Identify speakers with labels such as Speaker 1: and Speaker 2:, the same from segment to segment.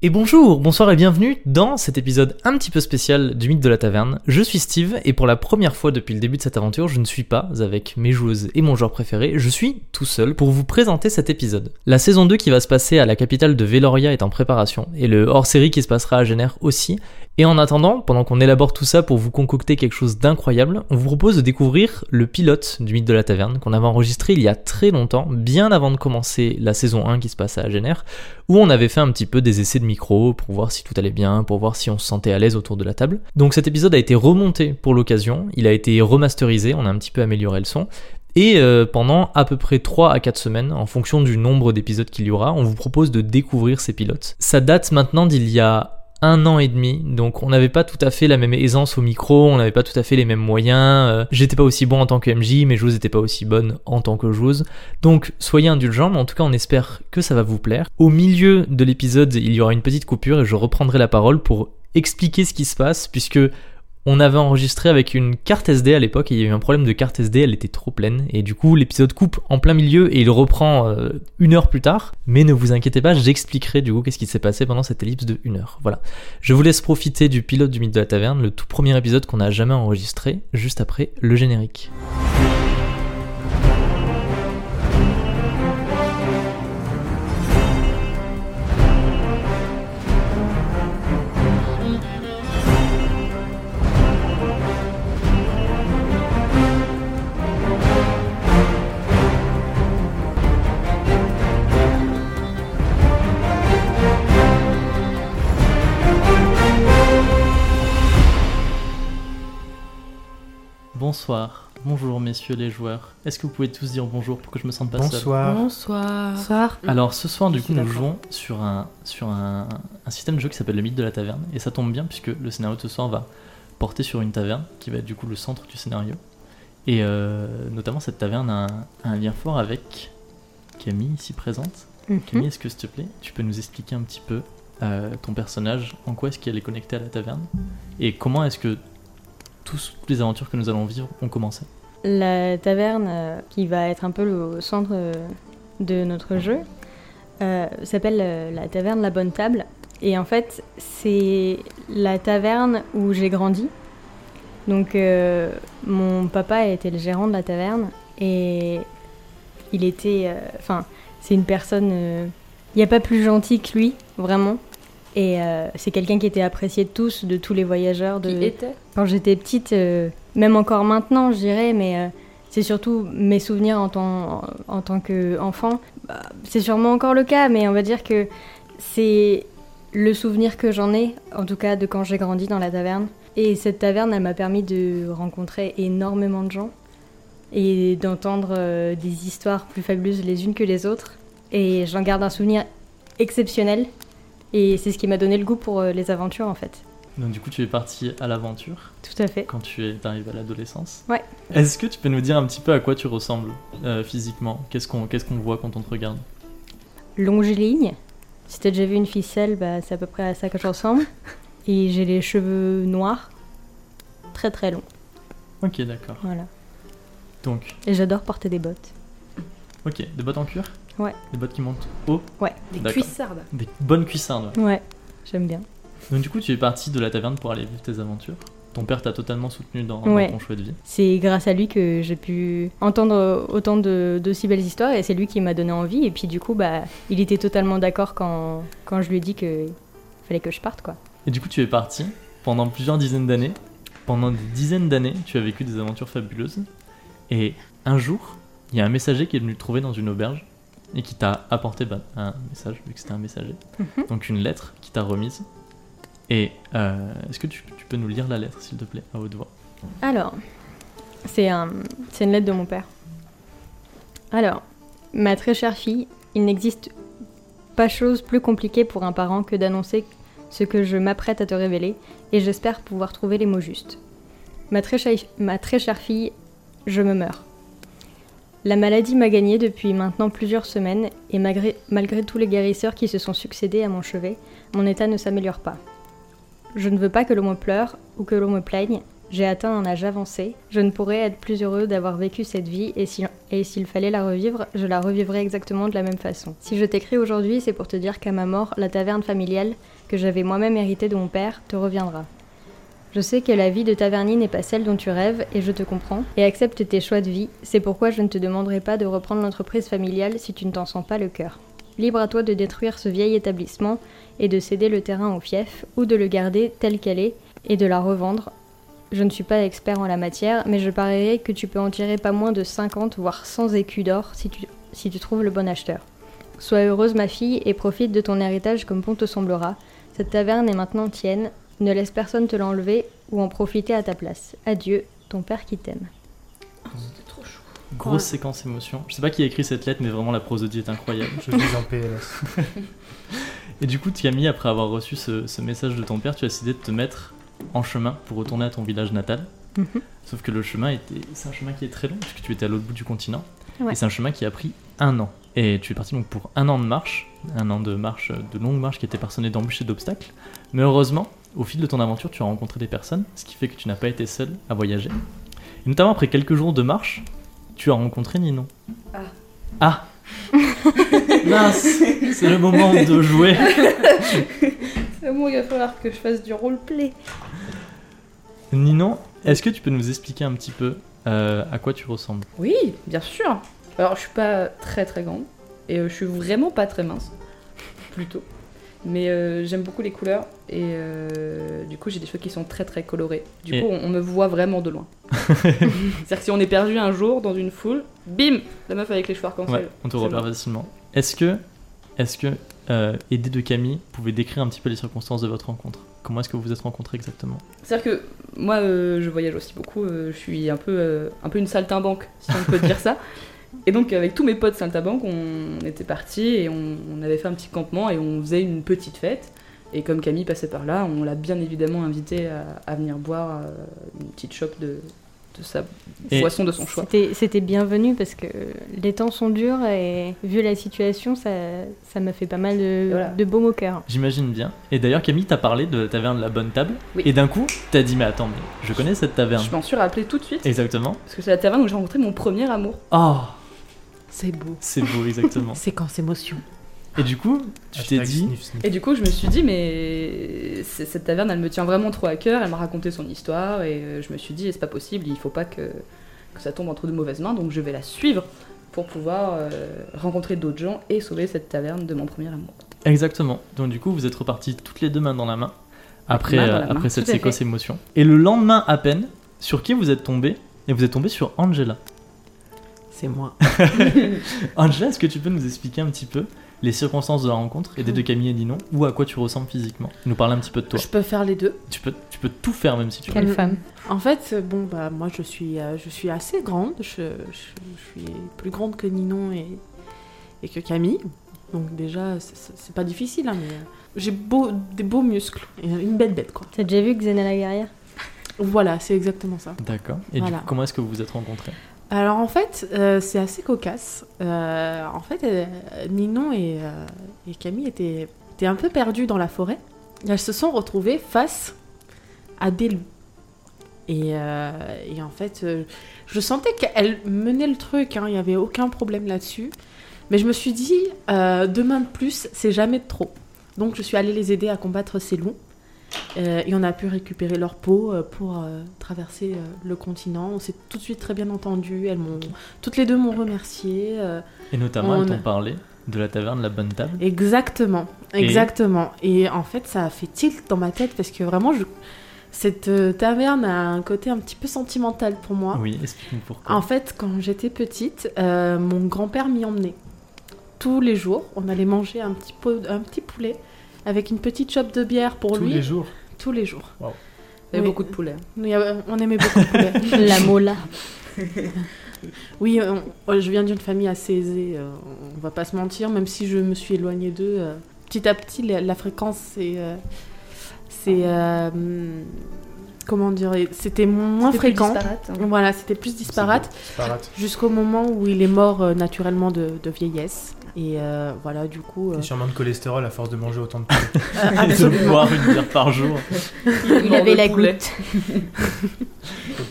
Speaker 1: Et bonjour, bonsoir et bienvenue dans cet épisode un petit peu spécial du mythe de la taverne. Je suis Steve et pour la première fois depuis le début de cette aventure, je ne suis pas avec mes joueuses et mon joueur préféré, je suis tout seul pour vous présenter cet épisode. La saison 2 qui va se passer à la capitale de Veloria est en préparation et le hors-série qui se passera à Génère aussi. Et en attendant, pendant qu'on élabore tout ça pour vous concocter quelque chose d'incroyable, on vous propose de découvrir le pilote du mythe de la taverne qu'on avait enregistré il y a très longtemps, bien avant de commencer la saison 1 qui se passe à Génère, où on avait fait un petit peu des essais de micro pour voir si tout allait bien, pour voir si on se sentait à l'aise autour de la table. Donc cet épisode a été remonté pour l'occasion, il a été remasterisé, on a un petit peu amélioré le son. Et euh, pendant à peu près 3 à 4 semaines, en fonction du nombre d'épisodes qu'il y aura, on vous propose de découvrir ces pilotes. Ça date maintenant d'il y a un an et demi, donc on n'avait pas tout à fait la même aisance au micro, on n'avait pas tout à fait les mêmes moyens, euh, j'étais pas aussi bon en tant que MJ, mes joueuses n'étaient pas aussi bonnes en tant que joueuses, donc soyez indulgents, mais en tout cas on espère que ça va vous plaire. Au milieu de l'épisode, il y aura une petite coupure et je reprendrai la parole pour expliquer ce qui se passe, puisque on avait enregistré avec une carte SD à l'époque et il y a eu un problème de carte SD, elle était trop pleine et du coup l'épisode coupe en plein milieu et il reprend euh, une heure plus tard. Mais ne vous inquiétez pas, j'expliquerai du coup qu'est-ce qui s'est passé pendant cette ellipse de une heure. Voilà. Je vous laisse profiter du pilote du mythe de la taverne, le tout premier épisode qu'on a jamais enregistré, juste après le générique. Bonsoir, bonjour messieurs les joueurs. Est-ce que vous pouvez tous dire bonjour pour que je me sente pas seul
Speaker 2: Bonsoir.
Speaker 3: Bonsoir.
Speaker 4: Bonsoir.
Speaker 1: Alors ce soir, du
Speaker 4: Je
Speaker 1: coup,
Speaker 4: suis
Speaker 1: nous
Speaker 4: d'accord.
Speaker 1: jouons sur un, sur un, un système de jeu qui s'appelle le mythe de la taverne. Et ça tombe bien puisque le scénario de ce soir va porter sur une taverne qui va être du coup le centre du scénario. Et euh, notamment cette taverne a un, a un lien fort avec Camille ici présente.
Speaker 4: Mhm.
Speaker 1: Camille, est-ce que s'il te plaît, tu peux nous expliquer un petit peu euh, ton personnage, en quoi est-ce qu'elle est connectée à la taverne et comment est-ce que tous- toutes les aventures que nous allons vivre ont commencé
Speaker 3: La taverne, euh, qui va être un peu le centre euh, de notre jeu, euh, s'appelle euh, la taverne La Bonne Table. Et en fait, c'est la taverne où j'ai grandi. Donc, euh, mon papa était le gérant de la taverne et il était. euh, Enfin, c'est une personne. euh, Il n'y a pas plus gentil que lui, vraiment. Et euh, c'est quelqu'un qui était apprécié de tous, de tous les voyageurs. De...
Speaker 4: Qui était
Speaker 3: quand j'étais petite, euh, même encore maintenant, je dirais, mais euh, c'est surtout mes souvenirs en tant, en tant qu'enfant. Bah, c'est sûrement encore le cas, mais on va dire que c'est le souvenir que j'en ai, en tout cas de quand j'ai grandi dans la taverne. Et cette taverne, elle m'a permis de rencontrer énormément de gens et d'entendre euh, des histoires plus fabuleuses les unes que les autres. Et j'en garde un souvenir exceptionnel. Et c'est ce qui m'a donné le goût pour euh, les aventures, en fait.
Speaker 1: Donc du coup, tu es parti à l'aventure.
Speaker 3: Tout à fait.
Speaker 1: quand tu es arrivé à l'adolescence.
Speaker 3: Ouais.
Speaker 1: Est-ce que tu peux nous dire un petit peu à quoi tu ressembles euh, physiquement Qu'est-ce qu'on qu'est-ce qu'on voit quand on te regarde
Speaker 3: longiligne. Si t'as déjà vu une ficelle, bah, c'est à peu près à ça que je ressemble. Et j'ai les cheveux noirs, très très longs.
Speaker 1: Ok, d'accord.
Speaker 3: Voilà.
Speaker 1: Donc,
Speaker 3: Et j'adore porter des bottes.
Speaker 1: ok, des bottes en cuir
Speaker 3: Ouais.
Speaker 1: Des bottes qui montent haut
Speaker 4: Des
Speaker 1: D'accord.
Speaker 4: cuissardes.
Speaker 1: Des bonnes cuissardes, ouais.
Speaker 3: Ouais, j'aime bien.
Speaker 1: Donc du coup, tu es parti de la taverne pour aller vivre tes aventures. Ton père t'a totalement soutenu dans, dans
Speaker 3: Ouais.
Speaker 1: ton choix de vie.
Speaker 3: C'est grâce à lui que j'ai pu entendre autant de, de si belles histoires et c'est lui qui m'a donné envie. Et puis du coup, bah, il était totalement d'accord quand, quand je lui ai dit qu'il fallait que je parte. quoi.
Speaker 1: Et du coup, tu es parti pendant plusieurs dizaines d'années. Pendant des dizaines d'années, tu as vécu des aventures fabuleuses. Et un jour, il y a un messager qui est venu te trouver dans une auberge et qui t'a apporté bah, un message, vu que c'était un messager. Donc une lettre qui t'a remise. Et euh, est-ce que tu, tu peux nous lire la lettre, s'il te plaît, à haute voix
Speaker 3: Alors, c'est un, c'est une lettre de mon père. Alors, ma très chère fille, il n'existe pas chose plus compliquée pour un parent que d'annoncer ce que je m'apprête à te révéler, et j'espère pouvoir trouver les mots justes. Ma très, chère- ma très chère fille, je me meurs. La maladie m'a gagnée depuis maintenant plusieurs semaines, et malgré, malgré tous les guérisseurs qui se sont succédés à mon chevet, mon état ne s'améliore pas. Je ne veux pas que l'on me pleure ou que l'on me plaigne, J'ai atteint un âge avancé, je ne pourrais être plus heureux d'avoir vécu cette vie et si et s'il fallait la revivre, je la revivrais exactement de la même façon. Si je t'écris aujourd'hui, c'est pour te dire qu'à ma mort, la taverne familiale que j'avais moi-même héritée de mon père te reviendra. Je sais que la vie de Taverny n'est pas celle dont tu rêves et je te comprends et accepte tes choix de vie. C'est pourquoi je ne te demanderai pas de reprendre l'entreprise familiale si tu ne t'en sens pas le cœur. Libre à toi de détruire ce vieil établissement et de céder le terrain au fief ou de le garder tel qu'elle est et de la revendre. Je ne suis pas expert en la matière, mais je parierais que tu peux en tirer pas moins de 50 voire 100 écus d'or si tu, si tu trouves le bon acheteur. Sois heureuse ma fille et profite de ton héritage comme bon te semblera. Cette taverne est maintenant tienne ne laisse personne te l'enlever ou en profiter à ta place. Adieu, ton père qui t'aime.
Speaker 2: C'était trop chou.
Speaker 1: Grosse
Speaker 2: Ouais.
Speaker 1: séquence émotion. Je sais pas qui a écrit cette lettre, mais vraiment la prosodie est incroyable.
Speaker 4: Je suis en PLS.
Speaker 1: Et du coup, Camille, après avoir reçu ce, ce message de ton père, tu as décidé de te mettre en chemin pour retourner à ton village natal.
Speaker 3: Mhm.
Speaker 1: Sauf que le chemin était, c'est un chemin qui est très long puisque tu étais à l'autre bout du continent.
Speaker 3: Ouais.
Speaker 1: Et c'est un chemin qui a pris un an. Et tu es parti donc pour un an de marche, un an de marche, de longue marche qui était parsemée d'embûches et d'obstacles. Mais heureusement, au fil de ton aventure, tu as rencontré des personnes, ce qui fait que tu n'as pas été seul à voyager. Et notamment après quelques jours de marche, tu as rencontré Ninon.
Speaker 2: Ah.
Speaker 1: Ah Mince C'est le moment de jouer
Speaker 2: C'est bon, il va falloir que je fasse du roleplay.
Speaker 1: Ninon, est-ce que tu peux nous expliquer un petit peu euh, à quoi tu ressembles
Speaker 2: Oui, bien sûr. Alors, je suis pas très très grande et euh, je suis vraiment pas très mince, plutôt. Mais euh, j'aime beaucoup les couleurs et euh, du coup, j'ai des cheveux qui sont très très colorés. Du
Speaker 1: Et-
Speaker 2: coup, on, on me voit vraiment de loin. C'est-à-dire que si on est perdu un jour dans une foule, bim, la meuf avec les cheveux arc-en-ciel.
Speaker 1: Ouais, on te
Speaker 2: C'est
Speaker 1: repère
Speaker 2: moi.
Speaker 1: facilement. Est-ce que, est-ce que euh, Aidé de Camille pouvait décrire un petit peu les circonstances de votre rencontre Comment est-ce que vous vous êtes rencontrés exactement
Speaker 2: C'est-à-dire que moi, euh, je voyage aussi beaucoup. euh, je suis un peu, euh, un peu une saltimbanque, si on peut dire ça. Et donc, avec tous mes potes saltimbanques, on était partis et on, on avait fait un petit campement et on faisait une petite fête. Et comme Camille passait par là, on l'a bien évidemment invité à, à venir boire euh, une petite chope de, de sa
Speaker 1: Et-
Speaker 2: boisson de son choix.
Speaker 3: C'était c'était bienvenu parce que les temps sont durs et vu la situation, ça ça m'a fait pas mal de,
Speaker 2: Voilà.
Speaker 3: de baume au cœur.
Speaker 1: J'imagine bien. Et d'ailleurs, Camille, t'as parlé de la taverne La Bonne Table.
Speaker 2: Oui.
Speaker 1: Et d'un coup, t'as dit, mais attends, mais je connais cette taverne.
Speaker 2: Je m'en suis rappelé tout de suite
Speaker 1: Exactement.
Speaker 2: parce que c'est la taverne où j'ai rencontré mon premier amour.
Speaker 1: Oh,
Speaker 5: C'est beau.
Speaker 1: c'est beau, exactement.
Speaker 5: Séquence émotion.
Speaker 1: Et du coup, tu t'es
Speaker 4: Hashtag
Speaker 1: dit,
Speaker 4: sniff, sniff.
Speaker 2: Et du coup, je me suis dit, mais c'est- cette taverne, elle me tient vraiment trop à cœur. Elle m'a raconté son histoire et euh, je me suis dit, c'est pas possible, il faut pas que, que ça tombe entre de mauvaises mains, donc je vais la suivre pour pouvoir euh, rencontrer d'autres gens et sauver cette taverne de mon premier amour.
Speaker 1: exactement. Donc du coup, vous êtes repartis toutes les deux mains dans la main après,
Speaker 2: Main dans la
Speaker 1: euh,
Speaker 2: main,
Speaker 1: après cette
Speaker 5: tout à fait.
Speaker 1: séquence émotion. Et le lendemain à peine, sur qui vous êtes tombé Et vous êtes tombé sur Angela.
Speaker 5: C'est moi.
Speaker 1: Angela, est-ce que tu peux nous expliquer un petit peu les circonstances de la rencontre et des deux Camille et Ninon ou à quoi tu ressembles physiquement Nous parler un petit peu de toi.
Speaker 5: Je peux faire les deux.
Speaker 1: Tu peux, tu peux tout faire même si tu veux.
Speaker 3: Quelle
Speaker 5: Mm.
Speaker 3: femme
Speaker 5: En fait, euh, bon, bah, moi, je suis, euh, je suis assez grande. Je, je- je suis plus grande que Ninon et, et que Camille. Donc, déjà, c'est- c'est c'est pas difficile, hein, mais euh, j'ai beau, des beaux muscles. et, euh, Une belle bête, quoi.
Speaker 3: T'as déjà vu Xena la guerrière
Speaker 5: Voilà, c'est exactement ça.
Speaker 1: D'accord. Et
Speaker 5: Voilà.
Speaker 1: du coup, comment est-ce que vous vous êtes rencontrés
Speaker 5: Alors, en fait, euh, c'est assez cocasse. Euh, en fait, euh, Ninon et, euh, et Camille étaient, étaient un peu perdues dans la forêt. Et Elles se sont retrouvées face à des loups. Et, euh, et en fait, euh, je sentais qu'elle menait le truc, hein, il n'y avait aucun problème là-dessus. Mais je me suis dit, euh, demain de plus, c'est jamais de trop. Donc je suis allée les aider à combattre ces loups. Euh, et on a pu récupérer leur peau euh, pour euh, traverser euh, le continent. On s'est tout de suite très bien entendu. Elles m'ont, toutes les deux m'ont remercié. euh,
Speaker 1: Et notamment,
Speaker 5: On-
Speaker 1: elles t'ont parlé de la taverne La Bonne Table.
Speaker 5: Exactement,
Speaker 1: Et-
Speaker 5: exactement. Et en fait, ça a fait tilt dans ma tête parce que vraiment, je... cette euh, taverne a un côté un petit peu sentimental pour moi.
Speaker 1: Oui, explique-nous pourquoi.
Speaker 5: En fait, quand j'étais petite, euh, mon grand-père m'y emmenait. Tous les jours, on allait manger un petit, pot- un petit poulet avec une petite chope de bière pour
Speaker 4: Tous
Speaker 5: lui
Speaker 4: les jours.
Speaker 5: tous les jours.
Speaker 2: Il y avait
Speaker 5: Oui.
Speaker 2: beaucoup de poulets. hein.
Speaker 5: Nous, il y avait- on aimait beaucoup le poulet.
Speaker 3: La Mola.
Speaker 5: Oui, on- on- je viens d'une famille assez aisée, euh, on va pas se mentir, même si je me suis éloignée d'eux. euh, petit à petit, la, la fréquence, c'est. euh, c'est. euh, hum, comment dire C'était moins
Speaker 2: C'était plus
Speaker 5: fréquent.
Speaker 2: disparate, hein.
Speaker 5: Voilà, c'était plus disparate
Speaker 4: C'est Parate.
Speaker 5: jusqu'au moment où il est mort euh, naturellement de, de vieillesse. Et euh, voilà, du coup. euh,
Speaker 4: Et sûrement de cholestérol à force de manger autant de trucs.
Speaker 5: ah,
Speaker 1: Et de boire une bière par jour.
Speaker 3: Il avait la goutte.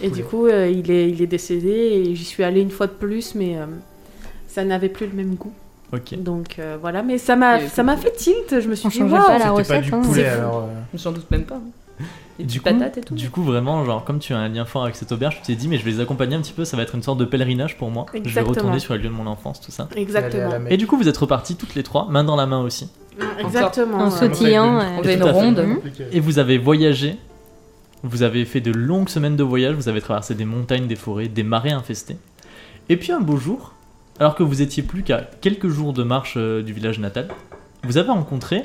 Speaker 5: Et du coup, euh, il, est, il est décédé et j'y suis allée une fois de plus, mais euh, ça n'avait plus le même goût.
Speaker 1: Ok.
Speaker 5: Donc euh, voilà, mais ça
Speaker 2: Il y
Speaker 5: m'a
Speaker 2: avait
Speaker 5: ça
Speaker 2: plus
Speaker 5: m'a
Speaker 2: de
Speaker 5: fait tilt. Je me suis
Speaker 3: On
Speaker 5: dit,
Speaker 3: changeait
Speaker 5: waouh,
Speaker 3: pas la
Speaker 4: C'était pas
Speaker 3: recette.
Speaker 4: du
Speaker 3: hein.
Speaker 4: poulet
Speaker 5: C'est fou.
Speaker 4: alors. euh,
Speaker 2: J'en doute même pas. hein. Des
Speaker 1: Du
Speaker 2: petites
Speaker 1: coup,
Speaker 2: patates et tout.
Speaker 1: du coup, vraiment, genre, comme tu as un lien fort avec cette auberge, tu t'es dit, mais je vais les accompagner un petit peu, ça va être une sorte de pèlerinage pour moi. Je vais
Speaker 5: Exactement.
Speaker 1: retourner sur les lieux de mon enfance, tout ça.
Speaker 4: aller à la
Speaker 5: Exactement. Mm,
Speaker 4: Mecque.
Speaker 1: Et du coup, vous êtes repartis toutes les trois, main dans la main aussi.
Speaker 5: Exactement.
Speaker 3: En
Speaker 5: ouais.
Speaker 4: saute.
Speaker 3: sautillant.
Speaker 4: On
Speaker 3: euh,
Speaker 2: On faisait une
Speaker 1: Tout à fait.
Speaker 2: ronde.
Speaker 3: Mhm.
Speaker 1: Et vous avez voyagé, vous avez fait de longues semaines de voyage, vous avez traversé des montagnes, des forêts, des marais infestés. Et puis un beau jour, alors que vous étiez plus qu'à quelques jours de marche euh, du village natal, vous avez rencontré.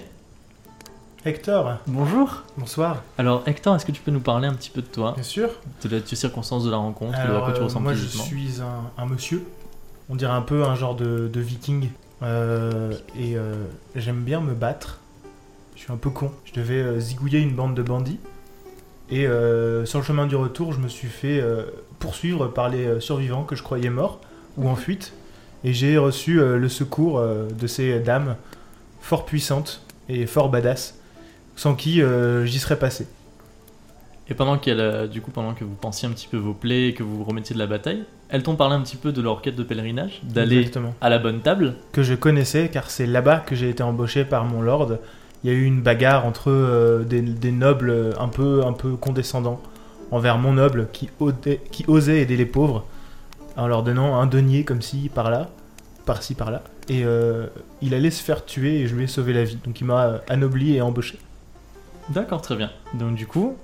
Speaker 4: Hector,
Speaker 1: Bonjour
Speaker 4: bonsoir.
Speaker 1: Alors, Hector, est-ce que tu peux nous parler un petit peu de toi
Speaker 4: Bien sûr.
Speaker 1: De la des circonstances de la rencontre, de à
Speaker 4: Alors,
Speaker 1: quoi tu
Speaker 4: euh,
Speaker 1: ressembles
Speaker 4: moi, je
Speaker 1: physiquement
Speaker 4: suis un, un monsieur. On dirait un peu un genre de, de viking. Euh, et euh, j'aime bien me battre. Je suis un peu con. Je devais euh, zigouiller une bande de bandits. Et euh, sur le chemin du retour, je me suis fait euh, poursuivre par les euh, survivants que je croyais morts ou en fuite. Et j'ai reçu euh, le secours euh, de ces dames fort puissantes et fort badass, sans qui euh, j'y serais passé.
Speaker 1: Et pendant qu'elle, euh, du coup, pendant que vous pensiez un petit peu vos plaies et que vous vous remettiez de la bataille, elles t'ont parlé un petit peu de leur quête de pèlerinage, d'aller
Speaker 4: Exactement.
Speaker 1: à la bonne table.
Speaker 4: que je connaissais, car c'est là-bas que j'ai été embauché par mon lord. Il y a eu une bagarre entre euh, des, des nobles un peu, un peu condescendants envers mon noble qui, odait- qui osait aider les pauvres en leur donnant un denier comme ci, par là, par-ci, par-là. Et euh, il allait se faire tuer et je lui ai sauvé la vie. Donc il m'a euh, anobli et embauché.
Speaker 1: D'accord, très bien. Donc du coup,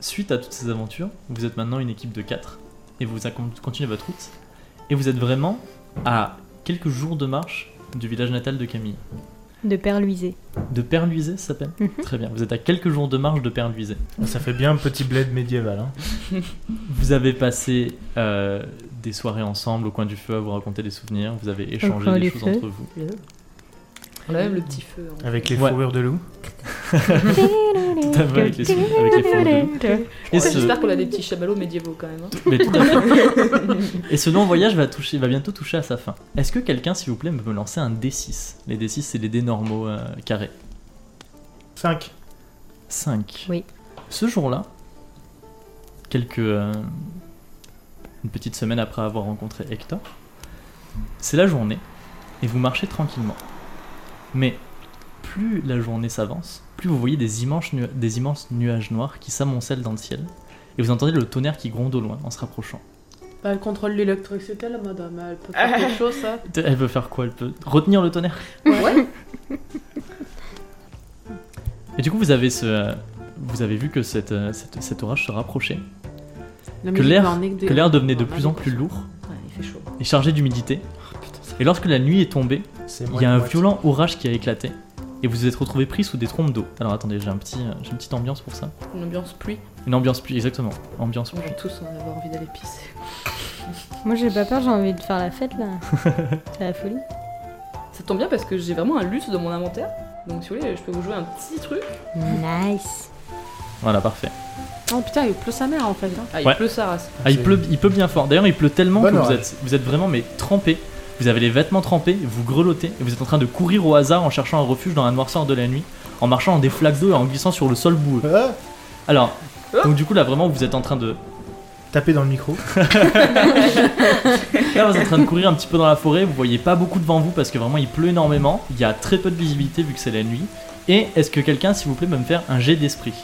Speaker 1: suite à toutes ces aventures, vous êtes maintenant une équipe de 4 et vous accom- continuez votre route. Et vous êtes vraiment à quelques jours de marche du village natal de Camille.
Speaker 3: euh, De perluiser.
Speaker 1: De Perluisé, ça s'appelle
Speaker 3: Mhm.
Speaker 1: Très bien. Vous êtes à quelques jours de marche de Perluisé.
Speaker 4: Ça fait bien petit bled médiéval. hein.
Speaker 1: Vous avez passé euh, des soirées ensemble au coin du feu à vous raconter des souvenirs, vous avez échangé
Speaker 3: coin
Speaker 1: des
Speaker 3: du
Speaker 1: choses
Speaker 3: feu.
Speaker 1: entre vous.
Speaker 2: On a même le petit feu. hein.
Speaker 4: Avec les
Speaker 1: Ouais.
Speaker 4: fourrures de loup.
Speaker 1: Tout à fait, avec les, sou- avec les fourrures de loup. Et
Speaker 2: Ouais,
Speaker 1: ce-
Speaker 2: J'espère qu'on a des petits chamallows médiévaux quand même. hein.
Speaker 1: Mais tout à fait. Et ce long voyage va, toucher, va bientôt toucher à sa fin. Est-ce que quelqu'un, s'il vous plaît, peut me lancer un D6 Les D6, c'est les dés normaux euh, carrés.
Speaker 4: 5.
Speaker 1: 5.
Speaker 3: Oui.
Speaker 1: Ce jour-là, quelques. euh, une petite semaine après avoir rencontré Hector, c'est la journée et vous marchez tranquillement. Mais plus la journée s'avance, plus vous voyez des immenses, nu- des immenses nuages noirs qui s'amoncellent dans le ciel et vous entendez le tonnerre qui gronde au loin en se rapprochant.
Speaker 5: Bah, elle contrôle l'électricité, la madame. Elle peut faire quelque chose, hein. ça.
Speaker 1: Elle veut faire quoi Elle peut retenir le tonnerre
Speaker 5: Ouais.
Speaker 1: Et du coup, vous avez ce, euh, vous avez vu que cette, euh, cette- cet orage se rapprochait, que l'air, que l'air devenait de plus en plus lourd
Speaker 2: Ouais, il fait chaud.
Speaker 1: et chargé d'humidité. Et lorsque la nuit est tombée,
Speaker 4: C'est
Speaker 1: il y a un
Speaker 4: moitié-moitié.
Speaker 1: violent orage qui a éclaté et vous vous êtes retrouvé pris sous des trompes d'eau. Alors attendez, j'ai un petit, euh, j'ai une petite ambiance pour ça.
Speaker 2: Une ambiance pluie.
Speaker 1: Une ambiance pluie, exactement. Ambiance
Speaker 2: On
Speaker 1: pluie.
Speaker 2: va tous en avoir envie d'aller pisser.
Speaker 3: Moi j'ai pas peur, j'ai envie de faire la fête là. C'est la folie.
Speaker 2: Ça tombe bien parce que j'ai vraiment un luxe dans mon inventaire. Donc si vous voulez, je peux vous jouer un petit truc.
Speaker 3: Nice.
Speaker 1: Voilà, parfait.
Speaker 5: Oh putain, il pleut sa mère en fait. hein.
Speaker 2: Ah, il
Speaker 1: Ouais.
Speaker 2: pleut sa race.
Speaker 1: Ah, il pleut, il pleut bien fort. D'ailleurs, il pleut tellement
Speaker 4: Bon
Speaker 1: que vous
Speaker 4: orage.
Speaker 1: êtes, vous êtes vraiment mais trempé. Vous avez les vêtements trempés, vous grelottez et vous êtes en train de courir au hasard en cherchant un refuge dans la noirceur de la nuit, en marchant dans des flaques d'eau et en glissant sur le sol boueux.
Speaker 4: Ah,
Speaker 1: Alors, donc du coup là vraiment vous êtes en train de
Speaker 4: tapez dans le micro.
Speaker 1: là vous êtes en train de courir un petit peu dans la forêt, vous voyez pas beaucoup devant vous parce que vraiment il pleut énormément, il y a très peu de visibilité vu que c'est la nuit. Et est-ce que quelqu'un s'il vous plaît peut me faire un jet d'esprit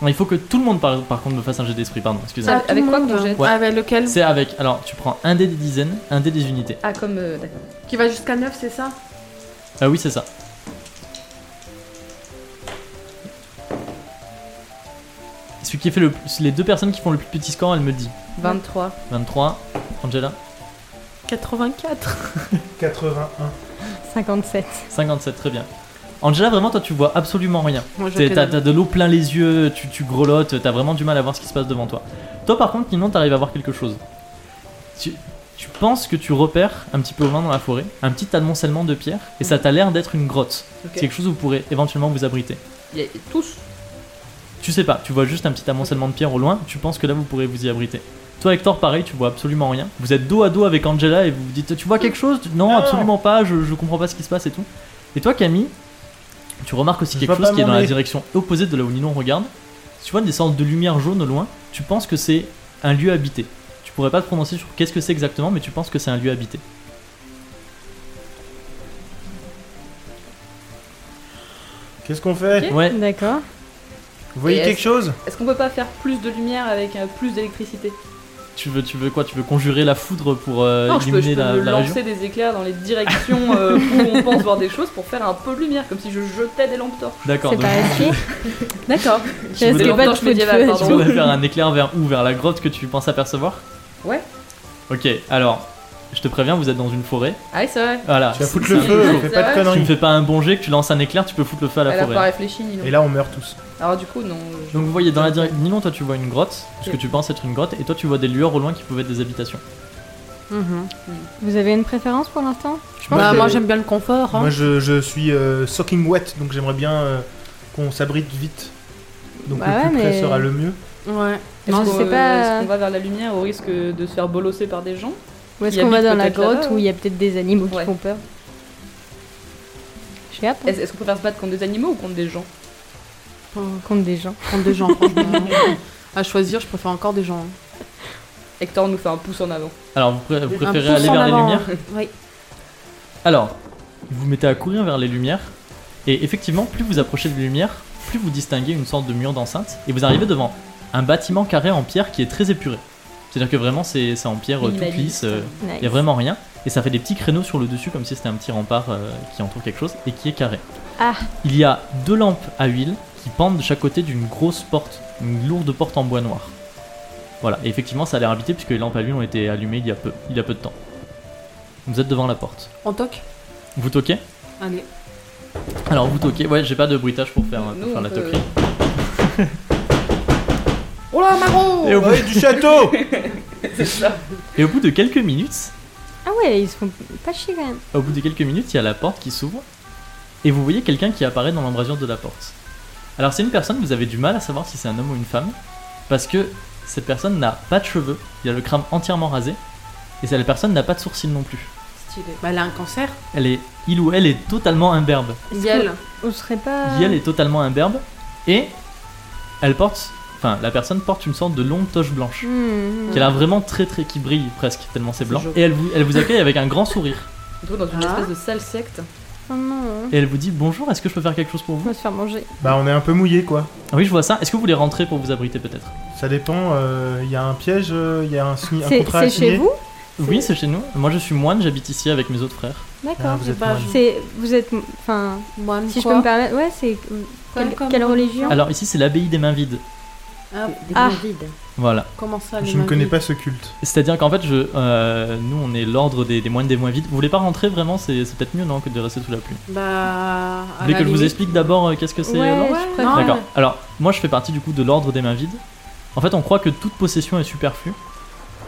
Speaker 1: Non, Il faut que tout le monde par, par contre me fasse un jet d'esprit, pardon, excusez-moi.
Speaker 5: Ah, tout
Speaker 2: avec
Speaker 5: le
Speaker 2: quoi
Speaker 5: monde.
Speaker 2: qu'on jette
Speaker 1: hein. Ouais.
Speaker 5: Ah, Avec lequel
Speaker 1: C'est avec alors tu prends un dé des dizaines, un dé des unités.
Speaker 2: Ah comme... euh, d'accord.
Speaker 5: Qui va jusqu'à 9, c'est ça
Speaker 1: Ah oui, c'est ça. Celui qui fait le plus- les deux personnes qui font le plus petit score, elle me dit
Speaker 2: 23.
Speaker 1: 23 Angela
Speaker 5: 84.
Speaker 4: 81.
Speaker 3: 57.
Speaker 1: 57, très bien. Angela, vraiment, toi, tu vois absolument rien.
Speaker 5: Moi, je
Speaker 1: T'es-
Speaker 5: fais
Speaker 1: T'as
Speaker 5: la-
Speaker 1: t'as de l'eau plein les yeux, tu, tu grelottes, t'as vraiment du mal à voir ce qui se passe devant toi. Toi, par contre, Ninon, t'arrives à voir quelque chose. Tu, tu penses que tu repères, un petit peu au loin dans la forêt, un petit amoncellement de pierres, et ça t'a l'air d'être une grotte.
Speaker 2: Ok.
Speaker 1: C'est quelque chose où vous pourrez éventuellement vous abriter.
Speaker 2: Il y a- Tous.
Speaker 1: Tu sais pas, tu vois juste un petit amoncellement de pierres au loin, tu penses que là, vous pourrez vous y abriter. Toi, Hector, pareil, tu vois absolument rien. Vous êtes dos à dos avec Angela et vous vous dites Tu vois quelque chose non,
Speaker 4: Non.
Speaker 1: absolument pas, je, je comprends pas ce qui se passe et tout. Et toi, Camille, tu remarques aussi
Speaker 4: Je
Speaker 1: quelque
Speaker 4: vois
Speaker 1: chose
Speaker 4: pas
Speaker 1: qui est
Speaker 4: mon
Speaker 1: dans la
Speaker 4: nez.
Speaker 1: direction opposée de là où Ninon regarde. Tu vois des sortes de lumière jaune au loin. Tu penses que c'est un lieu habité. Tu pourrais pas te prononcer sur qu'est-ce que c'est exactement, mais tu penses que c'est un lieu habité.
Speaker 4: Qu'est-ce qu'on fait
Speaker 2: Ok.
Speaker 1: Ouais,
Speaker 3: D'accord.
Speaker 4: Vous voyez
Speaker 2: Et
Speaker 4: quelque
Speaker 2: est-ce-
Speaker 4: chose
Speaker 2: Est-ce qu'on peut pas faire plus de lumière avec euh, plus d'électricité
Speaker 1: tu veux, tu veux quoi Tu veux conjurer la foudre pour euh,
Speaker 2: Non, je peux,
Speaker 1: illuminer
Speaker 2: je peux
Speaker 1: la,
Speaker 2: me
Speaker 1: la région
Speaker 2: lancer des éclairs dans les directions euh, où on pense voir des choses pour faire un peu de lumière, comme si je jetais des lampes torches.
Speaker 1: D'accord,
Speaker 3: C'est
Speaker 1: donc
Speaker 3: pas risqué.
Speaker 2: D'accord.
Speaker 3: Je risque
Speaker 1: me
Speaker 3: pas de
Speaker 2: lance-
Speaker 3: feu de
Speaker 2: médiévale,
Speaker 3: feu,
Speaker 2: pardon.
Speaker 1: tu vas faire un éclair vers où Vers la grotte que tu penses apercevoir
Speaker 2: Ouais.
Speaker 1: Ok, alors, je te préviens, vous êtes dans une forêt.
Speaker 2: Ah oui, c'est vrai.
Speaker 1: Voilà.
Speaker 4: Tu vas
Speaker 1: si-
Speaker 4: foutre
Speaker 1: si-
Speaker 4: le
Speaker 1: si-
Speaker 4: feu,
Speaker 2: c'est
Speaker 4: fais pas
Speaker 2: vrai.
Speaker 4: de
Speaker 1: Si tu ne
Speaker 4: conneries.
Speaker 1: fais pas un bon jet, que tu lances un éclair, tu peux foutre le feu à la
Speaker 2: Elle a
Speaker 1: forêt.
Speaker 2: pas réfléchi, ni non.
Speaker 4: Et là, on meurt tous.
Speaker 2: Alors du coup, non. je-
Speaker 1: Donc vous voyez dans la direction. Ninon, toi tu vois une grotte, ce
Speaker 2: Ok.
Speaker 1: que tu penses être une grotte, et toi tu vois des lueurs au loin qui pouvaient être des habitations.
Speaker 3: Vous avez une préférence pour l'instant
Speaker 4: Je
Speaker 5: Mhm. Bah,
Speaker 4: pense que-
Speaker 5: moi j'aime bien le confort. hein.
Speaker 4: Moi, je, je suis euh, soaking wet, donc j'aimerais bien euh, qu'on s'abrite vite. Donc
Speaker 3: Bah
Speaker 4: le
Speaker 3: ouais,
Speaker 4: plus près
Speaker 3: mais-
Speaker 4: sera le mieux.
Speaker 5: Ouais.
Speaker 2: Est-ce
Speaker 3: Non,
Speaker 2: qu'on-
Speaker 3: je sais pas.
Speaker 2: euh, Est-ce qu'on va vers la lumière au risque de se faire bolosser par des gens
Speaker 3: Ou est-ce
Speaker 2: Il
Speaker 3: qu'on va
Speaker 2: habite
Speaker 3: dans la
Speaker 2: peut-être
Speaker 3: grotte
Speaker 2: là-bas,
Speaker 3: où
Speaker 2: ou-
Speaker 3: il y a peut-être des animaux
Speaker 2: Ouais.
Speaker 3: qui font peur Je sais pas,
Speaker 2: Est-ce est-ce qu'on préfère se battre contre des animaux ou contre des gens
Speaker 3: contre des gens.
Speaker 5: Prendre des gens, franchement. à choisir, je préfère encore des gens. hein.
Speaker 2: Hector nous fait un pouce en avant.
Speaker 1: Alors vous, pré- vous
Speaker 5: Un
Speaker 1: préférez
Speaker 5: pouce
Speaker 1: aller
Speaker 5: en
Speaker 1: vers les
Speaker 5: avant,
Speaker 1: lumières
Speaker 5: hein. Oui.
Speaker 1: Alors, vous vous mettez à courir vers les lumières, et effectivement, plus vous approchez des lumières, plus vous distinguez une sorte de mur d'enceinte, et vous arrivez devant un bâtiment carré en pierre qui est très épuré. C'est-à-dire que vraiment c'est c'est en pierre euh, toute lisse.
Speaker 2: Minimaliste. hein.
Speaker 1: euh, Il y a
Speaker 3: Nice.
Speaker 1: vraiment rien. Et ça fait des petits créneaux sur le dessus comme si c'était un petit rempart euh, qui entoure quelque chose et qui est carré.
Speaker 3: Ah.
Speaker 1: Il y a deux lampes à huile qui pendent de chaque côté d'une grosse porte, une lourde porte en bois noir. Voilà, et effectivement ça a l'air habité puisque les lampes à huile ont été allumées il y a peu, il y a peu de temps. Vous êtes devant la porte.
Speaker 5: On toque
Speaker 1: Vous toquez
Speaker 5: Allez.
Speaker 1: Alors vous toquez, ouais j'ai pas de bruitage pour faire, pour
Speaker 2: Nous,
Speaker 1: faire
Speaker 2: on
Speaker 1: la
Speaker 2: peut-
Speaker 1: toquerie.
Speaker 5: Oh là, Maro
Speaker 1: Et au, bout,
Speaker 4: Ouais, du château
Speaker 1: et au bout de quelques minutes,
Speaker 3: Ah ouais, ils se font pas chier quand même.
Speaker 1: au bout de quelques minutes il y a la porte qui s'ouvre et vous voyez quelqu'un qui apparaît dans l'embrasure de la porte. Alors c'est une personne, vous avez du mal à savoir si c'est un homme ou une femme, parce que cette personne n'a pas de cheveux, il a le crâne entièrement rasé, et cette personne n'a pas de sourcils non plus.
Speaker 5: Stylé. Bah, elle a un cancer.
Speaker 1: Elle est, il ou elle est totalement imberbe.
Speaker 3: Est-ce
Speaker 5: Yel.
Speaker 3: On serait pas.
Speaker 1: Yel est totalement imberbe, et elle porte, enfin la personne porte une sorte de longue toche blanche,
Speaker 3: Hmm, hmm.
Speaker 1: qui a l'air vraiment très très, qui brille presque, tellement c'est blanc,
Speaker 2: joli.
Speaker 1: et elle vous, elle vous accueille avec un grand sourire,
Speaker 2: On se trouve dans une
Speaker 5: Ah.
Speaker 2: espèce de sale secte.
Speaker 3: Oh non,
Speaker 1: et elle vous dit bonjour, est-ce que je peux faire quelque chose pour
Speaker 3: on
Speaker 1: vous
Speaker 3: va se faire manger.
Speaker 4: Bah, on est un peu mouillé, quoi.
Speaker 1: Ah oui je vois ça, est-ce que vous voulez rentrer pour vous abriter peut-être
Speaker 4: Ça dépend, il y a un piège, il y a un, sign- un
Speaker 3: C'est
Speaker 4: contrat à
Speaker 3: c'est
Speaker 4: signer.
Speaker 3: chez vous
Speaker 1: Oui, c'est chez nous. Moi, je suis moine, j'habite ici avec mes autres frères.
Speaker 4: Ah,
Speaker 3: D'accord.
Speaker 4: vous
Speaker 5: c'est
Speaker 4: êtes
Speaker 5: pas
Speaker 4: moine.
Speaker 5: juste.
Speaker 3: C'est vous êtes enfin
Speaker 5: Moi,
Speaker 3: si je peux me permettre ouais c'est quelle,
Speaker 5: comme-
Speaker 3: quelle
Speaker 5: Ah.
Speaker 3: religion
Speaker 1: Alors, ici, c'est l'abbaye des mains vides.
Speaker 5: permettre.
Speaker 3: Ah.
Speaker 1: Voilà.
Speaker 5: Comment ça, les
Speaker 4: Je ne
Speaker 5: mains
Speaker 4: connais
Speaker 5: vides
Speaker 4: pas ce culte.
Speaker 1: C'est-à-dire qu'en fait, je, euh, nous, on est l'ordre des, des moines des moins vides. Vous voulez pas rentrer vraiment C'est c'est peut-être mieux, non, que de rester sous la pluie.
Speaker 5: Bah. à
Speaker 1: Vous voulez
Speaker 5: la
Speaker 1: que je vous
Speaker 5: limite.
Speaker 1: explique d'abord euh, qu'est-ce que c'est
Speaker 3: Ouais,
Speaker 1: l'ordre
Speaker 3: je
Speaker 5: Ouais, Ah.
Speaker 3: préfère.
Speaker 5: non.
Speaker 1: D'accord. Alors, moi, je fais partie du coup de l'ordre des mains vides. En fait, on croit que toute possession est superflue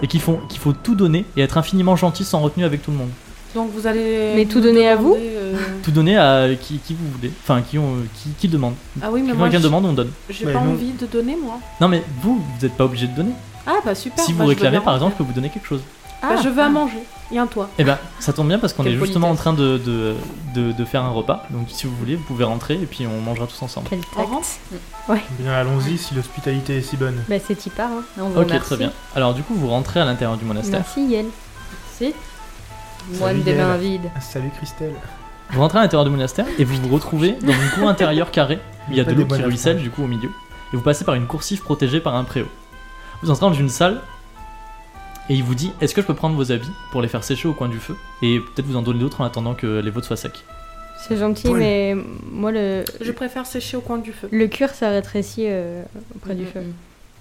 Speaker 1: et qu'il faut, qu'il faut tout donner et être infiniment gentil sans retenue avec tout le monde.
Speaker 5: Donc vous allez.
Speaker 3: Mais
Speaker 5: me
Speaker 3: tout donner à vous
Speaker 5: demander, euh,
Speaker 1: Tout donner à qui, qui vous voulez. Enfin, qui, on, qui, qui demande.
Speaker 5: Ah oui, mais moi.
Speaker 1: Quelqu'un
Speaker 5: j'ai-
Speaker 1: demande, on donne.
Speaker 5: J'ai
Speaker 4: Mais
Speaker 5: pas
Speaker 4: non.
Speaker 5: envie de donner, moi.
Speaker 1: Non, mais vous, vous n'êtes pas obligé de donner.
Speaker 5: Ah, bah super.
Speaker 1: si
Speaker 5: bah,
Speaker 1: vous
Speaker 5: je veux
Speaker 1: réclamez,
Speaker 5: bien.
Speaker 1: par exemple, je peux vous donner quelque chose.
Speaker 3: Ah,
Speaker 5: Bah, je veux à manger et un toit.
Speaker 1: Eh ben, ça tombe bien parce qu'on est
Speaker 2: Quelle
Speaker 1: justement en
Speaker 2: politesse.
Speaker 1: train de, de, de- de faire un repas. Donc, si vous voulez, vous pouvez rentrer et puis on mangera tous ensemble.
Speaker 3: Quel
Speaker 5: On
Speaker 3: tact.
Speaker 5: rentre
Speaker 4: Bien, allons-y si l'hospitalité est si bonne.
Speaker 3: Bah c'est Tipa. Hein.
Speaker 2: Non, Ah, on vous
Speaker 1: Ok,
Speaker 2: remercie.
Speaker 1: très bien. Alors, du coup, vous rentrez à l'intérieur du monastère.
Speaker 3: Merci Yel.
Speaker 2: Si.
Speaker 4: Salut,
Speaker 2: Moine des
Speaker 4: Gaëlle.
Speaker 2: mains vides.
Speaker 4: Ah, Salut Christelle.
Speaker 1: Vous rentrez à l'intérieur du monastère et vous vous retrouvez dans une cour intérieure carrée. où Il y a
Speaker 4: Pas
Speaker 1: de
Speaker 4: des
Speaker 1: l'eau qui
Speaker 4: bonnes
Speaker 1: ruisselle,
Speaker 4: affaires.
Speaker 1: du coup, au milieu. Et vous passez par une coursive protégée par un préau. Vous entrez dans une salle et il vous dit Est-ce que je peux prendre vos habits pour les faire sécher au coin du feu Et peut-être vous en donner d'autres en attendant que les vôtres soient secs.
Speaker 3: C'est gentil
Speaker 4: Poil.
Speaker 3: mais moi le
Speaker 5: Je préfère sécher au coin du feu.
Speaker 3: le cuir ça rétrécit euh, auprès du feu.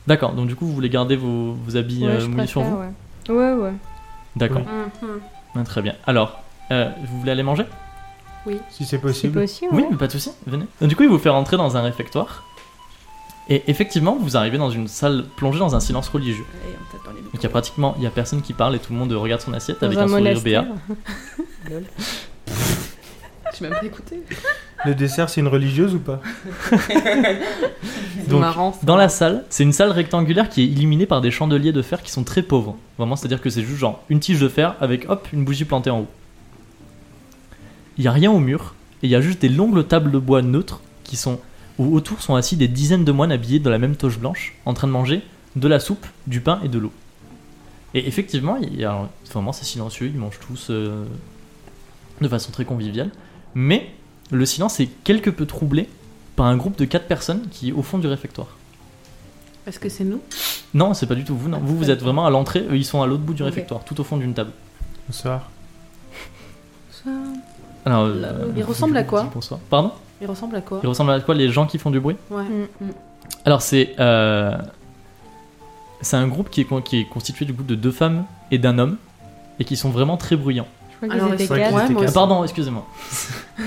Speaker 1: D'accord, donc du coup, vous voulez garder vos, vos habits
Speaker 3: Ouais,
Speaker 1: euh,
Speaker 3: je
Speaker 1: mouillés sur
Speaker 3: préfère,
Speaker 1: vous
Speaker 3: ouais. Ouais ouais.
Speaker 1: D'accord.
Speaker 4: Oui.
Speaker 5: Mm-hmm.
Speaker 1: Ah, très bien. Alors, euh, vous voulez aller manger
Speaker 4: Si c'est
Speaker 3: C'est
Speaker 4: possible.
Speaker 3: possible.
Speaker 1: Oui,
Speaker 3: ouais.
Speaker 1: mais pas de souci. Venez. Donc, du coup, il vous fait rentrer dans un réfectoire. Et effectivement, vous arrivez dans une salle plongée dans un silence religieux.
Speaker 2: Allez, Eh, on tape dans les
Speaker 1: Donc, il y a pratiquement il y a personne qui parle et tout le monde regarde son assiette
Speaker 3: Dans
Speaker 1: avec un, sourire
Speaker 3: monastère.
Speaker 1: béat.
Speaker 2: Tu m'as pas écouté
Speaker 4: Le dessert, c'est une religieuse ou pas
Speaker 5: C'est
Speaker 1: Donc,
Speaker 5: marrant. ça.
Speaker 1: Dans la salle, c'est une salle rectangulaire qui est illuminée par des chandeliers de fer qui sont très pauvres. Vraiment, c'est-à-dire que c'est juste genre une tige de fer avec hop une bougie plantée en haut. Il y a rien au mur et il y a juste des longues tables de bois neutres qui sont où autour sont assis des dizaines de moines habillés de la même toche blanche en train de manger de la soupe, du pain et de l'eau. Et effectivement, il y a, alors, vraiment c'est silencieux, ils mangent tous euh, de façon très conviviale, mais le silence est quelque peu troublé par un groupe de quatre personnes qui est au fond du réfectoire.
Speaker 5: Est-ce que c'est nous
Speaker 1: Non, c'est pas du tout vous. Non.
Speaker 5: Ah,
Speaker 1: Vous, vous
Speaker 5: pas
Speaker 1: êtes
Speaker 5: du
Speaker 1: vraiment à l'entrée. Eux, ils sont à l'autre bout du
Speaker 2: Ok.
Speaker 1: réfectoire, tout au fond d'une table.
Speaker 4: Bonsoir.
Speaker 1: Alors, euh,
Speaker 5: Là, ils
Speaker 1: vous-
Speaker 5: ressemblent à
Speaker 1: vous-
Speaker 5: quoi
Speaker 1: vous- bonsoir. Pardon
Speaker 5: Il ressemble à quoi
Speaker 1: Ils ressemblent à quoi les gens qui font du bruit
Speaker 5: Ouais.
Speaker 3: Mm,
Speaker 1: Alors, c'est. euh, C'est un groupe qui est, con- qui est constitué du coup de deux femmes et d'un homme, et qui sont vraiment très bruyants.
Speaker 3: Je crois
Speaker 5: Alors,
Speaker 3: qu'ils étaient
Speaker 5: c'est vrai
Speaker 4: Ils
Speaker 3: quatre.
Speaker 5: Ouais,
Speaker 4: étaient
Speaker 5: moi
Speaker 1: Ah,
Speaker 4: quatre.
Speaker 5: aussi.
Speaker 1: pardon, excusez-moi.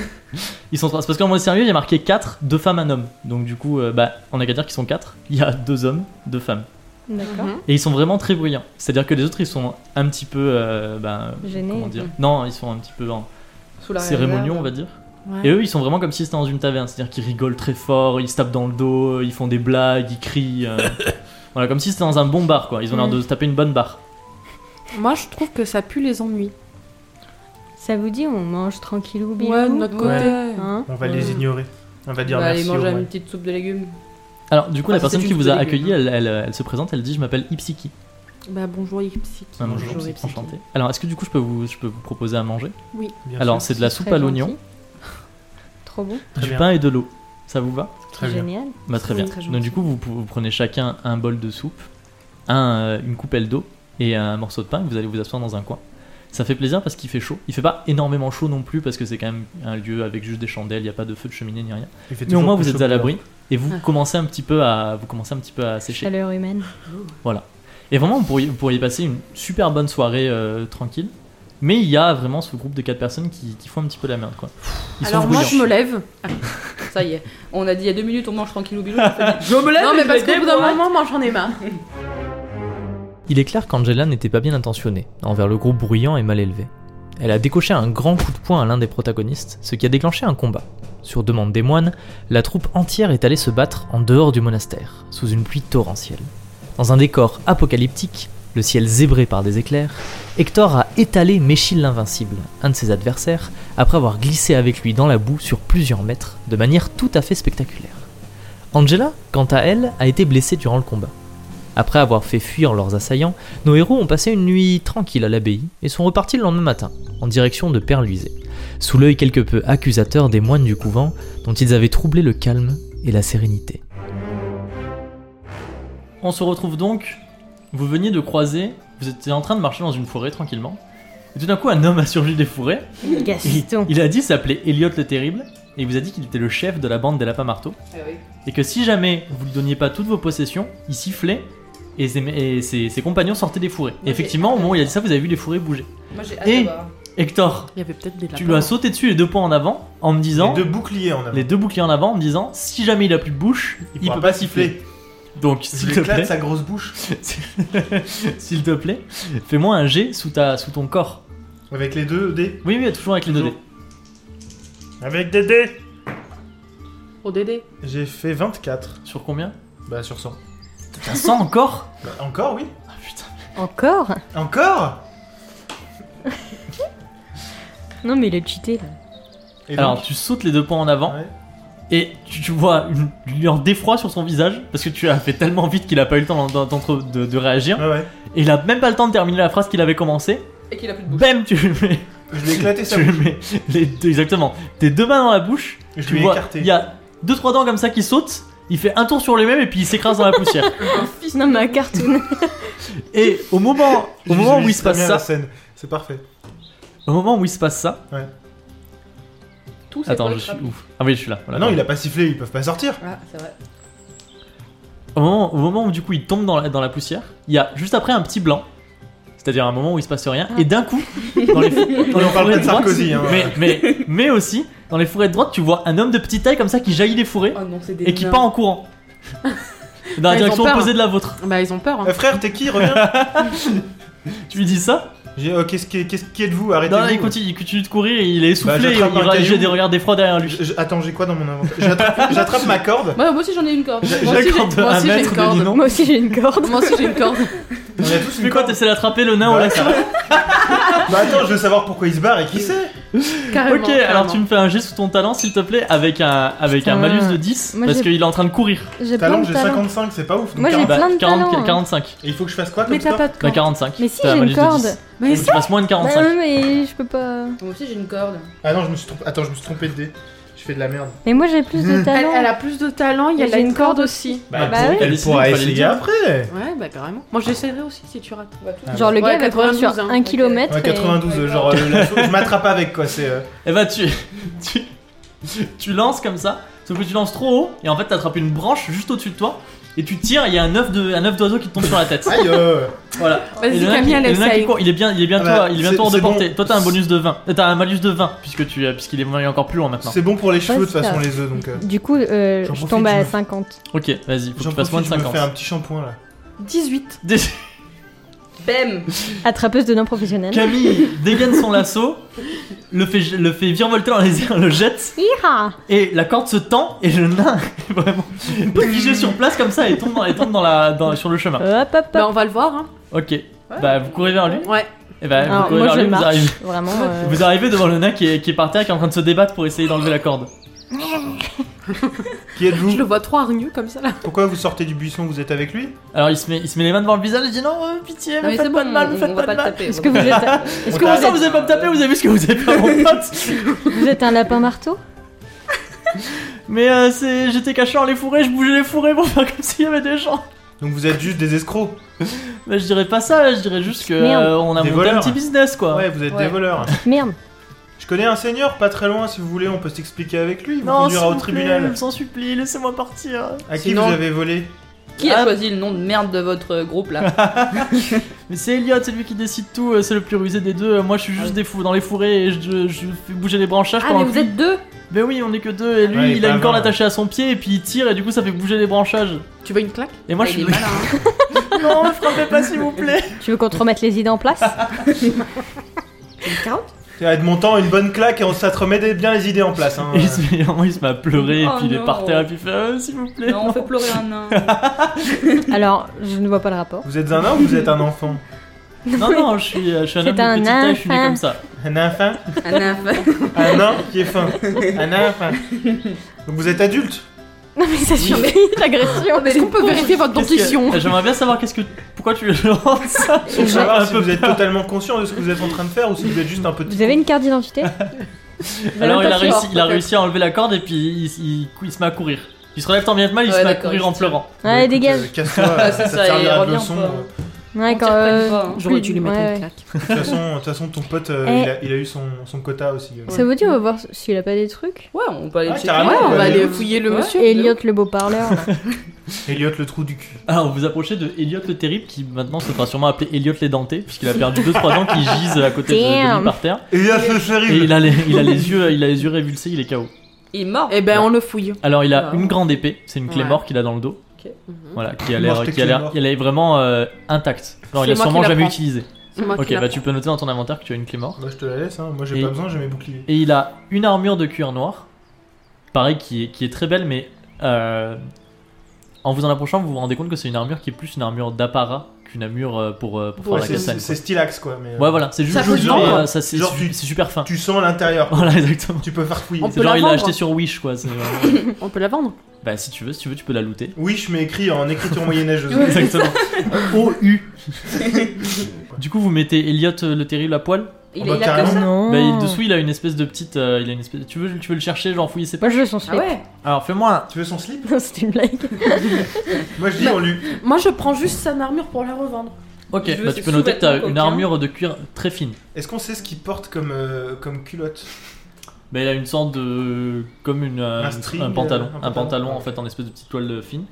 Speaker 1: Ils sont trois. C'est parce qu'en mode sérieux, il y a marqué 4, deux femmes, un homme. Donc, du coup, euh, bah, on a qu'à dire qu'ils sont quatre. Il y a deux hommes, deux femmes.
Speaker 3: D'accord.
Speaker 5: Mhm.
Speaker 1: Et ils sont vraiment très bruyants. C'est-à-dire que les autres, ils sont un petit peu. euh, ben,
Speaker 3: Gênés.
Speaker 1: Comment dire Non, ils sont un petit peu en
Speaker 2: Sous la
Speaker 1: cérémonieux,
Speaker 2: réserve.
Speaker 1: on va dire.
Speaker 5: Ouais.
Speaker 1: Et eux, ils sont vraiment comme si c'était dans une taverne. C'est-à-dire qu'ils rigolent très fort, ils se tapent dans le dos, ils font des blagues, ils crient. euh, voilà, comme si c'était dans un bon bar, quoi. Ils ont l'air de se taper une bonne barre.
Speaker 5: Moi, je trouve que ça pue les ennuis.
Speaker 3: Ça vous dit, on mange tranquillou, bilou
Speaker 5: Mm-hmm. Ouais, de notre côté.
Speaker 3: Ouais. Hein
Speaker 4: On va les ignorer. On va dire
Speaker 2: On
Speaker 3: bah,
Speaker 2: va aller
Speaker 4: merci. au
Speaker 2: manger
Speaker 4: moins.
Speaker 2: Bah, une petite soupe de légumes.
Speaker 1: Alors, du coup,
Speaker 2: Ah,
Speaker 1: la
Speaker 2: ça, c'est
Speaker 1: personne qui
Speaker 2: une
Speaker 1: vous a
Speaker 2: petite
Speaker 1: accueilli,
Speaker 2: légume,
Speaker 1: elle, euh, elle- elle se présente, elle dit Je m'appelle Ipsiki.
Speaker 5: Bah, bonjour, Ipsy.
Speaker 1: Ah, bonjour,
Speaker 5: Bonjour,
Speaker 1: Ipsiki.
Speaker 5: Ipsiki.
Speaker 1: enchanté. Alors, est-ce que du coup, je peux vous, je peux vous proposer à manger
Speaker 4: Bien
Speaker 1: Alors,
Speaker 4: sûr.
Speaker 1: c'est de la
Speaker 3: Ce
Speaker 1: soupe
Speaker 3: serait
Speaker 1: à l'oignon,
Speaker 3: gentil. Trop bon.
Speaker 4: Très
Speaker 1: du
Speaker 4: bien.
Speaker 1: pain et de l'eau. Ça vous va
Speaker 4: Très bien.
Speaker 3: Génial.
Speaker 1: Bah, très
Speaker 5: Oui,
Speaker 1: bien.
Speaker 5: très gentil.
Speaker 1: Donc du coup, vous, pou- vous prenez chacun un bol de soupe, un, euh, une coupelle d'eau et un morceau de pain. et Vous allez vous asseoir dans un coin. Ça fait plaisir parce qu'il fait chaud. Il fait pas énormément chaud non plus parce que c'est quand même un lieu avec juste des chandelles. Il n'y a pas de feu de cheminée ni rien.
Speaker 4: Il fait
Speaker 1: Mais au
Speaker 4: toujours
Speaker 1: moins
Speaker 4: plus
Speaker 1: vous
Speaker 4: chaud
Speaker 1: êtes
Speaker 4: que
Speaker 1: à
Speaker 4: là.
Speaker 1: l'abri et vous
Speaker 5: Ah.
Speaker 1: commencez un petit peu à vous commencez un petit peu à sécher.
Speaker 3: Chaleur humaine.
Speaker 1: Et vraiment, vous pourriez, vous pourriez passer une super bonne soirée euh, tranquille. Mais il y a vraiment ce groupe de quatre personnes qui, qui font un petit peu la merde quoi. Ils sont
Speaker 5: Alors, moi,
Speaker 1: bruyants.
Speaker 5: je me lève.
Speaker 2: Ça y est. On a dit il y a deux minutes, on mange tranquille ou bilou. on fait, Je me lève.
Speaker 5: Non, mais
Speaker 2: je
Speaker 5: parce
Speaker 2: vais
Speaker 5: qu'au bout d'un
Speaker 2: déboire.
Speaker 5: moment, moi, j'en ai marre.
Speaker 1: Il est clair qu'Angela n'était pas bien intentionnée envers le groupe bruyant et mal élevé. Elle a décoché un grand coup de poing à l'un des protagonistes, ce qui a déclenché un combat. Sur demande des moines, la troupe entière est allée se battre en dehors du monastère, sous une pluie torrentielle. Dans un décor apocalyptique, le ciel zébré par des éclairs, Hector a étalé Méchil l'Invincible, un de ses adversaires, après avoir glissé avec lui dans la boue sur plusieurs mètres, de manière tout à fait spectaculaire. Angela, quant à elle, a été blessée durant le combat. Après avoir fait fuir leurs assaillants, nos héros ont passé une nuit tranquille à l'abbaye et sont repartis le lendemain matin, en direction de Perluisé, sous l'œil quelque peu accusateur des moines du couvent dont ils avaient troublé le calme et la sérénité. On se retrouve donc, vous veniez de croiser, vous étiez en train de marcher dans une forêt tranquillement, et tout d'un coup un homme a surgi des forêts, il,
Speaker 3: Gaston.
Speaker 1: il a dit s'appeler Elliot le Terrible, et il vous a dit qu'il était le chef de la bande des lapins marteaux,
Speaker 2: Ah oui.
Speaker 1: et que si jamais vous lui donniez pas toutes vos possessions, il sifflait et ses, et ses- ses compagnons sortaient des fourrés. Et
Speaker 2: Ok.
Speaker 1: effectivement, au moment où il a dit ça, vous avez vu les fourrés bouger.
Speaker 2: Moi j'ai
Speaker 1: Et-
Speaker 2: hâte de voir.
Speaker 1: Hector,
Speaker 5: Il y avait peut-être des lapins.
Speaker 1: tu lui as sauté dessus les deux poings en avant en me disant.
Speaker 4: Les deux boucliers en avant.
Speaker 1: les deux boucliers en avant en me disant si jamais il a plus de bouche, il,
Speaker 4: pourra
Speaker 1: peut pas siffler. Donc
Speaker 4: Je
Speaker 1: s'il te
Speaker 4: l'éclate
Speaker 1: plaît,
Speaker 4: sa grosse bouche
Speaker 1: s'il te plaît, fais-moi un jet sous ta sous ton corps.
Speaker 4: avec les deux dés.
Speaker 1: Oui oui, toujours avec les deux dés.
Speaker 4: Avec des dés
Speaker 5: Au Dédé.
Speaker 4: J'ai fait 24.
Speaker 1: Sur combien
Speaker 4: Bah sur 100.
Speaker 1: Putain, 100 encore
Speaker 4: Bah, encore oui
Speaker 1: Ah, putain.
Speaker 3: Encore
Speaker 4: Encore
Speaker 3: Non, mais il est cheaté. là.
Speaker 4: Et
Speaker 1: Alors
Speaker 4: donc
Speaker 1: tu sautes les deux poings en avant
Speaker 4: Ouais.
Speaker 1: et tu, tu vois une lueur d'effroi sur son visage parce que tu as fait tellement vite qu'il a pas eu le temps d'en- d'entre- de, de réagir.
Speaker 4: Ouais, ouais.
Speaker 1: Et il a même pas le temps de terminer la phrase qu'il avait commencé.
Speaker 2: Et qu'il a plus de bouche.
Speaker 1: Bam, tu lui mets,
Speaker 4: Je l'ai éclaté sa
Speaker 1: tu lui
Speaker 4: bouche.
Speaker 1: mets les deux, exactement tes deux mains dans la bouche.
Speaker 4: Je
Speaker 1: Tu
Speaker 4: lui ai
Speaker 1: vois,
Speaker 4: écarté.
Speaker 1: il y a deux trois dents comme ça qui sautent. Il fait un tour sur lui-même et puis il s'écrase dans la poussière.
Speaker 3: Non, mais un cartoon.
Speaker 1: Et au moment, au moment où il se
Speaker 4: Visualise
Speaker 1: passe
Speaker 4: très bien la
Speaker 1: ça,
Speaker 4: scène. C'est parfait.
Speaker 1: au moment où il se passe ça,
Speaker 2: Tout c'est
Speaker 1: attends,
Speaker 2: quoi,
Speaker 1: je
Speaker 2: le
Speaker 1: suis
Speaker 2: crabe
Speaker 1: ouf. Ah oui, je suis là.
Speaker 4: Ah
Speaker 1: voilà.
Speaker 4: non, il a pas sifflé, ils peuvent pas sortir.
Speaker 2: Ah, c'est vrai.
Speaker 1: Au moment, au moment où du coup il tombe dans la, dans la poussière, il y a juste après un petit blanc, c'est-à-dire un moment où il se passe rien, et d'un coup, dans les, fou- dans les
Speaker 4: On
Speaker 1: forêts
Speaker 4: parle pas
Speaker 1: de
Speaker 4: de
Speaker 1: droite,
Speaker 4: Sarkozy. Hein.
Speaker 1: mais, mais, mais aussi dans les forêts de droite, tu vois un homme de petite taille comme ça qui jaillit des forêts
Speaker 2: Oh non, c'est des
Speaker 1: et qui
Speaker 2: nains.
Speaker 1: part en courant dans
Speaker 5: Ils
Speaker 1: la
Speaker 5: ont
Speaker 1: direction
Speaker 5: peur.
Speaker 1: opposée de la vôtre.
Speaker 4: Eh,
Speaker 5: Bah, ils ont peur. hein.
Speaker 4: Euh, frère, t'es qui Reviens.
Speaker 1: Tu lui dis ça
Speaker 4: J'ai dit, oh, qu'est-ce qui, qu'est-ce qui êtes-vous Arrêtez-vous.
Speaker 1: Non, non, il continue, il continue de courir, il est
Speaker 4: Bah,
Speaker 1: essoufflé,
Speaker 4: j'attrape
Speaker 1: il
Speaker 4: un
Speaker 1: ra-
Speaker 4: caillou.
Speaker 1: j'ai des regards d'effroi derrière lui.
Speaker 4: Je- je- attends, j'ai quoi dans mon inventaire J'attrape j'attrape ma corde.
Speaker 2: Moi, moi aussi j'en ai une corde.
Speaker 4: J'ai-
Speaker 2: Moi aussi,
Speaker 1: j'ai corde
Speaker 2: moi
Speaker 1: à
Speaker 2: aussi, j'ai
Speaker 1: mettre
Speaker 2: une
Speaker 1: de
Speaker 2: corde.
Speaker 4: Ninon.
Speaker 3: Moi aussi j'ai une corde.
Speaker 2: Moi aussi j'ai une corde.
Speaker 4: On a
Speaker 1: Tu
Speaker 4: tous
Speaker 1: fais
Speaker 4: une
Speaker 1: quoi,
Speaker 4: corde.
Speaker 1: t'essaies d'attraper le nain au
Speaker 4: Bah,
Speaker 1: lasso
Speaker 4: Bah attends, je veux savoir pourquoi il se barre et qui c'est
Speaker 5: Carrément.
Speaker 1: Ok, alors tu me fais un jet sous ton talent, s'il te plaît, avec un, avec un
Speaker 3: Putain.
Speaker 1: malus de 10,
Speaker 3: Moi,
Speaker 1: parce
Speaker 3: j'ai-
Speaker 1: qu'il est en train de courir.
Speaker 3: J'ai plein
Speaker 4: Talent,
Speaker 3: de
Speaker 4: j'ai
Speaker 3: talents.
Speaker 4: 55, c'est pas ouf. donc
Speaker 3: Moi, j'ai
Speaker 4: quarante.
Speaker 3: plein de talents, hein.
Speaker 1: 45.
Speaker 4: Et il faut que je fasse quoi comme
Speaker 5: Mais t'as
Speaker 4: ça
Speaker 5: pas de
Speaker 1: Bah,
Speaker 5: corde.
Speaker 1: 45.
Speaker 3: Mais si,
Speaker 1: T'as un
Speaker 3: j'ai une
Speaker 1: malus de 10.
Speaker 3: corde.
Speaker 5: Mais
Speaker 1: Donc, tu passes moins de
Speaker 3: Bah
Speaker 1: 45.
Speaker 3: non, mais je peux pas.
Speaker 2: Moi aussi j'ai une corde.
Speaker 4: Ah non, je me suis trompé. Attends, je me suis trompé de dé. Je fais de la merde.
Speaker 3: Mais moi j'ai plus de
Speaker 4: Elle-
Speaker 5: Elle,
Speaker 3: talents.
Speaker 5: elle a plus de talent, il y a,
Speaker 3: Et
Speaker 5: elle a
Speaker 3: j'ai
Speaker 5: une,
Speaker 3: une
Speaker 5: corde
Speaker 3: corde
Speaker 5: aussi.
Speaker 3: Bah
Speaker 1: Elle
Speaker 3: oui.
Speaker 4: Elle pourra
Speaker 1: décide, il fallait
Speaker 4: essayer
Speaker 1: dire.
Speaker 4: après.
Speaker 5: Ouais, bah carrément. Moi j'essaierai aussi si tu rates.
Speaker 2: On va tout-
Speaker 4: Ah,
Speaker 3: Genre le
Speaker 5: Ouais,
Speaker 3: gars va courir
Speaker 5: 92,
Speaker 3: sur
Speaker 5: hein.
Speaker 3: 1
Speaker 5: Ok.
Speaker 3: km.
Speaker 4: Ouais, 92, euh, genre euh, la- je m'attrape avec quoi, c'est. euh,
Speaker 1: Et bah, tu, tu, tu lances comme ça, sauf que tu lances trop haut, et en fait, t'attrapes une branche juste au-dessus de toi, et tu tires, il y a un œuf de- un œuf d'oiseau qui te tombe sur la tête.
Speaker 4: Aïe euh.
Speaker 1: Voilà. Et
Speaker 5: Vas-y,
Speaker 1: le nain qui-
Speaker 5: Camille, elle
Speaker 1: et le nain qui
Speaker 5: essaye.
Speaker 1: court, il est bien, il est bientôt,
Speaker 4: Ah bah,
Speaker 1: à- il est
Speaker 4: c'est-
Speaker 1: bientôt hors de
Speaker 4: c'est bon.
Speaker 1: portée. Toi, t'as un bonus de 20. Euh, T'as un malus de 20 puisque tu, es- puisqu'il est moins encore plus loin maintenant.
Speaker 4: C'est bon pour les cheveux de toute
Speaker 3: ça.
Speaker 4: façon, les œufs donc. euh,
Speaker 3: Du coup, euh,
Speaker 4: J'en
Speaker 3: je
Speaker 4: profite,
Speaker 3: tombe
Speaker 4: je
Speaker 3: à
Speaker 4: me-
Speaker 3: 50.
Speaker 1: Ok, vas-y, faut que
Speaker 4: J'en
Speaker 1: tu fasses moins de
Speaker 4: profite, je me
Speaker 1: 50.
Speaker 4: fais un petit shampoing là.
Speaker 5: 18.
Speaker 2: Bam
Speaker 3: Attrapeuse de non professionnelle.
Speaker 1: Camille dégaine son lasso, le fait, le fait virevolter dans les airs, le jette,
Speaker 3: Hiha
Speaker 1: et la corde se tend, et le nain est vraiment figé sur place comme ça et tombe, dans, et tombe dans la, dans- sur le chemin.
Speaker 3: Hop hop
Speaker 5: Bah
Speaker 3: hop.
Speaker 5: on va le voir. Hein.
Speaker 1: Ok, bah vous courez vers lui,
Speaker 5: Ouais.
Speaker 1: et bah vous
Speaker 3: Alors,
Speaker 1: courez
Speaker 3: moi
Speaker 1: vers
Speaker 3: je
Speaker 1: lui, vous arrivez,
Speaker 3: marche. Vraiment. euh,
Speaker 1: vous arrivez devant le nain qui est, qui est par terre, qui est en train de se débattre pour essayer d'enlever la corde.
Speaker 4: Qui
Speaker 5: Je le
Speaker 4: êtes-vous
Speaker 5: vois trop hargneux comme ça là.
Speaker 4: Pourquoi vous sortez du buisson Vous êtes avec lui
Speaker 1: Alors il se met, il se met les mains devant le visage, il dit non, euh, pitié,
Speaker 2: Non
Speaker 1: me
Speaker 2: mais
Speaker 1: faites
Speaker 2: c'est
Speaker 1: pas
Speaker 2: bon,
Speaker 1: de mal, me
Speaker 2: on-
Speaker 1: faites
Speaker 2: on
Speaker 1: pas
Speaker 2: va
Speaker 1: de
Speaker 2: pas te
Speaker 1: mal.
Speaker 2: taper.
Speaker 3: Est-ce que vous êtes,
Speaker 1: Est-ce
Speaker 3: est-ce
Speaker 1: que
Speaker 3: que
Speaker 1: vous,
Speaker 3: vous
Speaker 1: ça, vous
Speaker 3: êtes,
Speaker 1: avez pas me taper, vous avez vu ce que vous avez fait à mon pote
Speaker 3: vous êtes un lapin marteau
Speaker 1: Mais euh, c'est... j'étais caché dans les fourrés, je bougeais les fourrés pour faire comme s'il y avait des gens.
Speaker 4: Donc vous êtes juste des escrocs.
Speaker 1: Mais je dirais pas ça, je dirais juste que
Speaker 3: Merde.
Speaker 1: euh, on a
Speaker 4: Des
Speaker 1: monté un
Speaker 4: voleurs.
Speaker 1: petit business quoi.
Speaker 4: Ouais, vous êtes
Speaker 2: Ouais.
Speaker 4: des voleurs.
Speaker 3: Merde.
Speaker 4: Je connais un seigneur pas très loin si vous voulez, on peut s'expliquer avec lui. Il vous
Speaker 1: Non, s'il
Speaker 4: conduira au
Speaker 1: vous plaît, je
Speaker 4: tribunal.
Speaker 1: vous en supplie, laissez-moi partir.
Speaker 4: À qui
Speaker 2: Sinon-
Speaker 4: vous avez volé
Speaker 2: Qui a
Speaker 1: Ah.
Speaker 2: choisi le nom de merde de votre groupe là
Speaker 1: Mais c'est Elliot, c'est lui qui décide tout, euh, c'est le plus rusé des deux. euh, Moi je suis juste
Speaker 2: Ah.
Speaker 1: des fous dans les fourrés et je, je fais bouger les branchages
Speaker 2: Ah
Speaker 1: pendant
Speaker 2: mais
Speaker 1: que
Speaker 2: vous
Speaker 1: lui-
Speaker 2: êtes deux
Speaker 1: Mais oui, on est que deux et lui
Speaker 4: Ouais, il est
Speaker 1: il a
Speaker 4: pas
Speaker 1: une corde
Speaker 4: avant,
Speaker 1: attachée à son pied et puis il tire et du coup ça fait bouger les branchages.
Speaker 5: Tu veux une claque
Speaker 1: Et moi
Speaker 2: Ah,
Speaker 1: je
Speaker 2: il
Speaker 1: suis
Speaker 2: est malin, hein.
Speaker 1: Non, me frappez pas s'il vous plaît.
Speaker 3: Tu veux qu'on te remette les idées en place
Speaker 4: Ah, De mon temps, une bonne claque et on ça te remet des- bien les idées en place. hein.
Speaker 1: Et il se met, vraiment, il se met à pleurer et
Speaker 2: Oh
Speaker 1: puis il est
Speaker 2: non.
Speaker 1: par terre et puis il fait Euh, s'il vous plaît.
Speaker 2: Non, on fait pleurer un nain.
Speaker 3: Alors, je ne vois pas le rapport.
Speaker 4: Vous êtes un homme ou vous êtes un enfant
Speaker 1: Non, non, je suis, euh, je suis un
Speaker 3: C'est
Speaker 1: homme de
Speaker 3: un
Speaker 1: petite taille, je suis né
Speaker 3: enfant.
Speaker 1: comme ça.
Speaker 4: Un enfant
Speaker 5: Ah,
Speaker 2: Un nain.
Speaker 4: Un nain qui est fin. Un enfant. Donc vous êtes adulte
Speaker 3: Non mais ça suffit, l'agression.
Speaker 5: Est-ce qu'on peut vérifier votre
Speaker 1: Qu'est-ce que- Eh,
Speaker 5: dentition
Speaker 1: J'aimerais bien savoir qu'est-ce que pourquoi tu le lances ça.
Speaker 4: Pour
Speaker 1: Ça m'a
Speaker 4: savoir
Speaker 1: un
Speaker 4: si
Speaker 1: peu
Speaker 4: vous êtes
Speaker 1: peur.
Speaker 4: totalement conscient de ce que vous êtes en train de faire ou si vous êtes juste un petit.
Speaker 3: Vous avez une carte d'identité
Speaker 1: Alors
Speaker 5: même
Speaker 1: il
Speaker 5: pas
Speaker 1: a réussi,
Speaker 5: sûr,
Speaker 1: il a
Speaker 5: peut-être.
Speaker 1: réussi à enlever la corde et puis il, il- il se met à courir. Il se relève tant bien que mal, il
Speaker 2: Ouais,
Speaker 1: se met à
Speaker 2: d'accord,
Speaker 1: courir
Speaker 2: il
Speaker 1: en
Speaker 2: se
Speaker 1: pleurant.
Speaker 3: Ouais,
Speaker 4: écoute,
Speaker 3: dégage.
Speaker 4: euh, Casse-toi,
Speaker 2: Ouais,
Speaker 4: ça
Speaker 2: c'est
Speaker 4: te
Speaker 2: ça, il
Speaker 4: servira de
Speaker 2: revient
Speaker 4: leçon.
Speaker 2: pas.
Speaker 4: euh.
Speaker 3: Ouais,
Speaker 2: On tire
Speaker 3: quand...
Speaker 2: pas
Speaker 3: euh,
Speaker 2: une fois, hein.
Speaker 5: J'aurais dû lui mettre
Speaker 3: Ouais,
Speaker 5: une
Speaker 3: ouais.
Speaker 5: claque.
Speaker 4: De toute façon, de toute façon, ton pote, euh,
Speaker 3: Eh.
Speaker 4: il, a, il a eu son, son quota aussi. euh.
Speaker 3: Ça vous dit, on va voir s'il a pas des trucs
Speaker 2: Ouais, on peut aller
Speaker 4: Ah,
Speaker 2: checker.
Speaker 4: carrément,
Speaker 5: Ouais, on
Speaker 4: Ouais,
Speaker 5: va
Speaker 4: mais-
Speaker 5: aller fouiller le
Speaker 2: Ouais.
Speaker 5: monsieur.
Speaker 3: Elliot le beau parleur.
Speaker 4: Elliot le trou du cul.
Speaker 1: Alors Ah, vous vous approchez de Elliot le terrible qui maintenant se fera sûrement appeler Elliot les dentés puisqu'il a perdu 2-3 dents qui gisent à côté de, de lui
Speaker 3: Damn.
Speaker 1: par terre
Speaker 4: Elliot le
Speaker 1: et
Speaker 4: shérif
Speaker 1: il a les, il a les yeux il a les yeux révulsés, il est KO.
Speaker 2: Il est mort.
Speaker 5: Eh ben on le fouille.
Speaker 1: Alors il a
Speaker 2: Ah.
Speaker 1: une grande épée, c'est une clé
Speaker 5: Ouais.
Speaker 1: mort qu'il a dans le dos.
Speaker 5: Mhm.
Speaker 1: Voilà, qui a
Speaker 4: Morte
Speaker 1: l'air
Speaker 4: et
Speaker 1: qui a
Speaker 4: clé
Speaker 1: l'air
Speaker 4: morte.
Speaker 1: elle est vraiment euh, intacte. Genre il a
Speaker 5: C'est moi qui
Speaker 1: sûrement
Speaker 5: la
Speaker 1: jamais
Speaker 5: prends.
Speaker 1: utilisé.
Speaker 5: C'est moi
Speaker 1: OK,
Speaker 5: qui la
Speaker 1: bah tu peux noter dans ton inventaire que tu as une clé mort.
Speaker 4: Bah, je te la laisse, hein. moi j'ai
Speaker 1: Et-
Speaker 4: pas besoin, j'ai mes boucliers.
Speaker 1: Et il a une armure de cuir noir, pareil, qui est, qui est très belle, mais euh, en vous en approchant, vous vous rendez compte que c'est une armure qui est plus une armure d'apparat qu'une armure euh, pour, euh, pour faire
Speaker 4: Ouais,
Speaker 1: la
Speaker 4: c'est-
Speaker 1: castagne.
Speaker 4: c'est c'est stylax quoi, mais. euh,
Speaker 1: Ouais, voilà, c'est juste
Speaker 5: Ça peut se
Speaker 1: genre,
Speaker 5: vendre.
Speaker 1: euh, ça, c'est
Speaker 4: Genre,
Speaker 1: su-
Speaker 4: tu-
Speaker 1: c'est super fin.
Speaker 4: Tu sens l'intérieur,
Speaker 1: Voilà, exactement.
Speaker 4: tu peux faire fouiller.
Speaker 5: On-
Speaker 1: C'est
Speaker 5: peut
Speaker 1: genre,
Speaker 5: la
Speaker 1: il l'a
Speaker 5: vendre.
Speaker 1: acheté sur Wish, quoi. c'est vraiment-
Speaker 5: On peut la vendre
Speaker 1: bah, si tu veux, si tu veux, tu peux la looter.
Speaker 4: Oui, je m'ai écrit en écriture moyenâgeuse.
Speaker 1: Exactement. OU. du coup, vous mettez Elliot euh, le terrible à poil.
Speaker 2: Il,
Speaker 4: Oh, bah,
Speaker 2: a- il a que
Speaker 4: carrément.
Speaker 2: ça.
Speaker 3: non.
Speaker 1: Bah, il- dessous, il a une espèce de petite. euh, il a une espèce... Tu, veux, tu veux le chercher, genre fouiller ses
Speaker 3: Moi
Speaker 1: poches
Speaker 3: je veux son
Speaker 2: Ah
Speaker 3: slip.
Speaker 2: ouais
Speaker 1: Alors, fais-moi un-
Speaker 4: Tu veux son slip
Speaker 3: Non, c'était une blague.
Speaker 4: Moi je dis
Speaker 5: Bah-
Speaker 4: on lui.
Speaker 5: Moi je prends juste sa armure pour la revendre.
Speaker 1: Ok,
Speaker 2: Je veux
Speaker 1: bah
Speaker 2: ces
Speaker 1: tu peux noter que t'as
Speaker 2: sous-vêtements
Speaker 1: une
Speaker 2: coquins.
Speaker 1: armure de cuir très fine.
Speaker 4: Est-ce qu'on sait ce qu'il porte comme, euh, comme culotte
Speaker 1: Bah il a une sorte de... comme une, euh,
Speaker 4: Un string,
Speaker 1: un pantalon,
Speaker 4: euh, un
Speaker 1: un pantalon
Speaker 4: pantalon,
Speaker 1: en fait en espèce de petite toile euh, fine.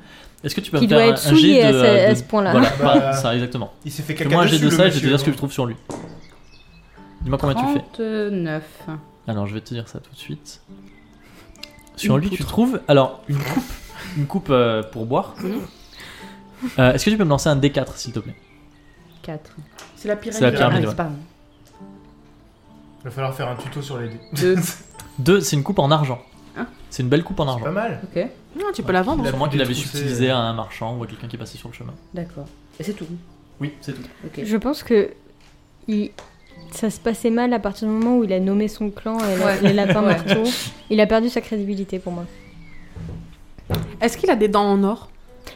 Speaker 1: Est-ce que tu peux
Speaker 3: Qui
Speaker 1: me faire
Speaker 3: doit
Speaker 1: un-
Speaker 3: être
Speaker 1: un jet
Speaker 3: souillé
Speaker 1: de...
Speaker 3: à ce, à
Speaker 1: de-
Speaker 3: ce point-là.
Speaker 1: Voilà,
Speaker 4: Bah,
Speaker 1: bah, ça exactement.
Speaker 4: Il s'est fait caca
Speaker 1: Fais-moi un jet
Speaker 4: dessus,
Speaker 1: de
Speaker 4: le
Speaker 1: ça et je vais
Speaker 4: monsieur,
Speaker 1: te dire ce que
Speaker 4: hein.
Speaker 1: je trouve sur lui. Dis-moi combien tu fais.
Speaker 2: 39.
Speaker 1: Alors je vais te dire ça tout de suite. Sur lui tu trouves... Alors une coupe, une coupe euh, pour boire.
Speaker 3: Mmh.
Speaker 1: Euh, Est-ce que tu peux me lancer un D4 s'il te plaît
Speaker 2: 4.
Speaker 5: C'est la
Speaker 1: C'est la pyramide,
Speaker 2: Ah,
Speaker 1: ouais.
Speaker 2: c'est pas
Speaker 4: Il va falloir faire un tuto sur les dés.
Speaker 2: Deux.
Speaker 1: Deux, c'est une coupe en argent.
Speaker 2: Hein
Speaker 1: C'est une belle coupe en
Speaker 4: C'est pas
Speaker 1: argent.
Speaker 4: mal.
Speaker 5: Non, tu peux la vendre.
Speaker 4: Il a-
Speaker 1: Sûrement qu'il l'avait
Speaker 4: Détroussé,
Speaker 1: subtilisé
Speaker 4: euh.
Speaker 1: à un marchand ou à quelqu'un qui passait sur le chemin.
Speaker 2: D'accord. Et c'est tout.
Speaker 1: Oui, c'est tout.
Speaker 2: Ok.
Speaker 3: Je pense que il- ça se passait mal à partir du moment où il a nommé son clan et la-
Speaker 2: Ouais.
Speaker 3: les lapins
Speaker 2: Ouais.
Speaker 3: marteaux. Il a perdu sa crédibilité pour moi.
Speaker 5: Est-ce qu'il a des dents en or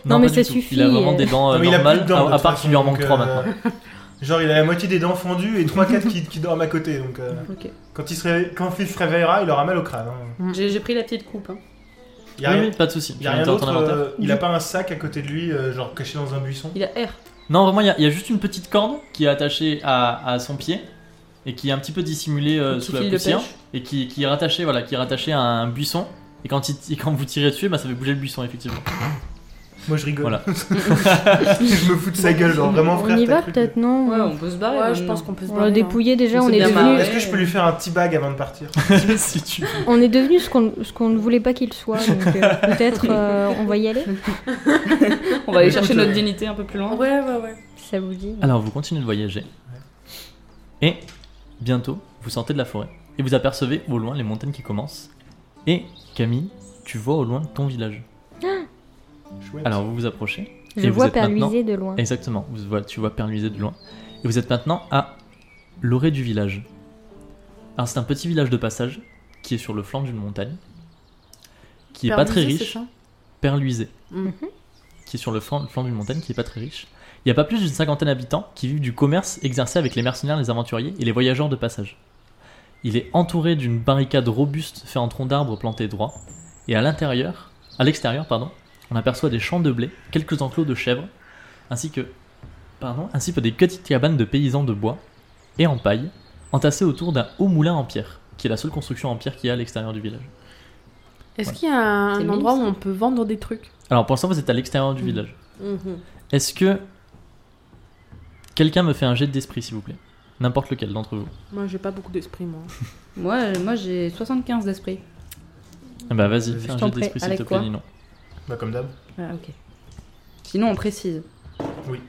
Speaker 3: Non, mais
Speaker 1: pas du
Speaker 3: ça
Speaker 1: tout.
Speaker 3: suffit,
Speaker 1: Il a vraiment
Speaker 3: euh.
Speaker 1: des dents euh,
Speaker 4: Non, mais il a plus de
Speaker 1: normales,
Speaker 4: dents, de
Speaker 1: à, à
Speaker 4: toute
Speaker 1: part
Speaker 4: façon,
Speaker 1: qu'il lui en
Speaker 4: donc,
Speaker 1: manque trois
Speaker 4: euh,
Speaker 1: maintenant.
Speaker 4: Genre, il a la moitié des dents fendues et 3-4 qui, qui dorment à côté. Donc, euh,
Speaker 2: Ok.
Speaker 4: quand, il se réveille- quand Phil se réveillera, il aura mal au crâne. hein.
Speaker 2: J'ai j'ai pris la petite coupe. hein.
Speaker 4: Il y a
Speaker 1: Oui,
Speaker 4: rien,
Speaker 1: oui, pas de soucis.
Speaker 4: il
Speaker 1: Tu
Speaker 4: y a
Speaker 1: le
Speaker 4: rien
Speaker 1: mets dans ton
Speaker 4: d'autre.
Speaker 1: inventaire.
Speaker 4: euh, il a pas un sac à côté de lui, euh, genre caché dans un buisson.
Speaker 2: Il
Speaker 1: Euh,
Speaker 2: a R.
Speaker 1: Non, vraiment, il y a- il y, a juste une petite corde qui est attachée à, à son pied et qui est un petit peu dissimulée euh,
Speaker 2: Un petit
Speaker 1: sous la
Speaker 2: fil de
Speaker 1: poussière
Speaker 2: pêche.
Speaker 1: et qui, qui est rattachée, voilà, qui est rattachée à un buisson. Et quand, il- et quand vous tirez dessus, bah, ça fait bouger le buisson, effectivement.
Speaker 4: Moi, je rigole.
Speaker 1: Voilà.
Speaker 4: je me fous de sa gueule, genre vraiment,
Speaker 3: On
Speaker 4: frère.
Speaker 3: y
Speaker 4: t'as
Speaker 3: va
Speaker 4: cru que-
Speaker 3: peut-être, non
Speaker 2: Ouais, on peut se barrer.
Speaker 5: Ouais,
Speaker 2: maintenant.
Speaker 5: je pense qu'on peut se
Speaker 3: On l'a
Speaker 5: barrer, hein.
Speaker 3: dépouillé déjà,
Speaker 2: On
Speaker 3: on
Speaker 2: s'est
Speaker 3: est,
Speaker 2: bien
Speaker 3: devenu,
Speaker 2: marré.
Speaker 4: Est-ce que je peux lui faire un petit bag avant de partir
Speaker 1: si tu veux.
Speaker 3: on est devenu ce qu'on ce qu'on ne voulait pas qu'il soit. Donc euh, peut-être euh, on va y aller,
Speaker 2: On va aller
Speaker 4: Écoute,
Speaker 2: chercher
Speaker 4: euh,
Speaker 2: notre dignité un peu plus loin.
Speaker 5: Ouais, ouais, ouais.
Speaker 3: si ça vous dit.
Speaker 1: Alors, vous continuez de voyager. Et bientôt, vous sortez de la forêt. Et vous apercevez au loin les montagnes qui commencent. Et Camille, tu vois au loin ton village.
Speaker 4: Chouette.
Speaker 1: Alors, vous vous approchez.
Speaker 3: Je
Speaker 1: et vous
Speaker 3: vois
Speaker 1: êtes maintenant-
Speaker 3: perluiser de loin.
Speaker 1: Exactement, vous vois, tu vois Perluiser de loin. Et vous êtes maintenant à l'orée du village. Alors c'est un petit village de passage qui est sur le flanc d'une montagne, qui est pas très
Speaker 5: Perluser, c'est
Speaker 1: riche.
Speaker 5: ça
Speaker 1: Perluiser,
Speaker 5: Mhm.
Speaker 1: qui est sur le flanc, le flanc d'une montagne, qui est pas très riche. Il n'y a pas plus d'une cinquantaine d'habitants qui vivent du commerce exercé avec les mercenaires, les aventuriers et les voyageurs de passage. Il est entouré d'une barricade robuste faite en tronc d'arbres plantés droit, et à l'intérieur, à l'extérieur, pardon, on aperçoit des champs de blé, quelques enclos de chèvres, ainsi que, pardon, ainsi que des petites cabanes de paysans de bois et en paille, entassées autour d'un haut moulin en pierre, qui est la seule construction en pierre qu'il y a à l'extérieur du village.
Speaker 5: Est-ce
Speaker 1: Ouais.
Speaker 5: qu'il y a un
Speaker 2: C'est
Speaker 5: endroit où
Speaker 2: mignon, ça.
Speaker 5: on peut vendre des trucs
Speaker 1: Alors pour l'instant, vous êtes à l'extérieur du
Speaker 5: Mhm.
Speaker 1: village. Est-ce que quelqu'un me fait un jet d'esprit, s'il vous plaît N'importe lequel d'entre vous.
Speaker 5: Moi, j'ai pas beaucoup d'esprit, moi.
Speaker 2: Moi, moi j'ai 75 d'esprit.
Speaker 1: Ah bah vas-y,
Speaker 4: Vas-y.
Speaker 1: fais un
Speaker 3: Je t'en
Speaker 1: jet
Speaker 3: prie,
Speaker 1: d'esprit, s'il
Speaker 2: avec
Speaker 1: te plaît,
Speaker 2: quoi
Speaker 1: Ninon.
Speaker 4: Bah, comme d'hab.
Speaker 2: Ah, ok. Sinon, on précise.
Speaker 4: Oui.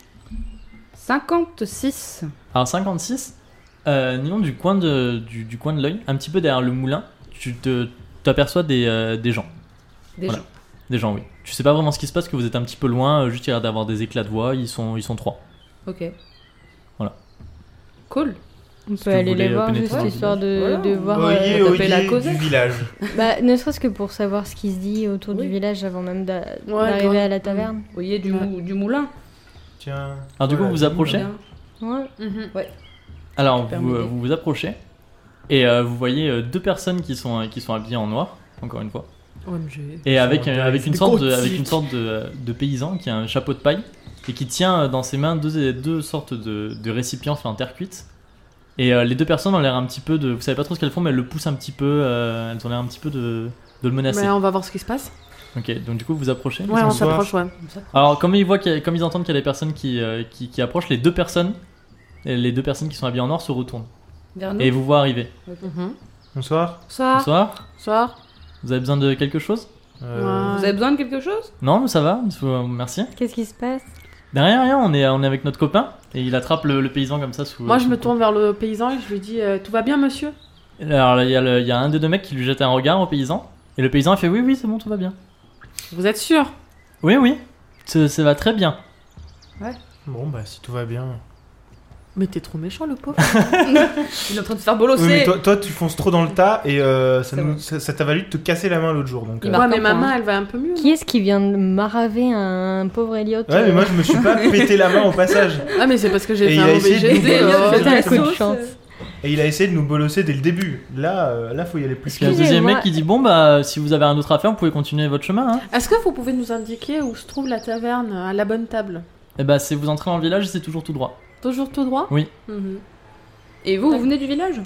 Speaker 2: 56.
Speaker 1: Alors 56, euh, Ninon, du coin de, du, du coin de l'œil, un petit peu derrière le moulin, tu te t'aperçois des, euh, des gens.
Speaker 2: Des
Speaker 1: Voilà. Des gens, oui. Tu sais pas vraiment ce qui se passe, que vous êtes un petit peu loin, euh, juste il y a l'air d'avoir des éclats de voix, ils sont, ils sont trois.
Speaker 2: gens. Ok.
Speaker 1: Voilà.
Speaker 2: Cool.
Speaker 3: On
Speaker 1: que
Speaker 3: peut
Speaker 1: vous
Speaker 3: aller
Speaker 1: voulez,
Speaker 3: les
Speaker 1: euh,
Speaker 3: voir
Speaker 1: pénétrer
Speaker 3: juste
Speaker 1: dans le
Speaker 3: histoire de,
Speaker 2: village.
Speaker 3: de voir. euh,
Speaker 4: Oyez,
Speaker 2: taper la
Speaker 4: oyez
Speaker 2: causette.
Speaker 4: du village.
Speaker 3: bah, ne serait-ce que pour savoir ce qui se dit autour du
Speaker 2: Oui.
Speaker 3: village avant même d'a-
Speaker 5: Ouais,
Speaker 3: d'arriver
Speaker 5: grave.
Speaker 3: à la taverne.
Speaker 2: Vous voyez du,
Speaker 5: Ouais.
Speaker 2: mou- du moulin
Speaker 4: Tiens.
Speaker 1: Alors
Speaker 3: Oh
Speaker 1: du coup,
Speaker 4: Voilà.
Speaker 1: vous vous approchez
Speaker 2: Bien.
Speaker 3: Ouais.
Speaker 5: Mhm.
Speaker 1: Alors
Speaker 2: Super
Speaker 1: vous,
Speaker 2: idée.
Speaker 1: euh, vous vous approchez, et euh, vous voyez euh, deux personnes qui sont, euh, qui sont habillées en noir, encore une fois.
Speaker 5: OMG.
Speaker 1: Et avec, euh,
Speaker 4: Ouais,
Speaker 1: avec,
Speaker 4: c'est
Speaker 1: une
Speaker 4: des
Speaker 1: sorte de,
Speaker 4: gros
Speaker 1: avec une
Speaker 4: tics.
Speaker 1: sorte de, euh, de paysan qui a un chapeau de paille et qui tient euh, dans ses mains deux, deux sortes de, de récipients faits en terre cuite. Et euh, les deux personnes ont l'air un petit peu de. Vous savez pas trop ce qu'elles font, mais elles le poussent un petit peu. euh, elles ont l'air un petit peu de, de le menacer.
Speaker 5: Mais on va voir ce qui se passe.
Speaker 1: Ok, donc du coup vous approchez.
Speaker 5: Ouais, on
Speaker 4: Bonsoir.
Speaker 5: s'approche, ouais.
Speaker 1: Alors comme ils voient, qu'il y a- comme ils entendent qu'il y a des personnes qui, euh, qui, qui approchent, les deux personnes, les deux personnes qui sont habillées en noir se retournent
Speaker 2: Vers
Speaker 1: et
Speaker 2: nous.
Speaker 1: vous voient arriver.
Speaker 5: Mhm.
Speaker 4: Bonsoir.
Speaker 2: Bonsoir.
Speaker 1: Bonsoir.
Speaker 5: Bonsoir.
Speaker 1: Vous avez besoin de quelque chose
Speaker 4: Euh,
Speaker 5: Ouais.
Speaker 2: Vous avez besoin de quelque chose
Speaker 1: Non, ça va. vous- Merci.
Speaker 3: Qu'est-ce qui se passe
Speaker 1: Derrière, rien, on est, on est avec notre copain et il attrape le, le paysan comme ça sous.
Speaker 5: Moi, je
Speaker 1: sous
Speaker 5: me
Speaker 1: le
Speaker 5: tourne vers le paysan et je lui dis euh, Tout va bien, monsieur
Speaker 1: cou. Alors, il y, a le- il y a un des deux mecs qui lui jette un regard au paysan et le paysan il fait Oui, oui, c'est bon, tout va bien.
Speaker 5: Vous êtes sûr
Speaker 1: Oui, oui, ça ça va très bien.
Speaker 4: Bon, bah, si tout va bien.
Speaker 5: Mais t'es trop méchant, le pauvre.
Speaker 2: Il est en train de se faire
Speaker 4: Oui, mais
Speaker 2: bolosser.
Speaker 4: toi, toi, tu fonces trop dans le tas et euh, ça,
Speaker 2: Oh, C'est
Speaker 4: nous-
Speaker 2: vrai.
Speaker 4: ça- ça t'a valu de te casser la main l'autre jour. Donc,
Speaker 2: Il
Speaker 4: euh,
Speaker 2: marque
Speaker 5: ouais, mais
Speaker 2: un
Speaker 5: ma
Speaker 2: point.
Speaker 5: main, elle va un peu mieux.
Speaker 3: Qui est-ce qui vient de maraver un pauvre Elliot
Speaker 4: Ouais, mais
Speaker 3: euh,
Speaker 4: moi, je me suis pas pété la main au passage.
Speaker 5: Ah, mais c'est parce que j'ai
Speaker 4: Et
Speaker 5: fait
Speaker 4: il
Speaker 5: un
Speaker 4: a
Speaker 5: mauvais
Speaker 4: essayé de
Speaker 5: jet.
Speaker 4: nous
Speaker 5: euh,
Speaker 4: balancer.
Speaker 5: de la
Speaker 3: Coup de
Speaker 5: sauce.
Speaker 3: chance.
Speaker 4: Et il a essayé de nous bolosser dès le début. Là, euh, là faut y aller plus
Speaker 1: Puis il y a le
Speaker 4: vite.
Speaker 3: Excusez-moi.
Speaker 1: deuxième mec qui dit Bon, bah, si vous avez un autre affaire, vous pouvez continuer votre chemin. Hein.
Speaker 5: Est-ce que vous pouvez nous indiquer où se trouve la taverne à la bonne table
Speaker 1: Et bah, c'est vous entrez dans le village, c'est toujours tout droit.
Speaker 5: Toujours tout droit
Speaker 1: Oui.
Speaker 5: Mhm.
Speaker 2: Et vous, vous venez du village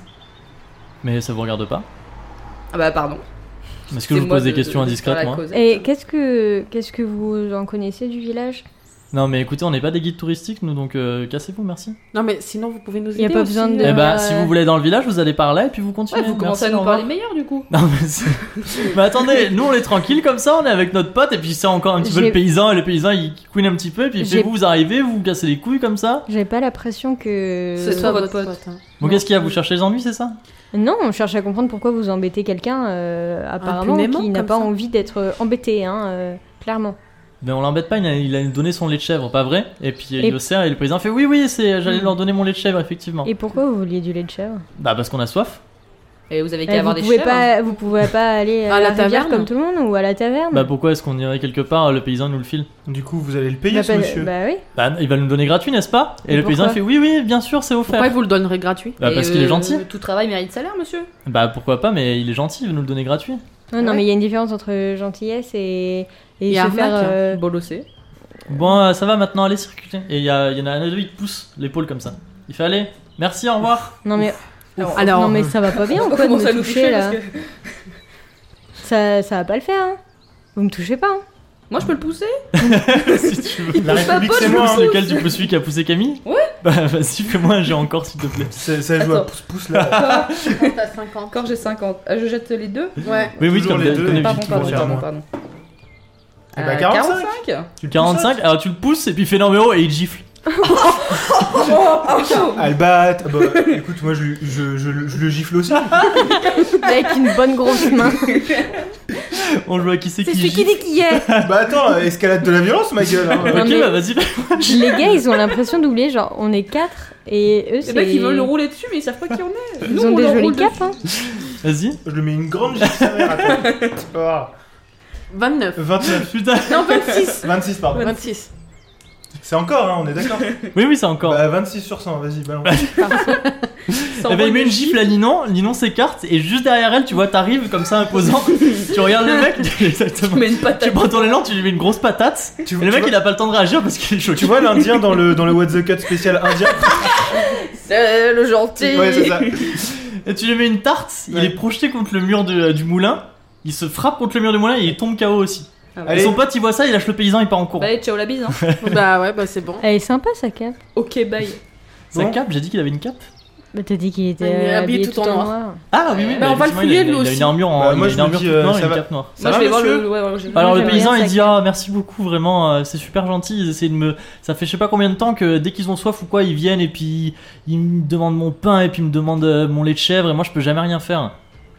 Speaker 1: Mais ça vous regarde pas.
Speaker 2: Ah bah pardon.
Speaker 1: Est-ce que je vous
Speaker 2: moi
Speaker 1: pose des
Speaker 2: de-
Speaker 1: questions
Speaker 2: de- de faire
Speaker 1: indiscrètes,
Speaker 2: la
Speaker 1: moi
Speaker 2: causette.
Speaker 3: Et qu'est-ce que qu'est-ce que vous en connaissez du village
Speaker 1: Non, mais écoutez, on n'est pas des guides touristiques, nous, donc euh, cassez-vous, merci.
Speaker 5: Non, mais sinon vous pouvez nous aider.
Speaker 3: Y a pas
Speaker 5: aussi,
Speaker 3: besoin de-
Speaker 5: euh,
Speaker 1: Eh ben,
Speaker 3: euh,
Speaker 1: si vous voulez dans le village, vous allez par là et puis vous continuez.
Speaker 2: Ouais, Ah, vous
Speaker 1: Merci,
Speaker 2: commencez à nous
Speaker 1: au revoir.
Speaker 2: parler meilleur du coup.
Speaker 1: Non, mais, c'est- mais attendez, nous on est tranquille comme ça, on est avec notre pote et puis c'est encore un petit peu
Speaker 3: J'ai-
Speaker 1: le paysan et le paysan il couine un petit peu et puis il fait
Speaker 3: J'ai-
Speaker 1: vous, vous arrivez, vous vous cassez les couilles comme ça.
Speaker 3: J'ai pas l'impression que.
Speaker 2: C'est
Speaker 5: soit
Speaker 2: toi,
Speaker 5: votre
Speaker 2: votre
Speaker 5: pote. hein.
Speaker 1: Bon, qu'est-ce qu'il y a Vous cherchez les ennuis, c'est ça
Speaker 3: Non, on cherche à comprendre pourquoi vous embêtez quelqu'un euh, apparemment
Speaker 5: Impunément,
Speaker 3: qui n'a
Speaker 5: comme
Speaker 3: pas
Speaker 5: ça.
Speaker 3: envie d'être embêté, hein, euh, clairement.
Speaker 1: Ben on l'embête pas, il a, il a donné son lait de chèvre, pas vrai Et puis
Speaker 3: Et-
Speaker 1: il le sert et le paysan fait oui, oui, c'est, j'allais
Speaker 3: Mm.
Speaker 1: leur donner mon lait de chèvre, effectivement.
Speaker 3: Et pourquoi vous vouliez du lait de chèvre
Speaker 1: Bah parce qu'on a soif.
Speaker 2: Et vous avez
Speaker 3: Eh,
Speaker 2: qu'à avoir
Speaker 3: vous,
Speaker 2: des
Speaker 3: pouvez
Speaker 2: chèvres. hein.
Speaker 3: pas, vous pouvez pas aller à,
Speaker 5: À
Speaker 3: la,
Speaker 5: la
Speaker 3: rivière
Speaker 5: taverne
Speaker 3: comme tout le monde ou à la taverne
Speaker 1: Bah pourquoi est-ce qu'on irait quelque part Le paysan nous le file.
Speaker 4: Du coup, vous allez le payer,
Speaker 3: Bah,
Speaker 4: ce
Speaker 3: pas-
Speaker 4: monsieur.
Speaker 3: bah oui.
Speaker 1: Bah il va nous le donner gratuit, n'est-ce pas Et,
Speaker 3: Et
Speaker 1: le paysan
Speaker 3: pourquoi
Speaker 1: fait oui, oui, bien sûr, c'est offert.
Speaker 5: Pourquoi vous le donnerez gratuit
Speaker 1: Bah
Speaker 2: Et,
Speaker 1: parce qu'il est
Speaker 2: euh,
Speaker 1: gentil.
Speaker 2: Tout travail mérite salaire, monsieur.
Speaker 1: Bah pourquoi pas, mais il est gentil, il veut nous le donner gratuit.
Speaker 3: Non, non,
Speaker 2: Ah Ouais.
Speaker 3: mais il y a une différence entre gentillesse et, et
Speaker 5: Et
Speaker 3: se
Speaker 5: arnaque,
Speaker 3: faire.
Speaker 5: hein.
Speaker 3: euh,
Speaker 2: Bolossé.
Speaker 1: Bon, euh, ça va maintenant, allez circuler. Et il y, a- il y en a un des deux, il te pousse l'épaule comme ça. Il fait allez, merci, au revoir.
Speaker 3: Non, mais,
Speaker 5: Alors,
Speaker 3: non, mais ça va pas bien
Speaker 2: on
Speaker 3: quoi, de
Speaker 2: commence à
Speaker 3: me
Speaker 2: nous
Speaker 3: toucher
Speaker 2: toucher
Speaker 3: là.
Speaker 2: parce que-
Speaker 3: Ça, ça va pas le faire. hein. Vous me touchez pas. hein.
Speaker 2: Moi je peux le pousser
Speaker 1: si tu veux.
Speaker 4: La
Speaker 2: pousse ma
Speaker 4: République,
Speaker 2: poche,
Speaker 4: c'est
Speaker 2: je
Speaker 4: moi.
Speaker 2: pousse.
Speaker 4: hein.
Speaker 1: Lequel tu peux celui qui a poussé Camille
Speaker 2: Ouais.
Speaker 1: Bah vas-y, fais-moi un jeu encore, s'il te plaît.
Speaker 4: Ça ça joue à
Speaker 2: Attends.
Speaker 4: pouce-pouce là.
Speaker 2: Encore,
Speaker 5: T'as 50.
Speaker 2: encore j'ai 50. Ah, je jette les deux
Speaker 5: Ouais.
Speaker 1: Oui, oui,
Speaker 4: Toujours
Speaker 1: comme
Speaker 4: les
Speaker 1: d'hab-
Speaker 4: deux.
Speaker 1: comme d'habitude,
Speaker 2: Pardon,
Speaker 1: tu le
Speaker 2: pardon,
Speaker 4: faire
Speaker 2: pardon,
Speaker 4: moi.
Speaker 2: pardon.
Speaker 4: Eh
Speaker 2: Euh,
Speaker 4: bah, 45. Tu le pousses,
Speaker 1: 45, alors tu le pousses et puis il fait non mais oh et il gifle.
Speaker 2: Oh, oh, oh.
Speaker 4: Albat, ah bah, écoute, moi je, lui- je- je le- je le gifle aussi.
Speaker 3: Avec une bonne grosse main.
Speaker 1: On joue à qui c'est
Speaker 3: C'est
Speaker 1: qui
Speaker 3: celui qui
Speaker 1: gifle.
Speaker 3: dit qui est.
Speaker 4: bah attends, escalade de la violence, ma gueule. hein.
Speaker 3: Non,
Speaker 1: Ok
Speaker 3: mais-
Speaker 1: bah vas-y.
Speaker 3: Les gars, ils ont l'impression d'oublier, genre, on est quatre et eux,
Speaker 2: Les
Speaker 3: c'est.
Speaker 2: mecs ils veulent le rouler dessus mais ils savent pas qui on est.
Speaker 3: Ils
Speaker 2: Nous,
Speaker 3: ont
Speaker 2: on
Speaker 3: des
Speaker 2: leur roule
Speaker 3: jolies
Speaker 2: dessus.
Speaker 3: capes, hein.
Speaker 1: Vas-y.
Speaker 4: Je lui mets une grande gifle sa mère, attends. Tu vas voir.
Speaker 5: 29.
Speaker 4: 29.
Speaker 1: Putain.
Speaker 5: Non, 26.
Speaker 4: 26, pardon.
Speaker 5: 26.
Speaker 4: C'est encore, hein, on est d'accord.
Speaker 1: Oui oui c'est encore.
Speaker 4: Bah, 26 sur 100, vas-y, balance.
Speaker 1: Eh
Speaker 2: Sans
Speaker 1: ben, il met une
Speaker 2: voler.
Speaker 1: gifle à Ninon, Ninon s'écarte et juste derrière elle tu vois t'arrives comme ça imposant, tu regardes le mec,
Speaker 2: Tu
Speaker 1: exactement.
Speaker 2: mets une patate.
Speaker 1: Tu prends ton élan, tu lui mets une grosse patate,
Speaker 4: tu,
Speaker 1: et le mec
Speaker 4: vois,
Speaker 1: il a pas le temps de réagir parce qu'il est choqué.
Speaker 4: tu vois l'Indien dans le, dans le What the Cut spécial indien
Speaker 2: C'est le gentil.
Speaker 4: Ouais, c'est ça.
Speaker 1: Et tu lui mets une tarte, il
Speaker 4: Ouais.
Speaker 1: est projeté contre le mur de- du moulin, il se frappe contre le mur du moulin et il tombe KO aussi.
Speaker 2: Ah ouais.
Speaker 1: Et
Speaker 4: Allez.
Speaker 1: son pote il voit ça, il lâche le paysan, il part en courant.
Speaker 2: Bah, ciao la bise. Hein.
Speaker 5: bah ouais, bah c'est bon.
Speaker 3: Elle est sympa sa cape.
Speaker 2: ok, bye.
Speaker 1: Sa
Speaker 4: Bon.
Speaker 1: cape, j'ai dit qu'il avait une cape.
Speaker 3: Bah, t'as dit qu'il était
Speaker 5: Il est
Speaker 3: euh,
Speaker 5: habillé tout en noir.
Speaker 1: Ah oui, oui,
Speaker 5: Bah, on va le
Speaker 1: effectivement,
Speaker 5: fouiller,
Speaker 1: il a-
Speaker 5: lui
Speaker 1: il a,
Speaker 5: aussi.
Speaker 1: une armure en
Speaker 4: Bah, moi,
Speaker 1: il a
Speaker 4: je
Speaker 1: une
Speaker 4: me
Speaker 1: armure
Speaker 4: dis,
Speaker 1: toute
Speaker 4: euh,
Speaker 1: noire et
Speaker 4: ça
Speaker 1: une
Speaker 4: va.
Speaker 1: cape noire.
Speaker 4: Ça
Speaker 2: Moi,
Speaker 4: va,
Speaker 2: je vais voir
Speaker 4: monsieur
Speaker 2: le. Ouais, ouais, je-
Speaker 1: Alors
Speaker 3: Moi,
Speaker 1: le
Speaker 3: j'aime
Speaker 1: paysan
Speaker 3: bien
Speaker 1: il
Speaker 3: sa
Speaker 1: dit ah merci beaucoup vraiment euh, c'est super gentil ils essaient de me ça fait je sais pas combien de temps que dès qu'ils ont soif ou quoi ils viennent et puis ils me demandent mon pain et puis ils me demandent euh, mon lait de chèvre et moi je peux jamais rien faire.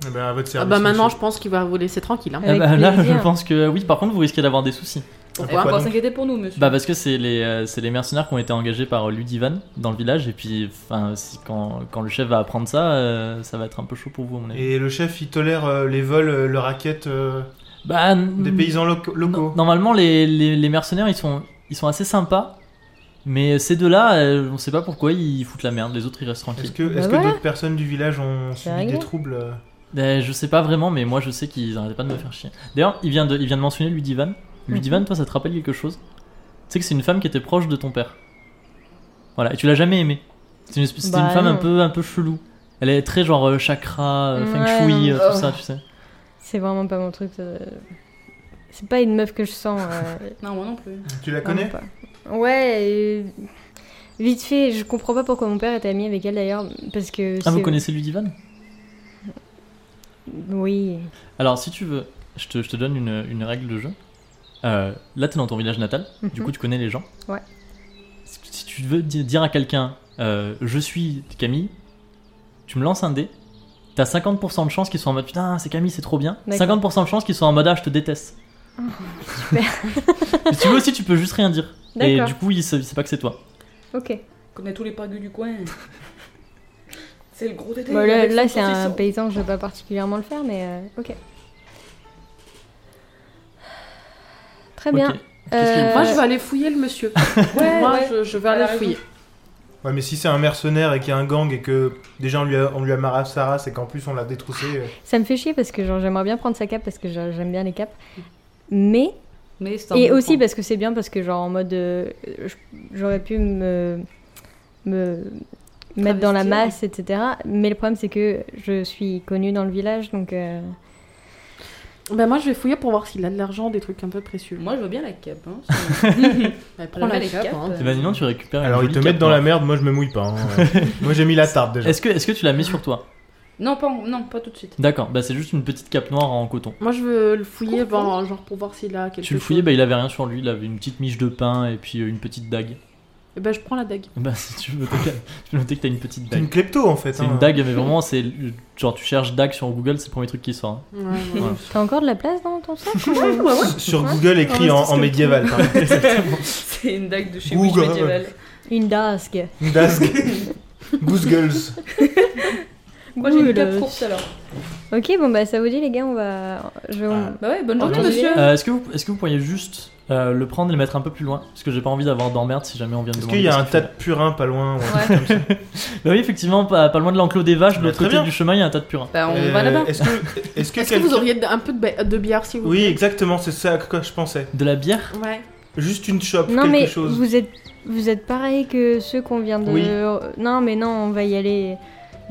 Speaker 4: Eh ben, à votre
Speaker 5: Ah
Speaker 4: service.
Speaker 5: bah maintenant,
Speaker 4: monsieur.
Speaker 5: je pense qu'il va vous laisser tranquille. Hein.
Speaker 3: Avec
Speaker 1: Ah bah, là je
Speaker 3: plaisir.
Speaker 1: pense que oui par contre vous risquez d'avoir des soucis.
Speaker 2: Eh,
Speaker 4: Pourquoi
Speaker 2: faut pas
Speaker 4: donc
Speaker 2: s'inquiéter pour nous, monsieur.
Speaker 1: Bah parce que c'est les, euh, c'est les mercenaires qui ont été engagés par euh, Ludivan dans le village et puis enfin, si- quand, quand le chef va apprendre ça, euh, ça va être un peu chaud pour vous à mon avis.
Speaker 4: Et le chef, il tolère euh, les vols, euh, le racket euh,
Speaker 1: Bah,
Speaker 5: Mm.
Speaker 4: des paysans loc- locaux.
Speaker 1: Normalement les, les, les mercenaires ils sont, ils sont assez sympas mais ces deux-là euh, on sait pas pourquoi ils foutent la merde, les autres ils restent
Speaker 4: Est-ce
Speaker 1: tranquilles.
Speaker 4: que, est-ce
Speaker 3: Bah
Speaker 4: que
Speaker 3: voilà.
Speaker 4: d'autres personnes du village ont subi
Speaker 3: réglé.
Speaker 4: des troubles euh
Speaker 1: Euh, je sais pas vraiment mais moi je sais qu'ils arrêtaient pas de me faire chier. D'ailleurs il vient de, il vient de mentionner Ludivan.
Speaker 3: Mhm.
Speaker 1: Ludivan toi ça te rappelle quelque chose Tu sais que c'est une femme qui était proche de ton père. Voilà et tu l'as jamais aimé. C'est une, espèce- c'était
Speaker 3: Bah,
Speaker 1: une femme un
Speaker 3: non.
Speaker 1: peu, un peu chelou. Elle est très genre euh, chakra, euh, feng
Speaker 3: Ouais,
Speaker 1: shui,
Speaker 3: non.
Speaker 1: euh, tout
Speaker 2: Oh.
Speaker 1: ça, tu sais.
Speaker 3: C'est vraiment pas mon truc. euh, C'est pas une meuf que je sens. euh,
Speaker 2: Non, moi non plus.
Speaker 4: Tu
Speaker 5: Ah.
Speaker 4: la
Speaker 3: vraiment
Speaker 4: connais
Speaker 3: pas. Ouais. euh, Vite fait, je comprends pas pourquoi mon père est ami avec elle d'ailleurs, parce que.
Speaker 1: Ah, vous
Speaker 3: c'est-
Speaker 1: connaissez Ludivan
Speaker 3: Oui.
Speaker 1: Alors, si tu veux, je te, je te donne une, une règle de jeu. Euh, là, t'es dans ton village natal, du
Speaker 3: Mhm.
Speaker 1: coup, tu connais les gens.
Speaker 3: Ouais.
Speaker 1: Si, si tu veux di- dire à quelqu'un euh, Je suis Camille, tu me lances un dé. T'as 50% de chance qu'ils soient en mode Putain, c'est Camille, c'est trop bien.
Speaker 3: D'accord. Oh,
Speaker 1: 50% de chance qu'ils soient en mode Ah, je te déteste.
Speaker 3: super.
Speaker 1: Mais si tu veux aussi, tu peux juste rien dire. Et
Speaker 3: D'accord.
Speaker 1: du coup, il sait, il sait pas que c'est toi.
Speaker 3: Ok.
Speaker 2: Connais tous les pargues du coin. Bah, C'est le gros détail.
Speaker 3: Bon, là,
Speaker 2: avec
Speaker 3: là,
Speaker 2: son
Speaker 3: c'est un
Speaker 2: saucisson.
Speaker 3: paysan, je vais pas particulièrement le faire, mais euh, ok. Très bien.
Speaker 1: Ok. Qu'est-ce qu'il
Speaker 3: Euh,
Speaker 5: Moi, je vais aller fouiller le monsieur.
Speaker 2: Ouais,
Speaker 5: Moi,
Speaker 2: ouais.
Speaker 5: je, je vais
Speaker 2: Elle a
Speaker 5: aller
Speaker 2: raison.
Speaker 5: fouiller.
Speaker 4: Ouais, mais si c'est un mercenaire et qu'il y a un gang et que déjà on lui a, on lui a marre à sa race et qu'en plus on l'a détroussé. euh,
Speaker 3: Ça me fait chier parce que genre, j'aimerais bien prendre sa cape parce que j'a- j'aime bien les capes. Mais
Speaker 2: Mais c'est un
Speaker 3: et
Speaker 2: bon
Speaker 3: aussi
Speaker 2: point.
Speaker 3: parce que c'est bien parce que genre en mode euh, je- j'aurais pu me me mettre dans la
Speaker 5: Travestir.
Speaker 3: masse etc. Mais le problème c'est que je suis connue dans le village donc euh,
Speaker 5: Bah moi je vais fouiller pour voir s'il a de l'argent, des trucs un peu précieux.
Speaker 2: moi, je veux bien la cape. Hein,
Speaker 5: Bah, prends
Speaker 2: le
Speaker 5: Mmh. la
Speaker 2: mec
Speaker 5: cape,
Speaker 2: cap,
Speaker 5: hein.
Speaker 2: euh,
Speaker 1: Eh ben, dis donc, tu récupères. une
Speaker 4: Alors ils
Speaker 1: jolie
Speaker 4: te mettent
Speaker 1: cape,
Speaker 4: dans
Speaker 1: toi.
Speaker 4: la merde, moi je me mouille pas. hein. moi j'ai mis la tarte déjà.
Speaker 1: Est-ce que, est-ce que tu la mets sur toi
Speaker 2: non, pas, en- non, pas tout de suite.
Speaker 1: D'accord, bah c'est juste une petite cape noire en coton.
Speaker 5: Moi je veux le fouiller,
Speaker 2: Cours, cours.
Speaker 5: ben, genre pour voir s'il a quelque
Speaker 1: Tu le
Speaker 5: chose.
Speaker 1: fouillais, bah il avait rien sur lui, il avait une petite miche de pain et puis euh, une petite dague.
Speaker 5: Et bah je prends la dague.
Speaker 1: Bah si tu veux, t'as- tu peux noter que t'as une petite
Speaker 4: C'est
Speaker 1: dague.
Speaker 4: une klepto en fait.
Speaker 1: C'est
Speaker 4: hein.
Speaker 1: une dague, mais vraiment, c'est le- genre tu cherches dague sur Google, c'est le premier truc qui sort. hein.
Speaker 5: Ouais, ouais.
Speaker 1: Ouais.
Speaker 3: T'as encore de la place dans ton sac ou-
Speaker 4: Sur Google écrit
Speaker 5: Ouais,
Speaker 4: en,
Speaker 5: c'est ce
Speaker 4: en
Speaker 5: que-
Speaker 4: médiéval. par exemple.
Speaker 2: C'est une dague de chez
Speaker 4: Google.
Speaker 2: Wish médiéval.
Speaker 3: Une dasque.
Speaker 4: Une dasque. Goose Girls.
Speaker 2: Moi, j'ai une
Speaker 3: Cool.
Speaker 2: cape courte alors.
Speaker 3: Ok, bon bah ça vous dit les gars, on va. Je... vais-
Speaker 4: Ah.
Speaker 2: Bah ouais, bonne journée,
Speaker 1: Bonjour,
Speaker 2: monsieur.
Speaker 1: Euh, est-ce que vous, est-ce que vous pourriez juste euh, le prendre et le mettre un peu plus loin Parce que j'ai pas envie d'avoir d'emmerde si jamais on vient de
Speaker 4: Est-ce
Speaker 1: demander
Speaker 4: qu'il y a un
Speaker 1: qu'est-ce
Speaker 4: tas
Speaker 1: qu'il
Speaker 4: de purins pas loin ouais.
Speaker 2: Ouais.
Speaker 1: fait. Bah oui, effectivement, pas, pas loin de l'enclos des vaches, de
Speaker 4: Bah,
Speaker 1: l'autre
Speaker 4: très
Speaker 1: côté
Speaker 4: bien.
Speaker 1: du chemin, il y a un tas de purins.
Speaker 2: Bah, on
Speaker 4: Euh,
Speaker 2: va là-bas.
Speaker 4: Est-ce que, est-ce que
Speaker 5: Est-ce que vous
Speaker 4: quelqu'un-
Speaker 5: auriez de- un peu de, ba- de bière s'il vous
Speaker 4: Oui, exactement, c'est ça à quoi je pensais.
Speaker 1: De la bière
Speaker 5: Ouais.
Speaker 4: Juste une chope,
Speaker 3: Non
Speaker 4: quelque
Speaker 3: mais
Speaker 4: chose.
Speaker 3: vous êtes vous êtes pareil que ceux qu'on vient de.
Speaker 4: Oui.
Speaker 3: Non mais non, on va y aller.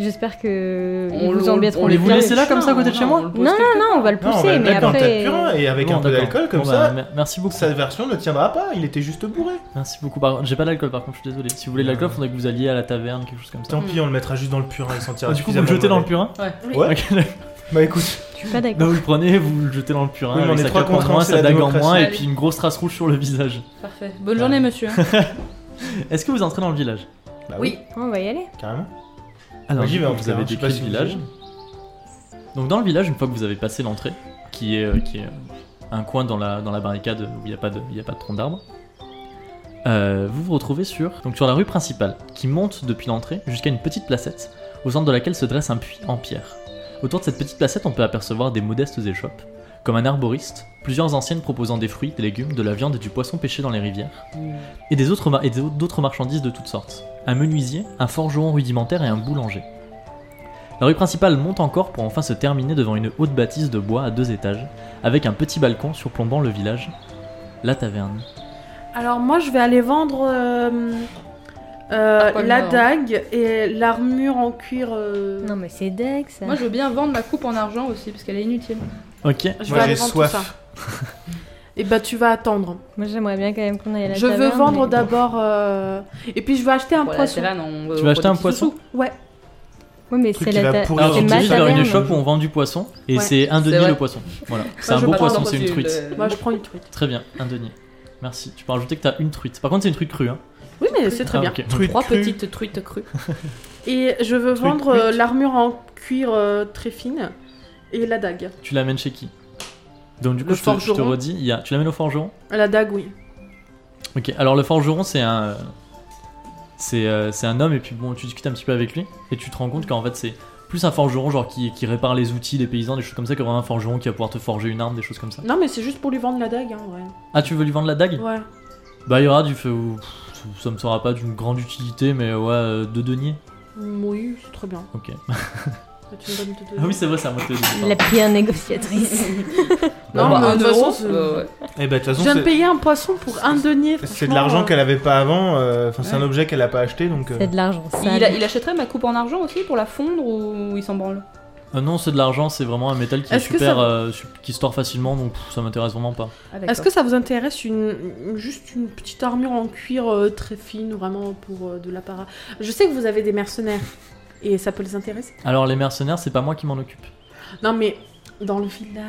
Speaker 3: J'espère que
Speaker 2: On
Speaker 3: ils vous
Speaker 2: le- on-
Speaker 3: embêteront
Speaker 2: on
Speaker 1: les
Speaker 3: les
Speaker 1: vous
Speaker 3: pieds.
Speaker 1: laissez là, comme ça, à côté de chez moi
Speaker 2: Non,
Speaker 3: Non non non, on va le
Speaker 4: Non, on
Speaker 3: pousser,
Speaker 4: va le
Speaker 3: mais
Speaker 4: mettre dans le tas de
Speaker 3: après.
Speaker 4: purin et avec
Speaker 1: Bon,
Speaker 4: un peu
Speaker 1: d'accord.
Speaker 4: d'alcool, comme
Speaker 1: Bon,
Speaker 4: ça,
Speaker 1: bah, mer- merci beaucoup.
Speaker 4: sa version ne tiendra pas. Il était juste bourré.
Speaker 1: Merci beaucoup. Par contre, j'ai pas d'alcool par contre, je suis désolé. Si vous voulez de l'alcool, faudrait que vous alliez à la taverne, quelque chose comme ça.
Speaker 4: Tant pis, on le mettra juste dans le purin, il sentira
Speaker 1: Ah, du coup, vous le jetez dans le purin
Speaker 4: Ouais.
Speaker 1: Ok, d'accord.
Speaker 4: Bah écoute,
Speaker 3: Je suis pas
Speaker 1: Donc,
Speaker 3: d'accord.
Speaker 1: vous le prenez, vous le jetez dans le purin,
Speaker 4: Oui, mais on
Speaker 1: avec
Speaker 4: est
Speaker 1: sa
Speaker 4: trois
Speaker 1: cape en
Speaker 4: contre un,
Speaker 1: moins,
Speaker 4: c'est
Speaker 1: sa
Speaker 4: la
Speaker 1: dague en
Speaker 4: démocratie.
Speaker 1: moins, et
Speaker 2: Allez.
Speaker 1: puis une grosse trace rouge sur le visage.
Speaker 2: Parfait. Bonne journée, monsieur. hein.
Speaker 1: Est-ce que vous entrez dans le village
Speaker 4: bah
Speaker 2: Oui.
Speaker 3: On va y aller.
Speaker 4: carrément.
Speaker 1: Alors,
Speaker 4: Moi, j'y
Speaker 1: du
Speaker 4: vais,
Speaker 1: coup,
Speaker 4: en
Speaker 1: Ah,
Speaker 4: tout
Speaker 1: vous
Speaker 4: cas,
Speaker 1: avez
Speaker 4: hein, je sais
Speaker 1: décrit
Speaker 4: pas
Speaker 1: le
Speaker 4: si vous
Speaker 1: village.
Speaker 4: savez.
Speaker 1: Donc dans le village, une fois que vous avez passé l'entrée, qui est, euh, qui est euh, un coin dans la, dans la barricade où il n'y a, pas de- il y a pas de tronc d'arbre, euh, vous vous retrouvez sur, donc sur la rue principale, qui monte depuis l'entrée jusqu'à une petite placette, au centre de laquelle se dresse un puits en pierre. Autour de cette petite placette, on peut apercevoir des modestes échoppes, comme un arboriste, plusieurs anciennes proposant des fruits, des légumes, de la viande et du poisson pêché dans les rivières, et des autres ma- et des- d'autres marchandises de toutes sortes. Un menuisier, un forgeron rudimentaire et un boulanger. La rue principale monte encore pour enfin se terminer devant une haute bâtisse de bois à deux étages, avec un petit balcon surplombant le village, la taverne.
Speaker 5: Alors moi je vais aller vendre euh, euh,
Speaker 2: Ah, pas le
Speaker 5: la
Speaker 2: mort.
Speaker 5: dague et l'armure en cuir. euh,
Speaker 3: Non mais c'est Dex. ça.
Speaker 2: Moi, je veux bien vendre ma coupe en argent aussi, parce qu'elle est inutile.
Speaker 1: Ok.
Speaker 5: Je vais
Speaker 4: Moi
Speaker 5: aller
Speaker 4: j'ai
Speaker 5: vendre tout ça.
Speaker 4: soif.
Speaker 5: Et bah tu vas attendre.
Speaker 3: Moi, j'aimerais bien quand même qu'on aille à la
Speaker 5: je veux
Speaker 3: taverne,
Speaker 5: vendre
Speaker 3: mais-
Speaker 5: d'abord. euh, Et puis je vais acheter un
Speaker 2: Voilà,
Speaker 5: poisson.
Speaker 2: c'est là, non, on-
Speaker 1: Tu
Speaker 2: on
Speaker 1: vas acheter
Speaker 2: prend
Speaker 1: un
Speaker 2: des
Speaker 1: poisson
Speaker 2: sous-sous.
Speaker 5: Ouais.
Speaker 3: Oui mais
Speaker 4: Truc
Speaker 3: c'est
Speaker 4: qui
Speaker 3: la
Speaker 4: va
Speaker 3: ta-
Speaker 4: pourrir
Speaker 1: Alors
Speaker 3: c'est
Speaker 1: tu
Speaker 4: ton
Speaker 3: ma
Speaker 1: diriges vers une
Speaker 3: taverne.
Speaker 1: échoppe où on vend du poisson et
Speaker 5: Ouais.
Speaker 1: c'est un
Speaker 2: C'est
Speaker 1: denier
Speaker 2: vrai.
Speaker 1: le poisson. Voilà. C'est
Speaker 5: Moi,
Speaker 1: un
Speaker 5: je
Speaker 1: beau
Speaker 5: vais
Speaker 2: Pardon,
Speaker 1: poisson,
Speaker 2: parce
Speaker 1: c'est une
Speaker 2: que
Speaker 1: truite.
Speaker 4: Euh,
Speaker 2: le-
Speaker 5: Moi je prends une truite.
Speaker 1: Très bien, un denier. Merci. Tu peux rajouter que t'as une truite. Par contre, c'est une truite crue. Hein.
Speaker 5: Oui mais c'est très
Speaker 1: Ah,
Speaker 5: bien. Oh,
Speaker 1: ok.
Speaker 4: Truite
Speaker 2: Trois
Speaker 4: crue.
Speaker 2: petites truites crues.
Speaker 5: Et je veux
Speaker 1: Truite,
Speaker 5: vendre euh,
Speaker 1: truite.
Speaker 5: l'armure en cuir euh, très fine et la dague.
Speaker 1: Tu l'amènes chez qui Donc du coup,
Speaker 5: Le
Speaker 1: je te, je te
Speaker 5: forgeron.
Speaker 1: redis, il y a... tu l'amènes au forgeron
Speaker 5: La dague oui.
Speaker 1: Ok, alors le forgeron, c'est un. euh, C'est euh, c'est un homme, et puis bon, tu discutes un petit peu avec lui, et tu te rends compte qu'en fait, c'est plus un forgeron, genre qui, qui répare les outils des paysans, des choses comme ça, que vraiment un forgeron qui va pouvoir te forger une arme, des choses comme ça.
Speaker 5: Non mais c'est juste pour lui vendre la dague hein, ouais.
Speaker 1: Ah, tu veux lui vendre la dague
Speaker 5: Ouais.
Speaker 1: Bah, il y aura du feu. pff, Ça me sera pas d'une grande utilité, mais ouais, euh, deux deniers.
Speaker 5: Oui c'est très bien.
Speaker 1: Ok.
Speaker 5: Tu me donnes deux-
Speaker 1: Ah oui, c'est vrai, c'est à moitié de
Speaker 3: La pire négociatrice.
Speaker 5: Non,
Speaker 4: Bah,
Speaker 5: mais
Speaker 2: un
Speaker 5: de toute
Speaker 2: euro,
Speaker 5: façon, c'est-
Speaker 2: euh, ouais.
Speaker 4: Eh bah de toute
Speaker 5: Je viens de
Speaker 4: façon, c'est-
Speaker 5: payer un poisson pour un denier.
Speaker 4: c'est de
Speaker 5: franchement,
Speaker 4: l'argent
Speaker 5: euh,
Speaker 4: qu'elle avait pas avant. euh, Enfin, c'est un
Speaker 2: Ouais.
Speaker 4: objet qu'elle a pas acheté donc. euh,
Speaker 3: C'est de l'argent sale.
Speaker 2: Il, a- il achèterait ma coupe en argent aussi pour la fondre ou il s'en branle
Speaker 1: Ah non, c'est de l'argent, c'est vraiment un métal qui est,
Speaker 5: Est-ce que
Speaker 1: super.
Speaker 5: ça-
Speaker 1: euh, sup- qui se tord facilement, donc pff, ça m'intéresse vraiment pas.
Speaker 2: Ah,
Speaker 5: euh. Est-ce que ça vous intéresse une, une- juste une petite armure en cuir euh, très fine, vraiment pour euh, de l'apparat Je sais que vous avez des mercenaires et ça peut les intéresser.
Speaker 1: Alors, les mercenaires, c'est pas moi qui m'en occupe.
Speaker 5: Non mais dans le village.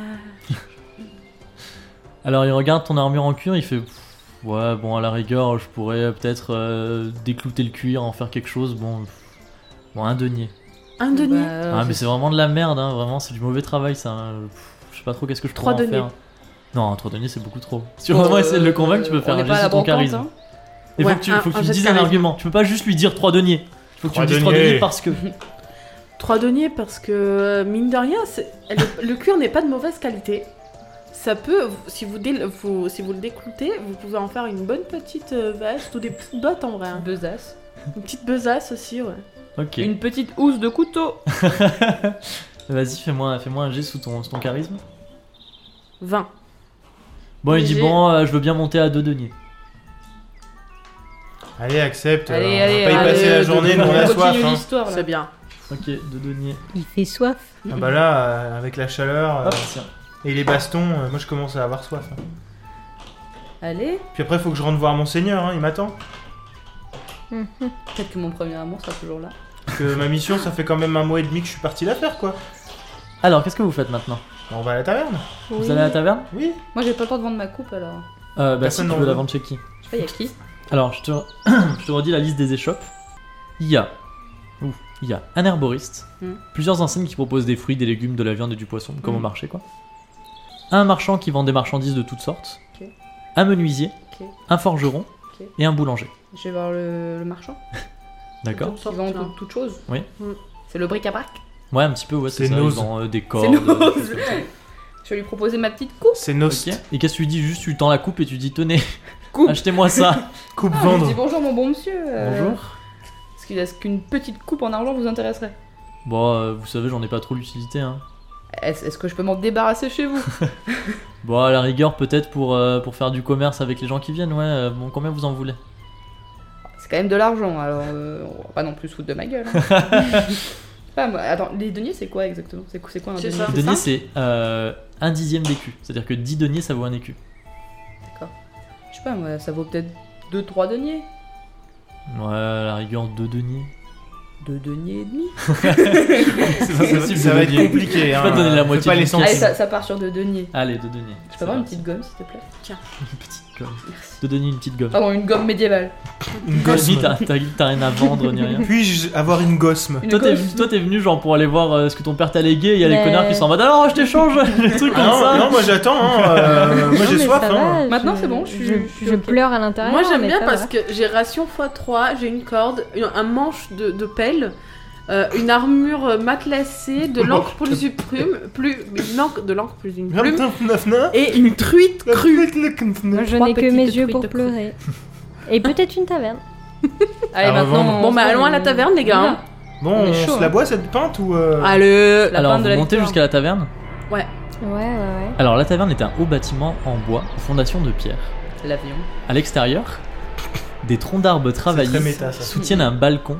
Speaker 1: Alors il regarde ton armure en cuir, il fait Pff, ouais bon à la rigueur je pourrais euh, peut-être euh, déclouter le cuir, en faire quelque chose, bon pff, bon un denier.
Speaker 5: Un
Speaker 3: Bah.
Speaker 5: denier
Speaker 1: ah mais c'est vraiment de la merde hein, vraiment c'est du mauvais travail ça. hein. Pff, Je sais pas trop qu'est-ce que je
Speaker 5: Trois
Speaker 1: pourrais en
Speaker 5: deniers.
Speaker 1: faire. Non, trois deniers c'est beaucoup trop. Si tu veux vraiment essayer de le convaincre, tu peux faire un geste de ton charisme. Il
Speaker 5: hein. Ouais,
Speaker 1: faut que tu,
Speaker 5: un-
Speaker 1: faut que
Speaker 5: un
Speaker 1: tu
Speaker 5: jet de
Speaker 1: dises un
Speaker 5: charisme.
Speaker 1: argument. Tu peux pas juste lui dire trois deniers. Il faut que tu
Speaker 4: Trois
Speaker 1: lui dises trois
Speaker 4: deniers.
Speaker 1: deniers parce que.
Speaker 5: Trois deniers parce que euh, mine de rien, c'est- le, le cuir n'est pas de mauvaise qualité. Ça peut, si vous, dé- vous- si vous le décloutez, vous pouvez en faire une bonne petite euh, veste ou des petites bottes en vrai. hein.
Speaker 2: Besace.
Speaker 5: Une petite besace aussi, ouais.
Speaker 1: Ok.
Speaker 2: Une petite housse de couteau.
Speaker 1: Vas-y fais-moi fais-moi un jet sous ton, sous ton charisme.
Speaker 5: 20.
Speaker 1: Bon il
Speaker 2: Mais
Speaker 1: dit
Speaker 2: j'ai-
Speaker 1: bon euh, je veux bien monter à deux deniers.
Speaker 4: Allez, accepte.
Speaker 2: Allez,
Speaker 4: euh, on va
Speaker 2: allez,
Speaker 4: pas y
Speaker 2: allez,
Speaker 4: passer la
Speaker 2: euh,
Speaker 4: journée, nous
Speaker 2: on
Speaker 4: on a soif.
Speaker 2: continue
Speaker 4: hein.
Speaker 2: l'histoire là.
Speaker 5: C'est bien.
Speaker 1: Ok deux deniers.
Speaker 3: Il fait soif.
Speaker 4: Ah bah là, euh, avec la chaleur. euh,
Speaker 1: Hop tiens.
Speaker 4: Et les bastons, euh, moi je commence à avoir soif. hein.
Speaker 2: Allez,
Speaker 4: Puis après, faut que je rentre voir mon seigneur, hein, il m'attend.
Speaker 2: peut-être que mon premier amour sera toujours là.
Speaker 4: Parce Que ma mission, ça fait quand même un mois et demi que je suis parti la faire, quoi.
Speaker 1: Alors, qu'est-ce que vous faites maintenant
Speaker 4: Bah, on va à la taverne,
Speaker 1: Vous allez à la taverne
Speaker 4: oui.
Speaker 2: Moi, j'ai pas le droit de vendre ma coupe alors.
Speaker 1: euh, Bah, si
Speaker 4: Personne
Speaker 1: tu
Speaker 4: n'en
Speaker 1: veux la
Speaker 4: veut.
Speaker 1: vendre chez qui
Speaker 2: Je sais pas, y a qui
Speaker 1: Alors, je te, je te redis la liste des échoppes. Il y a, ouf, il y a un herboriste,
Speaker 2: Hmm.
Speaker 5: Mm.
Speaker 1: plusieurs enseignes qui proposent des fruits, des légumes, de la viande et du poisson, comme au marché quoi. Un marchand qui vend des marchandises de toutes sortes.
Speaker 2: Ok.
Speaker 1: Un menuisier,
Speaker 2: Ok.
Speaker 1: un forgeron
Speaker 2: Ok.
Speaker 1: et un boulanger.
Speaker 2: Je vais voir le, le marchand.
Speaker 1: D'accord
Speaker 2: Qui vend tout- toutes choses.
Speaker 1: Oui.
Speaker 5: Mm.
Speaker 2: C'est le bric-à-brac.
Speaker 1: Ouais, un petit peu, ouais, c'est
Speaker 4: C'est
Speaker 1: ça. Ils
Speaker 4: Noz.
Speaker 1: vendent, euh, des
Speaker 2: C'est
Speaker 1: cordes.
Speaker 2: nos.
Speaker 1: des choses comme ça.
Speaker 2: je vais lui proposer ma petite coupe.
Speaker 4: C'est nos
Speaker 1: Ok. Et qu'est-ce que tu lui dis Juste, tu tends la coupe et tu dis Tenez,
Speaker 2: Coupe.
Speaker 1: achetez-moi ça.
Speaker 4: coupe
Speaker 2: Ah, je
Speaker 4: vendre.
Speaker 2: dis bonjour mon bon monsieur. euh,
Speaker 1: Bonjour.
Speaker 2: Est-ce qu'il- est-ce qu'une petite coupe en argent vous intéresserait
Speaker 1: Bon, euh, vous savez, j'en ai pas trop l'utilité. Hein.
Speaker 2: Est-ce est-ce que je peux m'en débarrasser chez vous
Speaker 1: Bon, à la rigueur, peut-être pour, euh, pour faire du commerce avec les gens qui viennent, ouais. euh, bon, combien vous en voulez
Speaker 2: C'est quand même de l'argent, alors euh, on va pas non plus se foutre de ma gueule. hein. Je sais pas, moi, attends, les deniers c'est quoi exactement C'est quoi, c'est quoi un
Speaker 5: C'est
Speaker 2: denier
Speaker 5: ça.
Speaker 2: C'est
Speaker 1: Denier,
Speaker 5: simple.
Speaker 1: c'est euh, un dixième d'écu. C'est-à-dire que 10 deniers, ça vaut un écu.
Speaker 2: Je sais pas, moi, ça vaut peut-être 2-3 deniers.
Speaker 1: Ouais, à la rigueur, 2 deniers.
Speaker 2: 2 deniers et demi.
Speaker 1: c'est
Speaker 4: Ça, ça- ça va être compliqué.
Speaker 1: peux
Speaker 4: hein.
Speaker 1: pas donner la
Speaker 4: Fais
Speaker 1: moitié
Speaker 4: pas les
Speaker 1: du
Speaker 4: centimes.
Speaker 2: Allez, ça, ça part sur 2 deniers.
Speaker 1: Allez, 2 deniers.
Speaker 2: Je
Speaker 1: Ça
Speaker 2: peux avoir
Speaker 1: va.
Speaker 2: une petite gomme s'il te plaît
Speaker 1: Une petite gomme.
Speaker 2: Merci. Ah
Speaker 1: 2 deniers, une petite gomme.
Speaker 2: Pardon, une gomme médiévale.
Speaker 4: Une
Speaker 1: Vas-y,
Speaker 4: gosme.
Speaker 1: t'as t'as- t'as rien à vendre ni rien.
Speaker 4: Puis-je avoir une gosme
Speaker 2: Une
Speaker 1: Toi t'es,
Speaker 2: gomme.
Speaker 1: venu- toi, t'es venu genre pour aller voir euh, ce que ton père t'a légué, il y a les
Speaker 3: Mais-
Speaker 1: connards qui sont en mode alors je t'échange, des trucs comme
Speaker 4: Ah non,
Speaker 1: ça.
Speaker 4: non, moi j'attends, hein, euh, moi
Speaker 3: Non,
Speaker 4: j'ai
Speaker 3: mais
Speaker 4: soif.
Speaker 3: ça
Speaker 4: Hein.
Speaker 3: va,
Speaker 2: Maintenant, c'est bon, je suis-
Speaker 3: je,
Speaker 2: je suis
Speaker 3: je
Speaker 2: ok.
Speaker 3: pleure à l'intérieur.
Speaker 5: Moi j'aime
Speaker 3: mais
Speaker 5: bien
Speaker 3: ça
Speaker 5: parce
Speaker 3: va.
Speaker 5: que j'ai ration x3, j'ai une corde, une- un manche de, de pelle, euh, une armure matelassée,
Speaker 1: Oh,
Speaker 5: de l'encre plus une plume, plus, une encre- de l'encre plus une plume, et une truite crue.
Speaker 3: Moi, je
Speaker 5: Trois
Speaker 3: n'ai que
Speaker 5: petites
Speaker 3: mes yeux
Speaker 5: truites
Speaker 3: pour
Speaker 5: de creux.
Speaker 3: pleurer. Et peut-être une taverne.
Speaker 2: Allez,
Speaker 4: À revendre.
Speaker 2: maintenant.
Speaker 5: Bon bah allons à la taverne les gars. hein.
Speaker 4: Bon,
Speaker 2: On
Speaker 4: on,
Speaker 2: est chaud,
Speaker 4: se
Speaker 2: hein.
Speaker 4: la boit cette pinte ou. euh,
Speaker 5: Allez
Speaker 2: La
Speaker 1: Alors
Speaker 2: pinte
Speaker 1: vous
Speaker 2: de la
Speaker 1: montez
Speaker 2: victoire.
Speaker 1: jusqu'à la taverne.
Speaker 3: Ouais, ouais, ouais.
Speaker 1: Alors la taverne est un haut bâtiment en bois, aux fondations de pierre.
Speaker 2: L'avion.
Speaker 1: À l'extérieur, des troncs d'arbres
Speaker 4: C'est très
Speaker 1: travaillistes
Speaker 4: méta, ça.
Speaker 1: soutiennent un balcon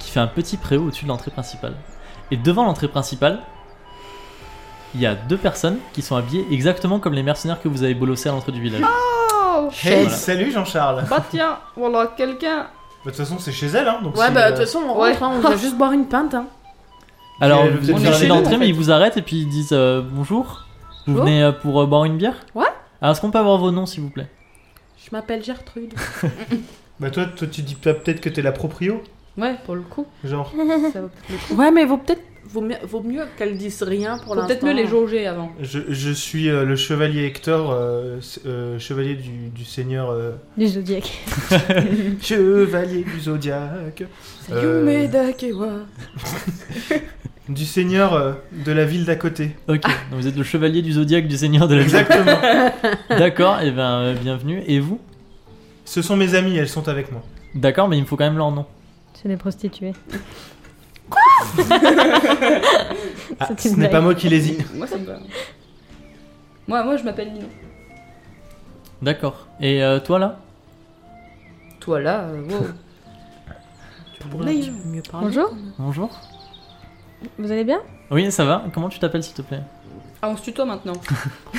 Speaker 1: qui fait un petit préau au-dessus de l'entrée principale. Et devant l'entrée principale, il y a deux personnes qui sont habillées exactement comme les mercenaires que vous avez bolossés à l'entrée du village.
Speaker 4: Ah
Speaker 2: Oh
Speaker 4: Hey,
Speaker 1: Voilà.
Speaker 4: salut Jean-Charles. Bah,
Speaker 2: Bah tiens, voilà quelqu'un.
Speaker 4: De toute façon, c'est chez elle, hein. Donc
Speaker 5: Ouais
Speaker 4: si,
Speaker 5: bah de
Speaker 4: euh,
Speaker 5: toute façon on
Speaker 2: Ouais.
Speaker 5: rentre, hein, on va juste boire une pinte. Hein.
Speaker 1: Alors,
Speaker 4: Et le
Speaker 1: vous
Speaker 4: deuxième
Speaker 1: venez
Speaker 4: chez nous,
Speaker 1: d'entrer,
Speaker 4: en
Speaker 1: mais
Speaker 4: fait.
Speaker 1: ils vous arrêtent et puis ils disent euh, bonjour. Vous
Speaker 5: Bonjour.
Speaker 1: venez euh, pour euh, boire une bière
Speaker 5: Ouais.
Speaker 1: Alors, est-ce qu'on peut avoir vos noms, s'il vous plaît
Speaker 5: Je m'appelle Gertrude.
Speaker 4: Bah, toi, toi, tu dis pas peut-être que t'es la proprio
Speaker 2: Ouais, pour le coup.
Speaker 4: Genre.
Speaker 2: Ça vaut peut-être le coup.
Speaker 5: ouais mais vaut peut-être vaut mieux, vaut mieux qu'elle dise rien pour
Speaker 2: Faut
Speaker 5: l'instant.
Speaker 2: peut-être mieux les jauger avant.
Speaker 4: Je, je suis euh, le chevalier Hector, euh, c- euh, chevalier du, du seigneur. euh,
Speaker 3: Du zodiaque.
Speaker 4: chevalier du zodiaque. Euh,
Speaker 5: Yumeda Kewa.
Speaker 4: Du seigneur euh, de la ville d'à côté.
Speaker 1: Ok,
Speaker 5: Ah.
Speaker 1: donc vous êtes le chevalier du zodiaque du seigneur de la vie.
Speaker 4: Exactement.
Speaker 1: D'accord, et bien bienvenue. Et vous
Speaker 4: Ce sont mes amis, elles sont avec moi.
Speaker 1: D'accord, mais il me faut quand même leur nom.
Speaker 3: C'est des prostituées.
Speaker 4: Ah,
Speaker 3: C'est
Speaker 4: ce
Speaker 3: une
Speaker 4: n'est
Speaker 3: blague.
Speaker 4: pas moi qui les ai.
Speaker 2: Moi, ça me va. Moi, moi je m'appelle Nino.
Speaker 1: D'accord. Et euh, toi là
Speaker 2: Toi là, euh, wow.
Speaker 5: mieux parler.
Speaker 3: Bonjour,
Speaker 1: Bonjour.
Speaker 3: vous allez bien
Speaker 1: Oui, ça va Comment tu t'appelles, s'il te plaît
Speaker 2: Ah, on se tutoie maintenant.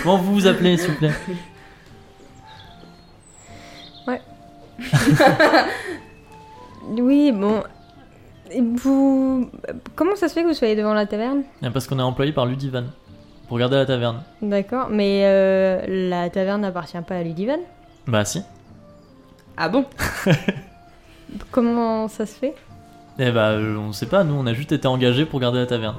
Speaker 1: Comment vous vous appelez, s'il vous plaît
Speaker 3: Oui, bon. Et Vous. Comment ça se fait que vous soyez devant la taverne
Speaker 1: Eh, Parce qu'on est employé par Ludivan pour garder la taverne.
Speaker 3: D'accord, mais euh, la taverne n'appartient pas à Ludivan.
Speaker 1: Bah si.
Speaker 2: Ah bon
Speaker 3: Comment ça se fait
Speaker 1: Eh bah, euh, on sait pas, nous on a juste été engagés pour garder la taverne.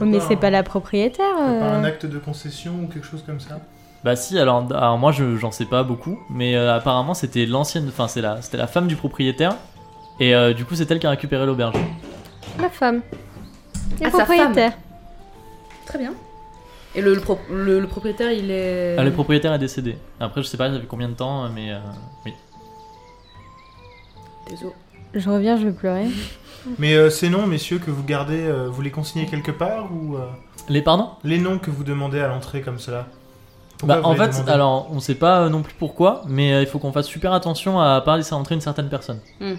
Speaker 3: Oui, Mais
Speaker 4: pas
Speaker 3: c'est
Speaker 4: un-
Speaker 3: pas la propriétaire.
Speaker 4: T'as
Speaker 3: euh.
Speaker 4: pas un acte de concession ou quelque chose comme ça
Speaker 1: Bah si, alors, alors moi je- j'en sais pas beaucoup, mais euh, apparemment c'était l'ancienne, enfin c'est la, c'était la femme du propriétaire, et euh, du coup c'est elle qui a récupéré l'auberge.
Speaker 3: La femme. La
Speaker 2: Ah, sa
Speaker 3: propriétaire.
Speaker 2: Très bien. Et le, le pro- le- le propriétaire, il est.
Speaker 1: Ah, le propriétaire est décédé. Après je sais pas, ça fait combien de temps, mais euh, oui.
Speaker 2: Désolé.
Speaker 3: Je reviens, je vais pleurer.
Speaker 4: Mais euh, ces noms, messieurs, que vous gardez, euh, vous les consignez quelque part ou euh,
Speaker 1: Les pardons
Speaker 4: les noms que vous demandez à l'entrée comme cela Pourquoi
Speaker 1: Bah
Speaker 4: vous
Speaker 1: en
Speaker 4: les
Speaker 1: fait,
Speaker 4: demandez
Speaker 1: alors on sait pas euh, non plus pourquoi, mais euh, il faut qu'on fasse super attention à pas laisser entrer une certaine personne.
Speaker 2: Hmm.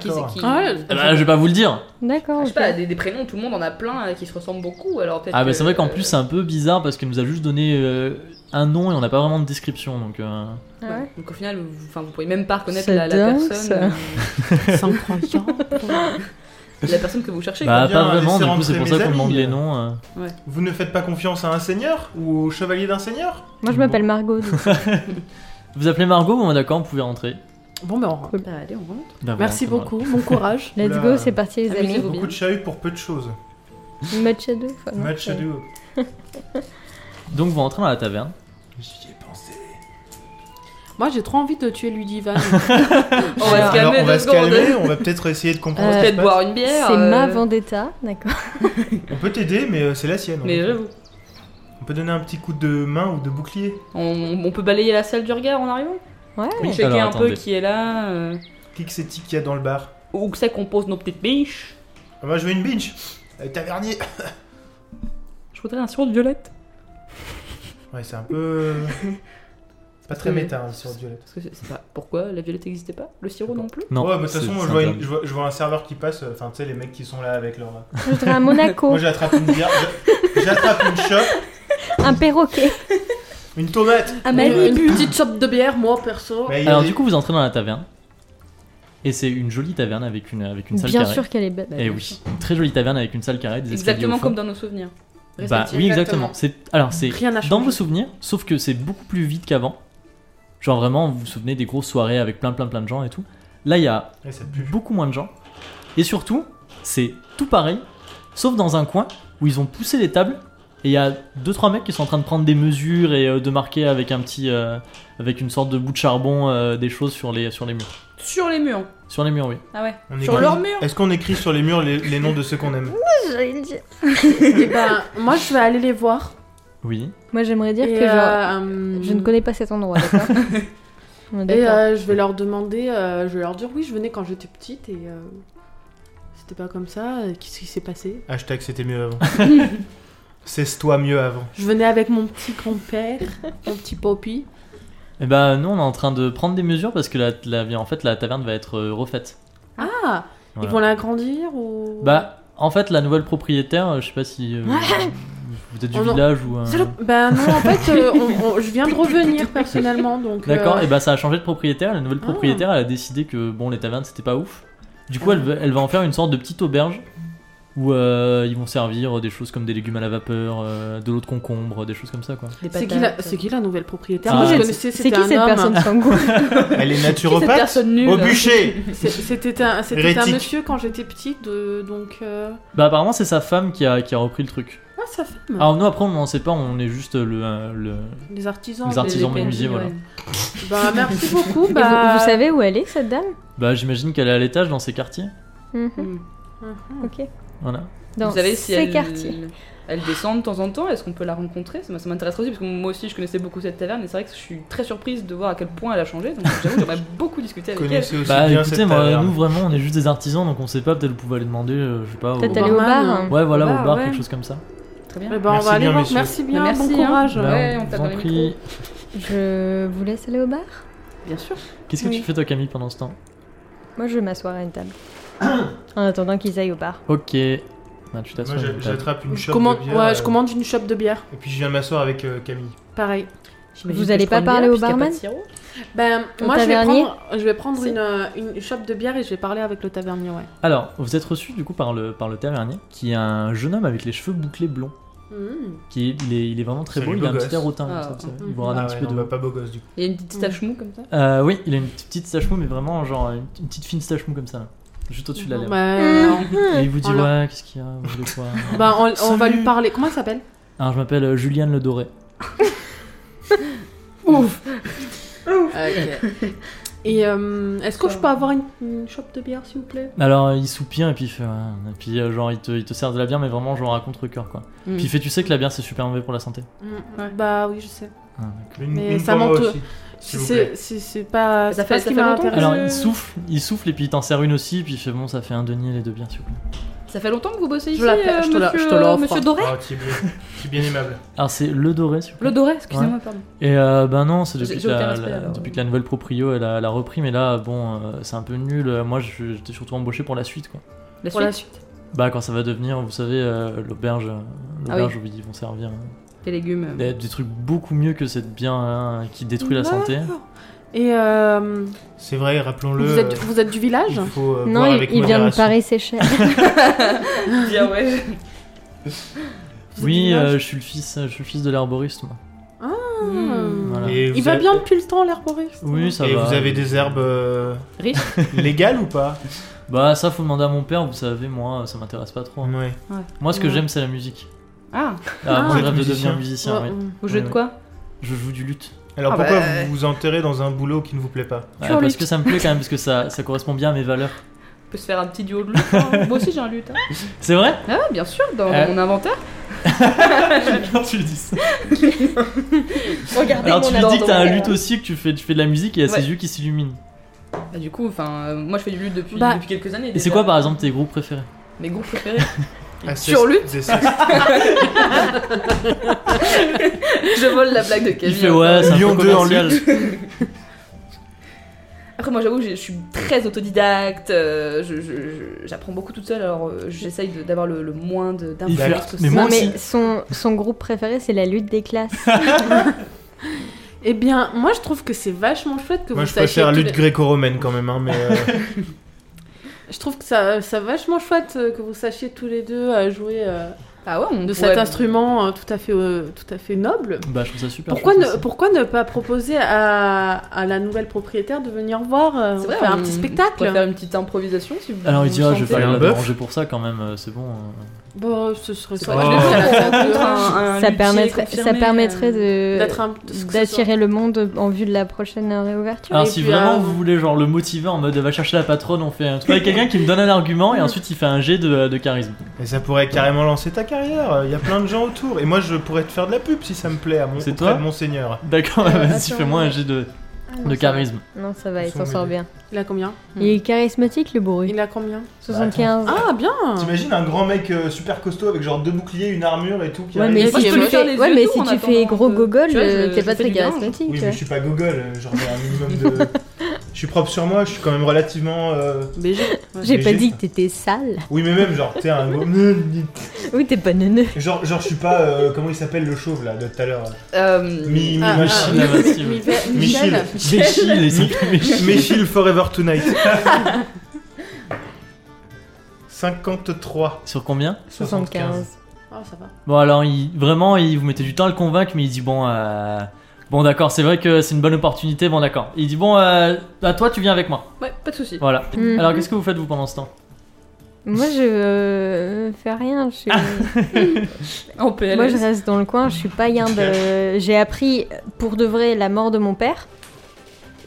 Speaker 2: Qui c'est
Speaker 4: D'accord.
Speaker 2: qui
Speaker 5: Ah,
Speaker 1: Ah bah, je vais pas vous le dire.
Speaker 3: D'accord.
Speaker 2: Je sais
Speaker 3: ok.
Speaker 2: pas, des, des prénoms, tout le monde en a plein euh, qui se ressemblent beaucoup. Alors peut-être
Speaker 1: Ah bah c'est vrai
Speaker 2: que-
Speaker 1: qu'en plus c'est un peu bizarre parce qu'elle nous a juste donné euh, un nom et on n'a pas vraiment de description donc. euh,
Speaker 3: Ah
Speaker 2: Ouais.
Speaker 3: ouais.
Speaker 2: Donc au final, vous, enfin, vous pourriez même pas reconnaître
Speaker 3: C'est
Speaker 2: la, la
Speaker 3: dingue,
Speaker 2: personne,
Speaker 3: ça.
Speaker 2: euh,
Speaker 5: C'est incroyable.
Speaker 2: la personne que vous cherchez.
Speaker 1: Bah
Speaker 2: quoi.
Speaker 4: bien
Speaker 1: pas vraiment.
Speaker 4: laisser
Speaker 1: Du coup c'est
Speaker 4: rentrer
Speaker 1: pour ça
Speaker 4: mes
Speaker 1: qu'on demande
Speaker 4: amis.
Speaker 1: les noms. euh.
Speaker 4: Vous ne faites pas confiance à un seigneur ou au chevalier d'un seigneur
Speaker 3: Moi, je m'appelle Margot. donc.
Speaker 1: Vous appelez Margot Bon bah, d'accord, vous pouvez rentrer.
Speaker 5: Bon, ben on rentre.
Speaker 2: Bah, allez, on rentre.
Speaker 1: Bah, vous
Speaker 5: Merci
Speaker 1: rentrez, voilà.
Speaker 5: beaucoup, bon courage.
Speaker 3: Let's
Speaker 4: Oula.
Speaker 3: go, c'est parti, les amis.
Speaker 2: Amusez-vous.
Speaker 4: Beaucoup de chahut pour peu de choses.
Speaker 3: Match à deux.
Speaker 2: Euh,
Speaker 3: enfin, non,
Speaker 4: Match
Speaker 3: c'est-
Speaker 4: à deux.
Speaker 1: Donc vous rentrez dans la taverne.
Speaker 4: J'y ai pensé.
Speaker 5: Moi, j'ai trop envie de tuer Ludivan.
Speaker 2: On va se
Speaker 4: Alors,
Speaker 2: calmer
Speaker 4: on va
Speaker 2: deux
Speaker 4: se
Speaker 2: secondes.
Speaker 4: calmer, on va peut-être essayer de
Speaker 2: On
Speaker 4: comprendre. ce
Speaker 2: va
Speaker 4: qui se
Speaker 2: peut-être
Speaker 4: passe.
Speaker 2: boire une bière.
Speaker 3: Euh, C'est
Speaker 2: euh,
Speaker 3: ma vendetta, d'accord.
Speaker 4: On peut t'aider, mais euh, c'est la sienne.
Speaker 2: Mais
Speaker 4: on, peut-
Speaker 2: j'avoue,
Speaker 4: on peut donner un petit coup de main ou de bouclier.
Speaker 2: on, on peut balayer la salle du regard en arrivant
Speaker 3: Ouais.
Speaker 1: Oui.
Speaker 2: Checker
Speaker 1: Alors,
Speaker 2: un peu
Speaker 1: attendez.
Speaker 2: qui est là, euh,
Speaker 4: Qui que c'est-il qu'il y a dans le bar
Speaker 2: où que c'est qu'on pose nos petites biches.
Speaker 4: Ah, Moi, je veux une binge. Euh, tavernier.
Speaker 2: Je voudrais un sirop de violette.
Speaker 4: Ouais, c'est un peu. C'est pas très
Speaker 2: que-
Speaker 4: méta hein, sur Violette.
Speaker 2: Parce que c'est c'est pas pourquoi la violette n'existait pas, le sirop non plus.
Speaker 1: Non.
Speaker 4: ouais, mais de toute
Speaker 1: c'est-
Speaker 4: façon, moi,
Speaker 1: c'est
Speaker 4: je vois,
Speaker 1: un
Speaker 4: une-
Speaker 1: terme.
Speaker 4: je, vois, je vois un serveur qui passe. euh, Enfin, tu sais, les mecs qui sont là avec leur.
Speaker 3: Je voudrais un
Speaker 2: Oh.
Speaker 3: Monaco,
Speaker 4: Moi, j'attrape une bière. je- J'attrape une chope,
Speaker 3: un perroquet,
Speaker 4: une tomate.
Speaker 3: un
Speaker 5: Une
Speaker 3: Malibu.
Speaker 5: petite chope de bière, moi, perso.
Speaker 4: Mais il y a
Speaker 1: Alors
Speaker 4: des-
Speaker 1: du coup vous entrez dans la taverne. Et c'est une jolie taverne avec une, avec une salle
Speaker 3: Bien
Speaker 1: carrée.
Speaker 3: sûr qu'elle est belle.
Speaker 1: Et oui, une très jolie taverne avec une salle carrée, des escaliers au
Speaker 2: Exactement
Speaker 1: fond.
Speaker 2: comme dans nos souvenirs.
Speaker 1: Bah oui, exactement.
Speaker 5: Exactement.
Speaker 1: C'est alors c'est
Speaker 5: Rien à changer.
Speaker 1: dans vos souvenirs, sauf que c'est beaucoup plus vite qu'avant. Genre vraiment, vous vous souvenez des grosses soirées avec plein plein plein de gens et tout. Là, il y a
Speaker 4: Ouais, ça pue.
Speaker 1: beaucoup moins de gens. Et surtout, c'est tout pareil, sauf dans un coin où ils ont poussé des tables et il y a deux trois mecs qui sont en train de prendre des mesures et euh, de marquer avec un petit euh, avec une sorte de bout de charbon euh, des choses sur les sur les murs.
Speaker 2: Sur les murs.
Speaker 1: Sur les murs, oui.
Speaker 2: Ah ouais.
Speaker 4: On
Speaker 2: Sur
Speaker 4: écrit-
Speaker 2: leur mur.
Speaker 4: Est-ce qu'on écrit sur les murs les, les noms de ceux qu'on aime
Speaker 3: Oh,
Speaker 5: Et ben, moi, je vais aller les voir.
Speaker 1: Oui.
Speaker 3: Moi, j'aimerais dire
Speaker 5: Et,
Speaker 3: que genre,
Speaker 5: euh,
Speaker 3: je ne connais pas cet endroit, d'accord On est
Speaker 5: Et
Speaker 3: d'accord.
Speaker 5: euh, je vais leur demander, euh, je vais leur dire oui, je venais quand j'étais petite et euh, c'était pas comme ça. euh, Qu'est-ce qui s'est passé
Speaker 4: Hashtag c'était mieux avant. Cesse-toi mieux avant.
Speaker 5: Je venais avec mon petit grand-père, mon petit papy.
Speaker 1: Et ben nous, on est en train de prendre des mesures parce que la, la- en fait la taverne va être euh, refaite.
Speaker 5: Ah,
Speaker 1: Voilà.
Speaker 5: ils vont l'agrandir ou
Speaker 1: Bah, en fait, la nouvelle propriétaire, euh, je sais pas si euh, vous êtes du
Speaker 5: Oh non.
Speaker 1: village ou. euh,
Speaker 5: Salope. Bah non, en fait, euh, on- on- je viens de revenir personnellement, donc.
Speaker 1: D'accord,
Speaker 5: euh,
Speaker 1: et bah ça a changé de propriétaire. La nouvelle
Speaker 5: Ah.
Speaker 1: propriétaire, elle a décidé que bon, les tavernes c'était pas ouf. Du coup, elle, va- elle va en faire une sorte de petite auberge où euh, ils vont servir des choses comme des légumes à la vapeur, euh, de l'eau de concombre, des choses comme ça quoi.
Speaker 2: Des
Speaker 5: C'est qui, la...
Speaker 2: patates. euh,
Speaker 5: c'est qui la nouvelle propriétaire
Speaker 1: Ah,
Speaker 5: Moi, je
Speaker 1: c'est-
Speaker 5: connaissais,
Speaker 3: C'est
Speaker 5: c'était
Speaker 3: qui
Speaker 5: un
Speaker 3: cette
Speaker 5: homme.
Speaker 3: personne sans goût
Speaker 4: Elle est
Speaker 2: Qui cette
Speaker 4: naturopathe
Speaker 2: personne nulle
Speaker 4: Au bûcher
Speaker 5: C'est- C'était un, c'était un
Speaker 4: Hérétique.
Speaker 5: monsieur quand j'étais petite, de- donc. euh,
Speaker 1: Bah, apparemment, c'est sa femme qui a, qui a repris le truc.
Speaker 5: Ah, sa femme.
Speaker 1: Alors, nous, après, on en sait pas, on est juste le. euh, le...
Speaker 5: Les artisans.
Speaker 1: Les artisans
Speaker 5: les-
Speaker 1: menuisiers, voilà.
Speaker 5: Bah merci beaucoup.
Speaker 3: Et
Speaker 5: Bah...
Speaker 3: vous, vous savez où elle est, cette dame
Speaker 1: Bah, j'imagine qu'elle est à l'étage dans ses quartiers.
Speaker 3: Mhm,
Speaker 2: Hmm.
Speaker 3: Ok.
Speaker 1: Voilà.
Speaker 3: Dans
Speaker 2: vous savez si
Speaker 3: ces
Speaker 2: elle,
Speaker 3: quartiers.
Speaker 2: elle descend de temps en temps Est-ce qu'on peut la rencontrer Ça, m- ça m'intéresse aussi parce que moi aussi je connaissais beaucoup cette taverne et c'est vrai que je suis très surprise de voir à quel point elle a changé. Donc j'avoue j'aimerais beaucoup discuter avec elle.
Speaker 4: Connaissez aussi
Speaker 1: Bah,
Speaker 4: bien
Speaker 1: écoutez,
Speaker 4: cette
Speaker 1: moi,
Speaker 4: taverne.
Speaker 1: nous, vraiment, on est juste des artisans, donc on sait pas, peut-être vous pouvez aller demander, euh, je sais pas. au-
Speaker 3: Peut-être aller au
Speaker 5: barman,
Speaker 3: bar.
Speaker 5: hein.
Speaker 3: hein.
Speaker 1: Ouais, voilà,
Speaker 2: Bah,
Speaker 1: au bar,
Speaker 2: ouais.
Speaker 1: quelque chose comme ça.
Speaker 2: Très bien. Bah,
Speaker 5: Eh ben, on
Speaker 4: Merci
Speaker 5: va aller
Speaker 4: bien,
Speaker 5: voir.
Speaker 4: messieurs.
Speaker 5: Merci bien,
Speaker 2: Merci,
Speaker 5: bon
Speaker 2: hein.
Speaker 5: courage.
Speaker 2: Ouais,
Speaker 1: Bah,
Speaker 2: on
Speaker 1: vous
Speaker 2: tape
Speaker 1: en
Speaker 2: dans les
Speaker 1: prie.
Speaker 2: micros.
Speaker 3: Je vous laisse aller au bar
Speaker 2: Bien sûr.
Speaker 1: Qu'est-ce que
Speaker 3: Oui.
Speaker 1: tu fais, toi, Camille, pendant ce temps
Speaker 3: Moi, je vais m'asseoir à une table. en attendant qu'ils aillent au bar.
Speaker 1: Ok. Ah, tu
Speaker 4: Moi,
Speaker 1: t'assois.
Speaker 4: j'a-
Speaker 1: donc, t'as-
Speaker 4: j'attrape une
Speaker 5: Je
Speaker 4: chope
Speaker 5: commande,
Speaker 4: de bière,
Speaker 5: ouais,
Speaker 4: euh,
Speaker 5: je commande une chope de bière,
Speaker 4: Et puis je viens de m'asseoir avec euh, Camille.
Speaker 5: pareil.
Speaker 2: J'imagine
Speaker 3: Vous
Speaker 2: que
Speaker 3: allez
Speaker 2: je
Speaker 3: pas
Speaker 2: prends une bière
Speaker 3: parler au
Speaker 2: puisqu'il y a pas
Speaker 3: barman
Speaker 2: de sirop.
Speaker 5: Ben,
Speaker 3: Au
Speaker 5: moi, je vais
Speaker 3: tavernier
Speaker 5: prendre, je vais prendre
Speaker 3: Si.
Speaker 5: une, euh, une chope de bière et je vais parler avec le tavernier, ouais.
Speaker 1: Alors, vous êtes reçu du coup par le, par le tavernier, qui est un jeune homme avec les cheveux bouclés blonds.
Speaker 5: Mmh.
Speaker 1: Qui est, il, est, il est vraiment très
Speaker 4: C'est
Speaker 1: beau,
Speaker 4: lui,
Speaker 1: il a un
Speaker 4: beau
Speaker 1: petit air
Speaker 4: gosse.
Speaker 1: hautain, comme
Speaker 2: Ah,
Speaker 1: ça, vous savez.
Speaker 5: mm,
Speaker 1: il boit un
Speaker 4: Ah
Speaker 1: petit
Speaker 4: ouais,
Speaker 1: peu
Speaker 4: non,
Speaker 1: de.
Speaker 4: bah, pas beau gosse du coup.
Speaker 2: Il y a une petite tache mou comme ça.
Speaker 1: Euh, oui, il a une petite stache mou, mais vraiment genre une, une petite fine stache mou comme ça, là. juste au-dessus de la lèvre.
Speaker 3: Hmm.
Speaker 5: Ben,
Speaker 1: Et il vous dit
Speaker 5: on l'a-
Speaker 1: ouais, qu'est-ce qu'il y a, vous voulez quoi
Speaker 5: on- ben, on, on va
Speaker 4: Salut.
Speaker 5: lui parler. Comment il s'appelle
Speaker 1: Alors, je m'appelle euh, Juliane Le Doré.
Speaker 5: Et euh, est-ce que
Speaker 2: Ça
Speaker 5: je peux avoir une, une chope de bière, s'il vous plaît
Speaker 1: Alors, il soupire et puis il fait ouais. Et puis, euh, genre, il te, il te sert de la bière, mais vraiment genre à contre-coeur quoi.
Speaker 2: Mm.
Speaker 1: Puis il fait, tu sais que la bière c'est super mauvais pour la santé. Ah,
Speaker 2: Ouais.
Speaker 5: Bah oui, je sais.
Speaker 4: Une,
Speaker 5: Mais
Speaker 4: une
Speaker 5: ça
Speaker 4: pour moi
Speaker 5: manque-
Speaker 4: aussi. S'il
Speaker 5: Si
Speaker 4: vous
Speaker 5: c'est si c'est pas,
Speaker 2: Ça fait-
Speaker 5: c'est pas
Speaker 2: ça
Speaker 5: ce qui
Speaker 2: fait
Speaker 5: m'a
Speaker 2: longtemps que-
Speaker 5: intéressé.
Speaker 1: Alors, il souffle, il souffle et puis il t'en sert une aussi, et puis il fait bon, ça fait un denier les deux bières, s'il vous plaît.
Speaker 2: Ça fait longtemps que vous bossez ici,
Speaker 5: Je la perds,
Speaker 2: euh,
Speaker 5: je te la- je te
Speaker 2: monsieur-
Speaker 5: l'offre.
Speaker 2: monsieur Doré
Speaker 4: Oh, tu es bien, tu es bien aimable.
Speaker 1: Alors c'est le doré sur
Speaker 2: Le Doré, excusez-moi, pardon.
Speaker 1: Et euh, ben non, c'est depuis,
Speaker 2: J'ai-
Speaker 1: que
Speaker 2: j'ai aucun
Speaker 1: la,
Speaker 2: respect,
Speaker 1: la-
Speaker 2: alors. euh.
Speaker 1: depuis que la nouvelle proprio elle a, elle a repris, mais là bon, euh, c'est un peu nul. Moi je- j'étais surtout embauché pour la suite quoi.
Speaker 2: La
Speaker 5: Pour
Speaker 2: suite,
Speaker 5: la
Speaker 1: Bah quand ça va devenir, vous savez, euh, l'auberge, euh,
Speaker 2: Ah
Speaker 1: l'auberge où ils vont servir euh,
Speaker 2: des légumes.
Speaker 1: des, des trucs beaucoup mieux que cette bien là, qui détruit la
Speaker 5: D'accord.
Speaker 1: santé.
Speaker 5: Et euh,
Speaker 4: C'est vrai, rappelons-le.
Speaker 5: vous, êtes,
Speaker 4: euh,
Speaker 5: vous êtes du village
Speaker 4: il faut, euh, boire
Speaker 3: Non, il,
Speaker 4: avec
Speaker 3: il vient de
Speaker 4: modération.
Speaker 3: Paris-Séchelles.
Speaker 1: ah
Speaker 2: Bien, ouais.
Speaker 5: Vous êtes du
Speaker 1: Oui,
Speaker 5: village
Speaker 1: euh, je suis le fils, je suis le fils de l'herboriste. moi.
Speaker 5: Hmm.
Speaker 1: Voilà.
Speaker 4: Et
Speaker 5: Il
Speaker 4: vous
Speaker 5: va
Speaker 4: avez-
Speaker 5: bien depuis le temps, l'air forest
Speaker 1: Oui, ça
Speaker 4: Et
Speaker 1: va.
Speaker 4: vous avez des herbes euh,
Speaker 2: Riche.
Speaker 4: légales ou pas
Speaker 1: Bah ça faut demander à mon père. Vous savez, moi ça m'intéresse pas trop.
Speaker 4: Ouais.
Speaker 1: Moi ce que
Speaker 5: Ouais.
Speaker 1: j'aime c'est la musique.
Speaker 2: Ah,
Speaker 1: Ah, moi
Speaker 5: Ah.
Speaker 4: Vous
Speaker 1: je
Speaker 4: êtes
Speaker 1: rêve de
Speaker 4: musicien
Speaker 1: devenir musicien.
Speaker 5: Oh,
Speaker 1: oui.
Speaker 5: hmm.
Speaker 2: vous jouez
Speaker 1: Oui,
Speaker 2: de
Speaker 1: oui.
Speaker 2: quoi
Speaker 1: Je joue du luth.
Speaker 4: Alors
Speaker 5: Ah
Speaker 4: pourquoi
Speaker 5: bah,
Speaker 4: vous vous enterrez dans un boulot qui ne vous plaît pas
Speaker 1: Ouais,
Speaker 5: Pure
Speaker 1: parce
Speaker 5: lutte.
Speaker 1: que ça me plaît quand même, parce que ça, ça correspond bien à mes valeurs.
Speaker 2: On peut se faire un petit duo de lutte. hein. Moi aussi j'ai un lutte. hein.
Speaker 1: C'est vrai
Speaker 2: Ah ouais, bien sûr, dans
Speaker 1: Euh.
Speaker 2: mon inventaire.
Speaker 1: tu dis ça.
Speaker 2: Regardez
Speaker 5: Ah,
Speaker 1: Alors tu lui dis que t'as un
Speaker 2: inventaire.
Speaker 1: luth aussi, que tu fais, tu fais de la musique et il y a
Speaker 2: Ouais.
Speaker 1: ses yeux qui s'illuminent.
Speaker 2: Bah, du coup, enfin, euh, moi je fais du lutte depuis,
Speaker 5: Bah.
Speaker 2: depuis quelques années.
Speaker 1: Et c'est
Speaker 2: déjà.
Speaker 1: quoi par exemple tes groupes préférés
Speaker 2: Mes groupes préférés.
Speaker 4: Sur
Speaker 2: lui
Speaker 4: Lion
Speaker 2: Je vole la blague de hein.
Speaker 1: Il
Speaker 2: Kevin.
Speaker 1: fait ouais, c'est un peu
Speaker 4: 2 en
Speaker 1: commercial.
Speaker 4: lutte.
Speaker 2: Après, moi, j'avoue que j'ai- je suis très autodidacte. euh, je- je- je- J'apprends beaucoup toute seule. Alors, euh, j'essaye de- d'avoir le, le moins de- d'influence
Speaker 1: fait-
Speaker 2: possible.
Speaker 1: mais moi
Speaker 3: non, mais son, son groupe préféré, c'est la lutte des classes.
Speaker 5: Eh bien, moi je trouve que c'est vachement chouette que
Speaker 4: Moi
Speaker 5: vous
Speaker 4: je
Speaker 5: sachiez.
Speaker 4: préfère
Speaker 5: tous
Speaker 4: lutte
Speaker 5: les-
Speaker 4: gréco-romaine quand même, hein, mais euh,
Speaker 5: Je trouve que ça, ça vachement chouette euh, que vous sachiez tous les deux euh, jouer euh,
Speaker 2: Ah ouais, on
Speaker 5: de
Speaker 2: pourrait-
Speaker 5: cet instrument euh, tout à fait, euh, tout à fait noble.
Speaker 1: Bah je trouve ça super.
Speaker 5: Pourquoi
Speaker 1: chouette
Speaker 5: ne,
Speaker 1: aussi.
Speaker 5: pourquoi ne pas proposer à, à la nouvelle propriétaire de venir voir euh,
Speaker 2: C'est vrai,
Speaker 5: faire
Speaker 2: on-
Speaker 5: un petit
Speaker 2: on pourrait
Speaker 5: spectacle
Speaker 2: faire une petite improvisation si vous
Speaker 1: Alors il
Speaker 2: vous
Speaker 1: dira, je
Speaker 2: sentez.
Speaker 1: vais pas
Speaker 4: un
Speaker 1: la
Speaker 4: bœuf
Speaker 1: déranger pour ça quand même, euh, c'est bon. euh.
Speaker 5: Bon, Bah, ce serait
Speaker 2: C'est
Speaker 5: pas-
Speaker 2: pas
Speaker 4: Oh.
Speaker 2: grave,
Speaker 5: Je
Speaker 2: on
Speaker 5: vais la faire
Speaker 2: rencontre
Speaker 5: contre un-
Speaker 2: un- un
Speaker 3: ça,
Speaker 2: luthier
Speaker 3: permettrait, ça
Speaker 2: confirmé,
Speaker 3: permettrait
Speaker 2: euh,
Speaker 3: de,
Speaker 5: d'être un- que ce soit-
Speaker 3: d'attirer le monde en vue de la prochaine réouverture.
Speaker 1: Alors
Speaker 5: et
Speaker 1: si
Speaker 5: puis,
Speaker 1: vraiment
Speaker 5: euh,
Speaker 1: vous voulez genre le motiver en mode va chercher la patronne, on fait un truc avec quelqu'un qui me donne un argument
Speaker 5: Mm.
Speaker 1: et ensuite il fait un jet de, de charisme.
Speaker 4: mais ça pourrait carrément lancer ta carrière. Il y a plein de gens autour. Et moi je pourrais te faire de la pub si ça me plaît à mon
Speaker 1: C'est
Speaker 4: auprès
Speaker 1: toi
Speaker 4: de Monseigneur.
Speaker 1: D'accord,
Speaker 5: Ah,
Speaker 3: Euh,
Speaker 1: vas-y
Speaker 3: attends.
Speaker 1: fais-moi un jet de, de charisme.
Speaker 3: Non, ça va,
Speaker 4: Ah, Ils
Speaker 3: il s'en
Speaker 4: sont
Speaker 3: sort
Speaker 4: mêlés.
Speaker 3: bien.
Speaker 5: Il a combien
Speaker 2: Hmm.
Speaker 3: Il est charismatique, le bourru.
Speaker 5: Il a combien
Speaker 3: 75.
Speaker 5: Ah, bien
Speaker 4: T'imagines un grand mec euh, super costaud avec genre deux boucliers, une armure et tout qui
Speaker 3: ouais,
Speaker 4: arrive
Speaker 3: mais
Speaker 2: Moi,
Speaker 3: si tu
Speaker 2: je peux lui faire
Speaker 3: fais,
Speaker 2: les
Speaker 3: ouais,
Speaker 2: yeux
Speaker 3: mais
Speaker 2: doux
Speaker 3: si
Speaker 2: en
Speaker 3: tu
Speaker 2: attendant
Speaker 3: fais
Speaker 2: que-
Speaker 3: gros gogol,
Speaker 2: Tu vois, je-
Speaker 3: euh,
Speaker 2: je
Speaker 3: t'es pas
Speaker 2: fais
Speaker 3: très
Speaker 2: du bien.
Speaker 3: charismatique.
Speaker 4: Oui, mais je suis pas gogol, euh, genre j'ai un minimum de. Je suis propre sur moi, je suis quand même relativement. euh,
Speaker 5: BG.
Speaker 3: J'ai pas
Speaker 4: léger.
Speaker 3: dit que t'étais sale.
Speaker 4: Oui, mais même genre, t'es un.
Speaker 3: Oui, t'es pas neuneux.
Speaker 4: Genre, genre, je suis pas. euh, comment il s'appelle le chauve là de tout à l'heure là
Speaker 2: euh,
Speaker 4: Mi, mi,
Speaker 5: Ah,
Speaker 4: machi-
Speaker 1: Machine, la machine.
Speaker 5: Michel.
Speaker 4: Michel.
Speaker 1: Béchil et c'est
Speaker 4: Michel Forever Tonight. 53.
Speaker 1: Sur combien
Speaker 3: 75.
Speaker 5: Oh, ça va.
Speaker 1: Bon alors il, vraiment il vous mettez du temps à le convaincre mais il dit bon euh, bon d'accord c'est vrai que c'est une bonne opportunité bon d'accord il dit bon euh, à toi tu viens avec moi
Speaker 2: Ouais, pas de soucis.
Speaker 1: voilà
Speaker 3: Mhm.
Speaker 1: alors qu'est-ce que vous faites vous pendant ce temps
Speaker 3: Moi, je euh, fais rien. Je suis-
Speaker 4: Ah,
Speaker 2: En PLS.
Speaker 3: Moi, je reste dans le coin. Je suis pas rien de. J'ai appris pour de vrai la mort de mon père.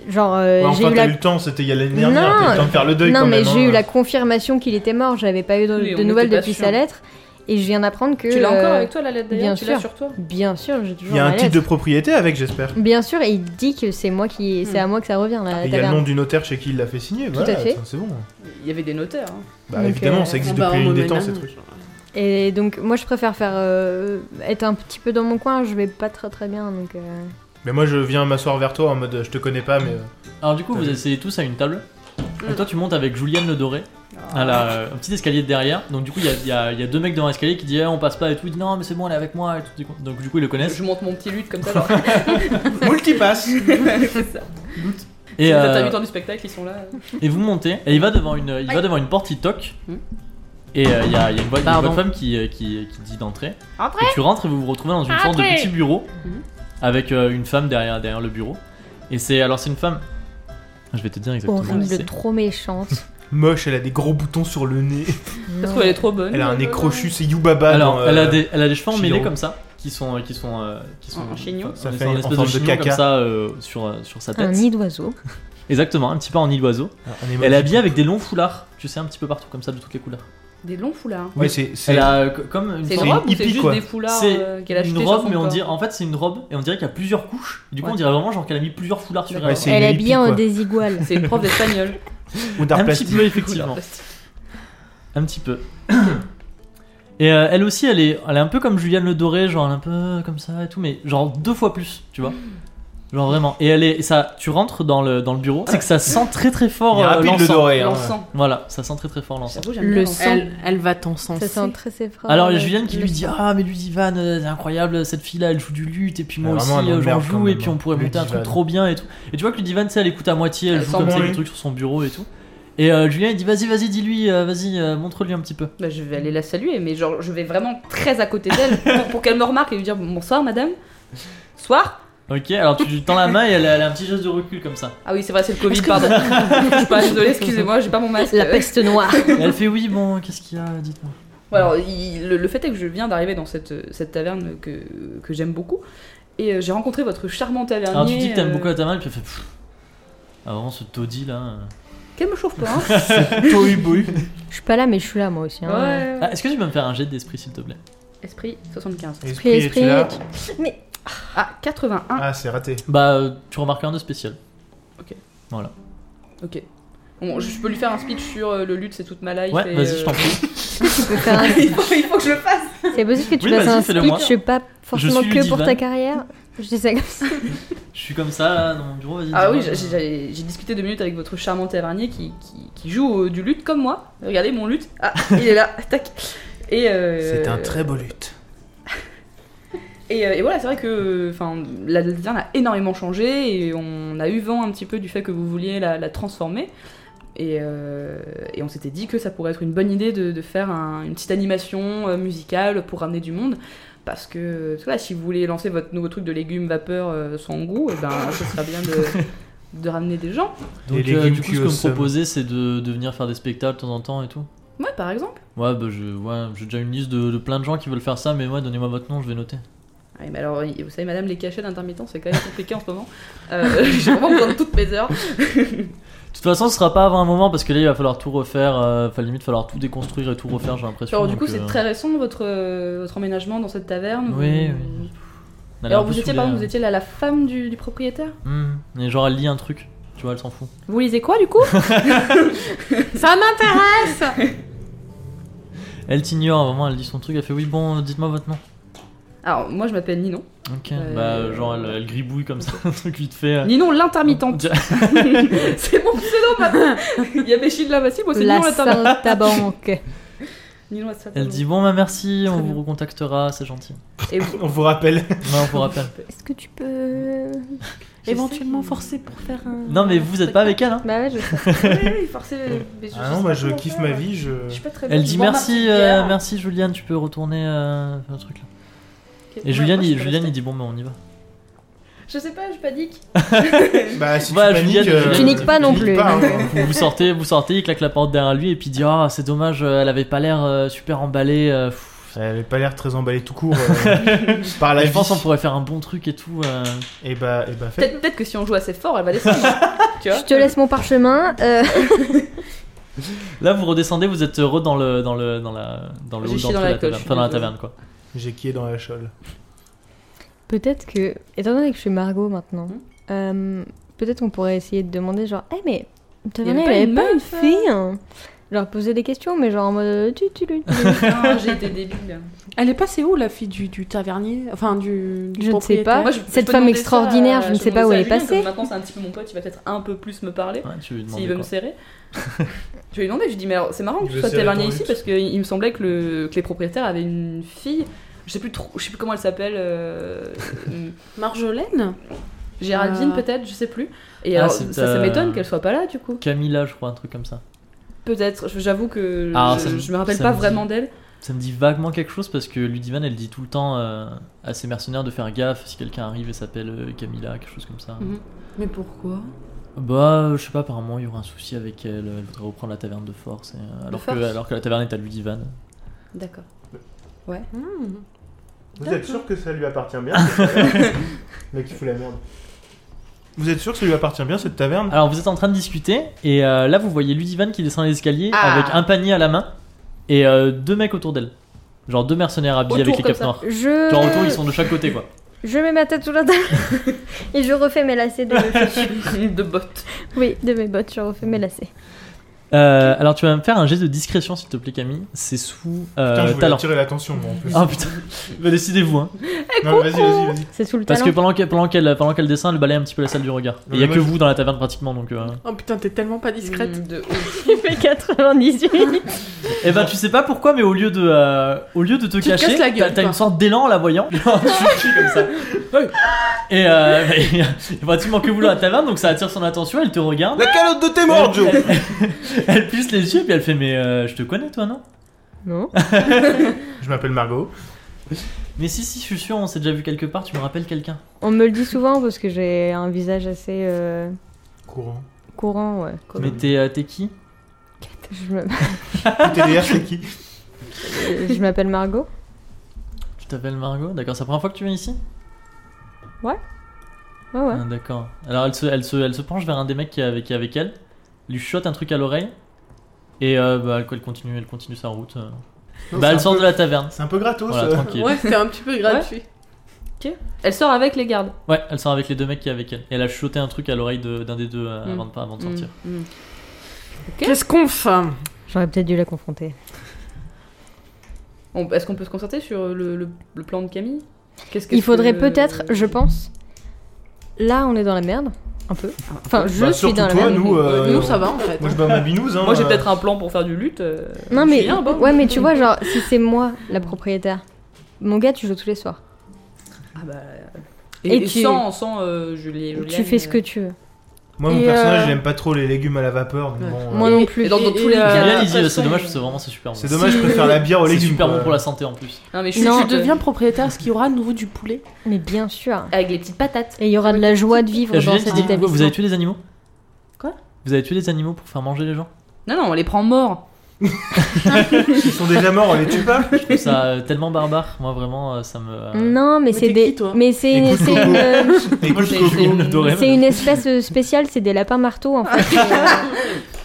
Speaker 3: Genre, euh,
Speaker 4: Ouais,
Speaker 3: j'ai
Speaker 4: enfin,
Speaker 3: eu
Speaker 4: t'as
Speaker 3: la.
Speaker 4: eu le temps, c'était il y a l'année dernière,
Speaker 3: Non.
Speaker 4: t'as eu le temps de faire le deuil
Speaker 3: Non,
Speaker 4: quand
Speaker 3: mais
Speaker 4: même.
Speaker 3: j'ai eu
Speaker 4: hein.
Speaker 3: la confirmation qu'il était mort. J'avais pas eu de,
Speaker 2: Oui,
Speaker 3: de
Speaker 2: on
Speaker 3: nouvelles
Speaker 2: n'était pas
Speaker 3: depuis
Speaker 2: sûr.
Speaker 3: sa lettre. Et je viens d'apprendre que.
Speaker 2: Tu l'as encore
Speaker 3: euh,
Speaker 2: avec toi la lettre d'ailleurs
Speaker 3: bien
Speaker 2: Tu l'as
Speaker 3: sûr.
Speaker 2: sur toi
Speaker 3: Bien sûr, j'ai toujours
Speaker 4: Il y a un
Speaker 3: ma
Speaker 4: titre de
Speaker 3: lettre.
Speaker 4: propriété avec, j'espère.
Speaker 3: Bien sûr, et il dit que c'est moi qui, c'est
Speaker 2: Hmm.
Speaker 3: à moi que ça revient la
Speaker 4: Et Ah, Il y a le
Speaker 3: taverne.
Speaker 4: nom du notaire chez qui il l'a fait signer.
Speaker 3: Bah, Tout
Speaker 4: voilà,
Speaker 3: à fait.
Speaker 4: ça, C'est bon.
Speaker 2: Il y avait des notaires. hein.
Speaker 4: Bah,
Speaker 3: Donc,
Speaker 4: évidemment,
Speaker 3: euh,
Speaker 4: ça existe
Speaker 5: Bon, bah,
Speaker 4: depuis
Speaker 5: on
Speaker 4: une
Speaker 5: me
Speaker 4: des temps,
Speaker 5: mène
Speaker 4: ces
Speaker 5: à-
Speaker 4: trucs.
Speaker 3: Et donc, moi, je préfère faire euh, être un petit peu dans mon coin. Je vais pas très très bien, donc. euh,
Speaker 4: Mais moi, je viens m'asseoir vers toi en mode euh, je te connais pas, mais. euh,
Speaker 1: alors du coup vous
Speaker 4: Salut.
Speaker 1: essayez tous à une table
Speaker 2: Mhm.
Speaker 1: et toi tu montes avec Julienne le Doré à la,
Speaker 2: Ah.
Speaker 1: euh, un petit escalier de derrière donc du coup il y a, il y a- il y a deux mecs devant l'escalier qui disent Eh, on passe pas et tout il dit non mais c'est bon elle est avec moi et tout. donc du coup ils le
Speaker 2: Je-
Speaker 1: connaissent
Speaker 2: Je monte mon petit lutte comme ça. Genre.
Speaker 4: Multipass
Speaker 2: c'est ça.
Speaker 1: et,
Speaker 2: Ça, T'as
Speaker 1: euh,
Speaker 2: vu temps du spectacle, ils sont là.
Speaker 1: Et vous montez, et il va devant une, il va devant une porte, il toque.
Speaker 2: Hmm.
Speaker 1: Et euh, il y, a il y a une voix une voix de
Speaker 5: Pardon.
Speaker 1: femme qui, euh, qui, qui dit d'entrer.
Speaker 2: Entrez.
Speaker 1: Et tu rentres et vous vous retrouvez dans une sorte de
Speaker 2: Entrez. Hmm.
Speaker 1: petit bureau
Speaker 5: Mhm.
Speaker 1: avec euh, une femme derrière, derrière le bureau. Et c'est alors c'est une femme. Je vais te dire exactement. qui
Speaker 3: horrible,
Speaker 1: c'est.
Speaker 3: trop méchante.
Speaker 4: Moche, elle a des gros boutons sur le nez.
Speaker 2: Je trouve elle est trop bonne.
Speaker 4: Elle a
Speaker 3: Oh
Speaker 4: un nez crochu, c'est Yubaba.
Speaker 1: Alors
Speaker 4: dans, euh,
Speaker 1: elle a des elle a des cheveux
Speaker 4: Chignon.
Speaker 1: emmêlés comme ça qui sont euh, qui sont euh, qui sont
Speaker 2: En chignon.
Speaker 1: Ça
Speaker 4: Ça
Speaker 1: fait
Speaker 4: fait
Speaker 1: un
Speaker 4: en
Speaker 1: espèce de
Speaker 4: forme de
Speaker 1: chignon
Speaker 4: caca.
Speaker 1: comme ça euh, sur euh, sur sa tête.
Speaker 3: un nid d'oiseau.
Speaker 1: Exactement, un petit peu en nid d'oiseau.
Speaker 4: un emoji.
Speaker 1: Elle est habillée avec des longs foulards, tu sais un petit peu partout comme ça de toutes les couleurs.
Speaker 2: Des longs foulards.
Speaker 4: Ouais, c'est. c'est-
Speaker 1: Elle a euh, co- comme une
Speaker 2: C'est
Speaker 1: sorte-
Speaker 2: une
Speaker 4: une
Speaker 2: robe ou c'est
Speaker 4: hippie,
Speaker 2: juste
Speaker 4: quoi.
Speaker 2: des foulards
Speaker 1: C'est
Speaker 2: euh, qu'elle a acheté
Speaker 1: une
Speaker 2: sur
Speaker 1: robe,
Speaker 2: son
Speaker 1: mais on
Speaker 2: corps
Speaker 1: dirait, en fait, c'est une robe et on dirait qu'il y a plusieurs couches. Du coup,
Speaker 2: Ouais.
Speaker 1: on dirait vraiment genre qu'elle a mis plusieurs foulards sur
Speaker 2: Ouais,
Speaker 1: elle.
Speaker 4: c'est
Speaker 3: Elle
Speaker 4: une
Speaker 3: est
Speaker 4: hippie,
Speaker 3: bien en
Speaker 4: quoi.
Speaker 3: désigual.
Speaker 2: C'est une prof d'espagnol.
Speaker 4: Ou d'art
Speaker 1: Un petit
Speaker 4: plastique.
Speaker 1: peu, effectivement.
Speaker 2: Couleur plastique.
Speaker 1: Un petit peu. Et euh, elle aussi, elle est, elle est un peu comme Juliane Le Doré, genre elle est un peu comme ça et tout, mais genre deux fois plus, tu vois. Genre vraiment. Et elle est, et ça, tu rentres dans le, dans le bureau, c'est que ça sent très très fort
Speaker 4: Il est
Speaker 1: euh,
Speaker 4: rapide le
Speaker 1: l'encens.
Speaker 4: doré. hein.
Speaker 2: L'encens.
Speaker 1: Voilà, ça sent très très fort l'encens.
Speaker 2: J'avoue, j'aime bien
Speaker 5: Le
Speaker 2: l'encens.
Speaker 5: sang, elle va t'en sens.
Speaker 3: Ça sent très ses phrases.
Speaker 1: Alors il y a Juliane qui
Speaker 3: Le
Speaker 1: lui dit ah mais lui Divan euh, c'est incroyable cette fille là elle joue du luth et puis moi
Speaker 4: Elle est
Speaker 1: aussi
Speaker 4: vraiment un
Speaker 1: euh, j'en
Speaker 4: emmerde, quand
Speaker 1: joue et
Speaker 4: même,
Speaker 1: puis on
Speaker 4: hein,
Speaker 1: pourrait
Speaker 4: le
Speaker 1: monter un truc
Speaker 4: Divan.
Speaker 1: trop bien et tout et tu vois que le Divan tu sais elle écoute à moitié elle,
Speaker 2: Elle
Speaker 1: joue
Speaker 2: sent
Speaker 1: comme
Speaker 4: bon,
Speaker 1: ça des
Speaker 4: oui.
Speaker 1: trucs sur son bureau et tout et euh, Julien il dit vas-y vas-y dis-lui euh, vas-y euh, montre-lui un petit peu
Speaker 2: Bah, je vais aller la saluer, mais genre, je vais vraiment très à côté d'elle pour, pour qu'elle me remarque et lui dire bonsoir, madame. Soir
Speaker 1: ok alors tu lui tends la main et elle, a- elle a un petit geste de recul comme ça
Speaker 2: Ah oui, c'est vrai, c'est le Covid, pardon. je suis pas désolée, excusez-moi, j'ai pas mon masque.
Speaker 3: La peste noire.
Speaker 1: et elle fait oui bon qu'est-ce qu'il y a dites-moi
Speaker 2: Ouais, alors, il- le, le fait est que je viens d'arriver dans cette, cette taverne que, que j'aime beaucoup. Et euh, j'ai rencontré votre charmant tavernier.
Speaker 1: alors Ah, tu dis que t'aimes
Speaker 2: euh,
Speaker 1: beaucoup la taverne et puis elle fait Pfff. ah vraiment ce taudis là euh.
Speaker 2: Qu'elle me chauffe pas, hein.
Speaker 3: Je suis pas là, mais je suis là moi aussi. hein.
Speaker 2: Ouais.
Speaker 1: Ah, est-ce que tu peux me faire un jet d'esprit s'il te plaît
Speaker 2: Esprit 75.
Speaker 4: Esprit,
Speaker 3: Esprit,
Speaker 4: es-tu là
Speaker 3: esprit.
Speaker 2: Ah, 81.
Speaker 4: Ah, c'est raté.
Speaker 1: bah euh, tu remarques un de spécial
Speaker 2: Ok. Bon, je je peux lui faire un speech sur euh, le lutte, c'est toute ma life.
Speaker 1: ouais
Speaker 2: et,
Speaker 1: vas-y
Speaker 2: euh,
Speaker 1: je t'en prie
Speaker 3: Tu peux faire un-
Speaker 2: il, faut, il faut que je le fasse.
Speaker 3: C'est possible que tu
Speaker 1: Oui,
Speaker 3: fasses
Speaker 1: vas-y,
Speaker 3: un
Speaker 1: fais-le
Speaker 3: speech,
Speaker 1: moi.
Speaker 3: je sais pas forcément
Speaker 1: suis
Speaker 3: que pour
Speaker 1: Ludivan.
Speaker 3: ta carrière. Je dis ça comme ça.
Speaker 1: je suis comme ça là, dans mon bureau vas-y
Speaker 2: Ah oui,
Speaker 1: dis-moi.
Speaker 2: j'ai- j'ai j'ai discuté deux minutes avec votre charmant tavernier qui, qui, qui joue euh, du lutte comme moi. Regardez mon lutte. Ah, il est là. Tac. Et euh,
Speaker 4: beau lutte.
Speaker 2: Et, euh, et voilà, c'est vrai que enfin, la la design a énormément changé et on a eu vent un petit peu du fait que vous vouliez la, la transformer. Et, euh, et on s'était dit que ça pourrait être une bonne idée de, de faire un- une petite animation euh, musicale pour ramener du monde. Parce que parce que voilà, si vous voulez lancer votre nouveau truc de légumes vapeur euh, sans goût, eh ben, ce serait bien de, de ramener des gens.
Speaker 1: Donc
Speaker 4: Les
Speaker 1: euh,
Speaker 4: légumes
Speaker 1: du coup,
Speaker 4: cuits
Speaker 1: ce
Speaker 4: au
Speaker 1: que me
Speaker 4: seum.
Speaker 1: proposez, c'est de, de venir faire des spectacles de temps en temps et tout.
Speaker 2: Moi, par exemple.
Speaker 1: Ouais, bah je, ouais, j'ai déjà une liste de, de plein de gens qui veulent faire ça, mais ouais, donnez-moi votre nom, je vais noter.
Speaker 2: Ah, mais alors, vous savez, madame, les cachets d'intermittents, c'est quand même compliqué en ce moment. Euh, J'ai vraiment besoin de toutes mes heures.
Speaker 1: De toute façon, ce sera pas avant un moment parce que là, il va falloir tout refaire. euh, Enfin, limite, falloir tout déconstruire et tout refaire, j'ai l'impression.
Speaker 2: Alors, du
Speaker 1: donc,
Speaker 2: coup,
Speaker 1: euh,
Speaker 2: c'est très récent votre, euh, votre emménagement dans cette taverne
Speaker 1: Oui,
Speaker 2: vous-
Speaker 1: oui. on a l'air un
Speaker 2: Alors,
Speaker 1: peu
Speaker 2: vous étiez,
Speaker 1: saoulés,
Speaker 2: pardon,
Speaker 1: euh.
Speaker 2: vous étiez la, la femme du, du propriétaire
Speaker 1: Hmm. Et genre, elle lit un truc. Tu vois, elle s'en fout.
Speaker 2: Vous lisez quoi du coup
Speaker 5: Ça m'intéresse
Speaker 1: Elle t'ignore, vraiment, elle lit son truc. Elle fait Oui, bon, euh, dites-moi votre nom.
Speaker 2: Alors, moi je m'appelle Ninon.
Speaker 1: Ok.
Speaker 2: Euh,
Speaker 1: Bah, genre, elle, elle gribouille comme ça, un truc vite fait. euh.
Speaker 2: Ninon l'intermittente.
Speaker 1: Dire-
Speaker 2: c'est mon pseudo maintenant Il y a Béchil là Massif, moi c'est
Speaker 3: La
Speaker 2: Ninon l'intermittente.
Speaker 3: Saltabanque.
Speaker 2: Ninon la Sainte
Speaker 1: Elle
Speaker 2: Banque.
Speaker 1: dit Bon, bah merci, on
Speaker 2: Très
Speaker 1: vous
Speaker 2: bien.
Speaker 1: recontactera, c'est gentil.
Speaker 2: Et vous-
Speaker 4: On vous rappelle.
Speaker 1: Ouais, on vous rappelle.
Speaker 3: Est-ce que tu peux.
Speaker 5: Éventuellement forcé pour faire un.
Speaker 1: Non, mais vous êtes pas avec elle, hein.
Speaker 3: Bah ouais, je
Speaker 2: Oui, oui, forcément. mais je-
Speaker 4: Ah
Speaker 2: sais
Speaker 4: non,
Speaker 2: pas
Speaker 4: bah je
Speaker 2: comment
Speaker 4: kiffe
Speaker 2: faire,
Speaker 4: ma
Speaker 2: ouais.
Speaker 4: vie, je.
Speaker 2: Je suis pas très bonne,
Speaker 1: Elle
Speaker 2: je
Speaker 1: dit
Speaker 2: bois ma
Speaker 1: merci,
Speaker 2: petite
Speaker 1: euh,
Speaker 2: bière.
Speaker 1: merci Juliane, tu peux retourner euh, faire un truc là.
Speaker 2: Ok,
Speaker 1: Et
Speaker 2: moi,
Speaker 1: Juliane,
Speaker 2: moi, je
Speaker 1: il,
Speaker 2: peux
Speaker 1: Juliane, il
Speaker 2: rester.
Speaker 1: dit bon, mais on y va.
Speaker 2: Je sais pas, je panique.
Speaker 4: Bah, si
Speaker 1: Bah,
Speaker 4: tu paniques,
Speaker 1: Juliette,
Speaker 4: euh,
Speaker 1: Tu niques
Speaker 3: pas non
Speaker 4: niques
Speaker 3: plus.
Speaker 4: pas, hein.
Speaker 1: Vous, vous sortez, vous sortez, il claque la porte derrière lui et puis il dit ah c'est dommage, euh, elle avait pas l'air euh, super emballée. euh, pff.
Speaker 4: Elle avait pas l'air très emballée tout court euh, par la
Speaker 1: je pense
Speaker 4: vie.
Speaker 1: qu'on pourrait faire un bon truc et tout. euh.
Speaker 4: Et bah, et bah fait.
Speaker 2: Peut-être peut-être que si on joue assez fort, elle va descendre. tu vois
Speaker 3: je te laisse mon parchemin. euh,
Speaker 1: Là vous redescendez, vous êtes heureux dans le dans le dans la dans le
Speaker 2: J'ai
Speaker 1: hall
Speaker 2: chié dans
Speaker 1: d'entrée de la
Speaker 2: la colle,
Speaker 1: taverne,
Speaker 2: je suis
Speaker 1: enfin, dans la
Speaker 2: désolée.
Speaker 1: taverne quoi.
Speaker 4: J'ai qui est dans la chole.
Speaker 3: Peut-être que. Étant donné que je suis Margot maintenant,
Speaker 2: Hmm.
Speaker 3: euh, peut-être on pourrait essayer de demander genre, Eh mais. T'as
Speaker 2: Il y avait
Speaker 3: elle
Speaker 2: pas
Speaker 3: avait
Speaker 2: une
Speaker 3: pas une
Speaker 2: meuf, euh
Speaker 3: fille hein Leur poser des questions, mais genre en mode. euh, Tu, tu, tu, tu.
Speaker 2: Non, j'ai été débile.
Speaker 5: Elle est passée où la fille du, du tavernier Enfin, du,
Speaker 3: Je
Speaker 5: du
Speaker 3: ne sais
Speaker 5: propriétaire
Speaker 3: pas.
Speaker 2: Moi, je- je
Speaker 3: Cette
Speaker 2: peux
Speaker 3: femme
Speaker 2: demander ça
Speaker 3: extraordinaire,
Speaker 2: à-
Speaker 3: je ne sais
Speaker 2: peux
Speaker 3: pas où
Speaker 2: demander
Speaker 3: elle
Speaker 2: ça à
Speaker 3: est
Speaker 2: Julien, comme
Speaker 3: passée.
Speaker 2: Maintenant, c'est un petit peu mon pote, il va peut-être un peu plus me parler.
Speaker 1: Ouais, tu lui demandes
Speaker 2: S'il veut me
Speaker 1: Ah, quoi.
Speaker 2: serrer. Je lui ai demandé, je lui ai dit, mais alors, c'est marrant
Speaker 4: Il
Speaker 2: que
Speaker 4: veut
Speaker 2: tu sois
Speaker 4: serrer ton
Speaker 2: tavernier ici
Speaker 4: luxe.
Speaker 2: parce qu'il il me semblait que, le- que les propriétaires avaient une fille. Je sais plus trop, je sais plus comment elle s'appelle. euh,
Speaker 5: Marjolaine
Speaker 2: Géraldine
Speaker 5: Ah.
Speaker 2: peut-être, je sais plus. Et
Speaker 1: Ah,
Speaker 2: alors, ça,
Speaker 1: c'est,
Speaker 2: ça
Speaker 1: euh,
Speaker 2: m'étonne qu'elle soit pas là du coup.
Speaker 1: Camilla je crois un truc comme ça.
Speaker 2: Peut-être. Je- J'avoue que
Speaker 1: Ah,
Speaker 2: je,
Speaker 1: ça me-
Speaker 2: je me rappelle
Speaker 1: ça
Speaker 2: pas
Speaker 1: me dit.
Speaker 2: vraiment d'elle.
Speaker 1: Ça me dit vaguement quelque chose parce que Ludivan elle dit tout le temps euh, à ses mercenaires de faire gaffe si quelqu'un arrive et s'appelle euh, Camilla quelque chose comme ça.
Speaker 2: Mhm.
Speaker 5: Mais pourquoi
Speaker 1: Bah, euh, je sais pas, apparemment il y aura un souci avec elle, elle voudrait reprendre la taverne de force, et, euh, alors,
Speaker 2: force
Speaker 1: Que, alors que la taverne est à Ludivan.
Speaker 2: D'accord.
Speaker 4: Vous
Speaker 5: D'accord.
Speaker 4: êtes sûr que ça lui appartient bien Mec, qui fout la merde. Vous êtes sûr que ça lui appartient bien cette taverne
Speaker 1: Alors vous êtes en train de discuter, et euh, là vous voyez Ludivan qui descend les escaliers
Speaker 2: Ah.
Speaker 1: avec un panier à la main, et euh, deux mecs autour d'elle. Genre deux mercenaires habillés
Speaker 2: Autour,
Speaker 1: avec les
Speaker 2: comme
Speaker 1: capes
Speaker 2: ça.
Speaker 1: noires.
Speaker 3: Je.
Speaker 1: Genre autour ils sont de chaque côté quoi.
Speaker 3: Je mets ma tête sous la table. et je refais mes lacets de.
Speaker 2: de bottes.
Speaker 3: oui, de mes bottes, je refais mes lacets.
Speaker 1: Euh, alors tu vas me faire un geste de discrétion s'il te plaît Camille. C'est sous euh,
Speaker 4: Putain, je voulais
Speaker 1: talent.
Speaker 4: attirer l'attention, moi, en plus.
Speaker 1: Ah putain, Bah, décidez-vous. Hein.
Speaker 4: non, mais vas-y, vas-y, vas-y.
Speaker 3: C'est sous le
Speaker 1: Parce que
Speaker 3: talent.
Speaker 1: pendant qu'elle pendant qu'elle pendant qu'elle dessine, elle balaye un petit peu la salle du regard. Il y a
Speaker 4: mais
Speaker 1: que
Speaker 4: moi, je-
Speaker 1: vous dans la taverne pratiquement donc. euh.
Speaker 5: Oh putain, t'es tellement pas discrète.
Speaker 2: Mm, de ouf.
Speaker 3: Il fait 98.
Speaker 1: Eh ben tu sais pas pourquoi, mais au lieu de, euh, au lieu de te
Speaker 5: te
Speaker 1: cacher,
Speaker 5: casses la
Speaker 1: t'as-
Speaker 5: gueule,
Speaker 1: t'as
Speaker 5: quoi.
Speaker 1: une sorte d'élan en la voyant. tu cries comme ça. Et euh, bah, il y a pratiquement que vous dans la taverne, donc ça attire son attention, elle te regarde,
Speaker 6: La calotte de tes morts, Joe
Speaker 1: elle plisse les yeux, puis elle fait Mais euh, je te connais toi, non
Speaker 3: Non.
Speaker 4: Je m'appelle Margot.
Speaker 1: Mais si, si, je suis sûr, on s'est déjà vu quelque part, tu me rappelles quelqu'un.
Speaker 3: On me le dit souvent parce que j'ai un visage assez euh,
Speaker 4: Courant.
Speaker 3: courant. Ouais. Quoi.
Speaker 5: bah,
Speaker 1: Mais t'es euh, t'es qui
Speaker 3: Je me-
Speaker 4: TDR, c'est qui
Speaker 3: je m'appelle Margot.
Speaker 1: Tu t'appelles Margot D'accord, c'est la première fois que tu viens ici
Speaker 3: Ouais, ouais.
Speaker 1: Ah, D'accord. Alors elle se, elle, se, elle se penche vers un des mecs qui est avec, qui est avec elle, lui chote un truc à l'oreille, et euh, bah, elle continue, elle continue sa route. euh. bah
Speaker 4: Non, Oh, c'est
Speaker 1: elle
Speaker 4: un
Speaker 1: sort
Speaker 4: peu-
Speaker 1: de la taverne.
Speaker 4: C'est un peu gratos.
Speaker 1: Voilà,
Speaker 4: euh.
Speaker 1: tranquille.
Speaker 5: Ouais, c'était un petit peu gratuit.
Speaker 2: Elle sort avec les gardes.
Speaker 1: Ouais, elle sort avec les deux mecs qui est avec elle. Et elle a chuchoté un truc à l'oreille de- d'un des deux euh,
Speaker 2: Mm.
Speaker 1: avant, de, avant de sortir.
Speaker 2: Mm, mm.
Speaker 5: Qu'est-ce qu'on fait
Speaker 3: J'aurais peut-être dû la confronter.
Speaker 2: On- Est-ce qu'on peut se concentrer sur le, le- le plan de Camille Qu'est-ce que-
Speaker 3: Il faudrait
Speaker 2: euh,
Speaker 3: peut-être, je pense. Là, on est dans la merde, un peu. Enfin, je
Speaker 4: Bah,
Speaker 3: suis
Speaker 4: surtout
Speaker 3: dans la
Speaker 4: toi,
Speaker 3: merde.
Speaker 4: nous, euh,
Speaker 5: Nous, ça va en fait.
Speaker 4: Moi, je bats ma binouse, hein.
Speaker 2: Moi j'ai
Speaker 4: euh,
Speaker 2: peut-être un plan pour faire du lutte. euh,
Speaker 3: Non mais
Speaker 2: Julien, bon.
Speaker 3: ouais mais tu vois genre si c'est moi la propriétaire, mon gars tu joues tous les soirs.
Speaker 2: Ah bah, Et,
Speaker 3: Et
Speaker 2: et
Speaker 3: tu-
Speaker 2: sans, sans euh, Julie,
Speaker 3: tu fais ce que tu veux.
Speaker 4: Moi, mon
Speaker 5: Et,
Speaker 4: personnage,
Speaker 5: euh,
Speaker 4: j'aime pas trop les légumes à la vapeur. donc
Speaker 5: Ouais.
Speaker 4: bon, euh,
Speaker 3: Moi non plus.
Speaker 2: Et dans dans tous les
Speaker 5: euh,
Speaker 2: cas.
Speaker 1: Bien,
Speaker 5: de
Speaker 1: il dit,
Speaker 5: toute
Speaker 1: c'est
Speaker 5: façon,
Speaker 1: dommage,
Speaker 5: euh,
Speaker 1: c'est vraiment c'est super bon.
Speaker 4: C'est dommage,
Speaker 3: Si.
Speaker 4: je préfère la bière aux
Speaker 1: C'est
Speaker 4: légumes.
Speaker 1: super bon
Speaker 4: quoi.
Speaker 1: pour la santé en plus.
Speaker 2: Non mais je
Speaker 5: Si
Speaker 3: Non.
Speaker 5: tu deviens propriétaire, est-ce qu'il y aura à nouveau du poulet
Speaker 3: Mais bien sûr.
Speaker 2: avec les petites patates.
Speaker 3: Et il y aura de la joie de vivre
Speaker 1: Euh,
Speaker 3: dans
Speaker 1: Juliette, tu
Speaker 3: cet
Speaker 1: dis quoi, vous avez
Speaker 3: établissement.
Speaker 1: tué des animaux
Speaker 5: Quoi
Speaker 1: Vous avez tué des animaux pour faire manger les gens
Speaker 2: Non non, on les prend morts.
Speaker 4: Ils sont déjà morts, on les tue pas.
Speaker 1: Je trouve ça euh, tellement barbare. Moi vraiment, euh, ça me. euh,
Speaker 3: Non mais
Speaker 5: Mais
Speaker 3: c'est
Speaker 5: t'es
Speaker 3: des
Speaker 5: qui, toi
Speaker 3: mais c'est
Speaker 4: Écoute,
Speaker 3: c'est
Speaker 4: Coco.
Speaker 3: une
Speaker 4: Écoute,
Speaker 1: j'ai-
Speaker 4: Coco.
Speaker 1: j'ai adoré.
Speaker 3: c'est une espèce euh, spéciale c'est des lapins marteaux en fait.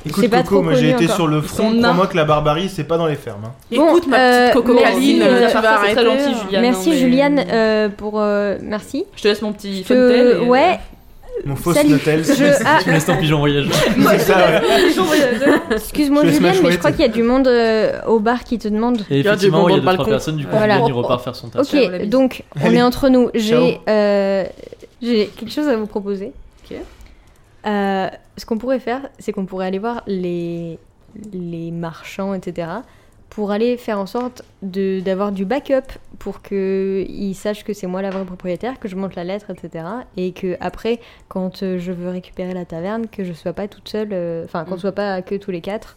Speaker 4: Écoute,
Speaker 3: pas
Speaker 4: Coco,
Speaker 3: trop
Speaker 4: moi, j'ai été
Speaker 3: connu encore.
Speaker 4: sur le front.
Speaker 2: sont
Speaker 4: Crois-moi que la barbarie, c'est pas dans les fermes. hein.
Speaker 3: Bon,
Speaker 5: Écoute, ma
Speaker 3: euh,
Speaker 5: petite coco
Speaker 3: merci,
Speaker 5: Caroline,
Speaker 3: euh,
Speaker 5: tu
Speaker 2: ça,
Speaker 5: vas
Speaker 2: c'est
Speaker 5: arrêter.
Speaker 2: très gentil, Juliane.
Speaker 3: merci
Speaker 2: non, mais-
Speaker 3: Juliane euh, pour euh, merci.
Speaker 2: Je te laisse mon petit
Speaker 3: Que-
Speaker 2: funtel. et-
Speaker 3: ouais.
Speaker 4: Mon faux
Speaker 3: Salut.
Speaker 4: Snotels.
Speaker 3: Je ah,
Speaker 1: Tu me laisses ton pigeon voyage.
Speaker 4: C'est ça,
Speaker 2: euh,
Speaker 4: ouais.
Speaker 3: excuse-moi
Speaker 4: Je laisse ma
Speaker 3: Juliane mais je
Speaker 4: chouette.
Speaker 3: crois qu'il y a du monde euh, au bar qui te demande.
Speaker 1: Et
Speaker 5: Regarde,
Speaker 1: effectivement,
Speaker 5: des
Speaker 1: il y a deux
Speaker 5: bonbons de
Speaker 1: trois
Speaker 5: balcon.
Speaker 1: personnes. Du coup,
Speaker 3: Voilà.
Speaker 1: Juliane, il repart faire son taf.
Speaker 3: Ok,
Speaker 2: Ciao, la bise.
Speaker 3: donc on
Speaker 4: Allez.
Speaker 3: est entre nous. J'ai
Speaker 4: Ciao.
Speaker 3: euh, j'ai quelque chose à vous proposer.
Speaker 2: Ok.
Speaker 3: Euh, ce qu'on pourrait faire, c'est qu'on pourrait aller voir les, les marchands, etc., pour aller faire en sorte de- d'avoir du backup pour qu'ils sachent que c'est moi la vraie propriétaire, que je monte la lettre, etc. Et que après, quand euh, je veux récupérer la taverne, que je sois pas toute seule, euh, enfin qu'on
Speaker 2: Mm.
Speaker 3: soit pas que tous les quatre,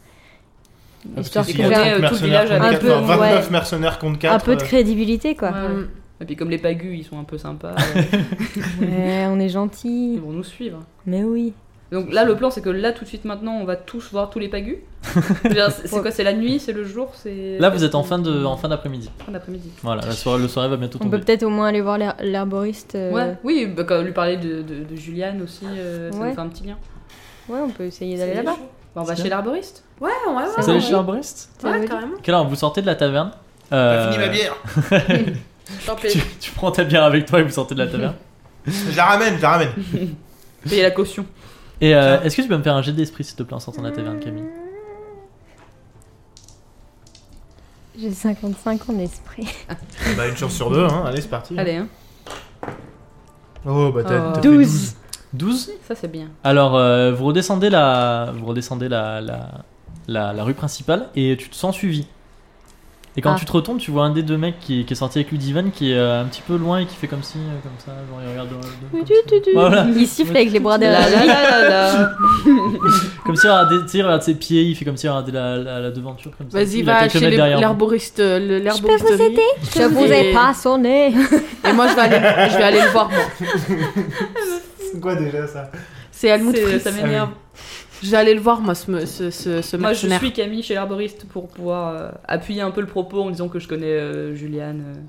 Speaker 4: Parce
Speaker 3: histoire
Speaker 4: que
Speaker 3: qu'on
Speaker 4: s'il y a euh,
Speaker 2: qu'on
Speaker 3: ait
Speaker 2: ait, euh, tout le
Speaker 4: mercenaires
Speaker 2: village à
Speaker 4: contre
Speaker 3: la
Speaker 4: quatre,
Speaker 3: maison.
Speaker 4: enfin,
Speaker 3: Un peu,
Speaker 4: 29
Speaker 3: ouais.
Speaker 4: mercenaires contre 4.
Speaker 3: un peu de crédibilité, quoi.
Speaker 2: Ouais, ouais. Et puis comme les pagus, ils sont un peu sympas, euh,
Speaker 3: Ouais, on est
Speaker 2: ils
Speaker 3: gentil,
Speaker 2: vont nous suivre.
Speaker 3: mais oui.
Speaker 2: Donc là, le plan, c'est que là, tout de suite, maintenant, on va tous voir tous les pagus. Je veux dire, C'est c'est quoi C'est la nuit C'est le jour C'est
Speaker 1: Là, vous êtes en fin de, en fin d'après-midi.
Speaker 2: Fin d'après-midi.
Speaker 1: Voilà, la soirée, le soirée va bientôt
Speaker 3: On peut
Speaker 1: tomber.
Speaker 3: peut-être au moins aller voir l'her- l'herboriste. euh,
Speaker 2: Ouais, oui, bah, quand lui parler de, de, de Juliane aussi, euh, ça
Speaker 3: Ouais.
Speaker 2: nous fait un petit lien.
Speaker 3: ouais, on peut essayer d'aller là-bas.
Speaker 2: Bah, on va
Speaker 1: C'est
Speaker 2: chez l'arboriste.
Speaker 5: Ouais, ouais, ouais.
Speaker 1: Vous allez chez Arboriste
Speaker 3: Ça veut
Speaker 5: Ouais,
Speaker 3: dire-
Speaker 5: carrément.
Speaker 1: Quelle heure vous sortez de la taverne
Speaker 6: T'as
Speaker 1: Euh,
Speaker 6: fini ma bière
Speaker 5: Tant
Speaker 1: tu,
Speaker 5: pis.
Speaker 1: tu prends ta bière avec toi et vous sortez de la taverne.
Speaker 6: Je la ramène, je la ramène.
Speaker 2: Payer la caution.
Speaker 1: Et euh, est-ce que tu peux me faire un jet d'esprit s'il te plaît en sortant de la taverne, Camille
Speaker 3: J'ai 55 en esprit.
Speaker 4: Bah, une chance sur deux, hein. Allez, c'est parti.
Speaker 2: Allez, hein.
Speaker 4: Oh, bah, t'as
Speaker 2: Oh.
Speaker 4: t'as fait
Speaker 3: 12.
Speaker 4: 12.
Speaker 1: 12
Speaker 2: ça c'est bien.
Speaker 1: Alors, euh, vous redescendez, la, vous redescendez la, la, la- la rue principale et tu te sens suivi. Et quand
Speaker 3: Ah.
Speaker 1: tu te retournes, tu vois un des deux mecs qui, est- qui est sorti avec Ludivan qui est euh, un petit peu loin et qui fait comme si, euh, comme ça, genre il regarde. dans le- comme ça. Voilà,
Speaker 3: Il siffle avec les bras derrière
Speaker 2: La,
Speaker 3: la
Speaker 2: la, la, la, la.
Speaker 1: comme si il regardait, tu sais, il regarde ses pieds, il fait comme s'il regardait la, la, la devanture comme ça.
Speaker 5: Vas-y,
Speaker 1: Il a
Speaker 5: va
Speaker 1: quelques
Speaker 5: chez
Speaker 1: mètres
Speaker 5: les-
Speaker 1: derrière vous.
Speaker 5: l'herboriste. euh, le- l'herboristerie.
Speaker 3: Je peux vous Je vous ai pas sonné.
Speaker 5: Et moi, je vais aller, je vais aller le voir, moi.
Speaker 4: C'est quoi déjà ça
Speaker 5: C'est Helmut
Speaker 2: C'est-
Speaker 5: Fritz.
Speaker 2: Ça m'énerve.
Speaker 1: Ah
Speaker 5: Je vais aller le voir, moi, ce, ce, ce, ce
Speaker 2: Moi je
Speaker 5: mercenaire.
Speaker 2: suis Camille chez l'arboriste pour pouvoir euh, appuyer un peu le propos en disant que je connais euh, Juliane. euh.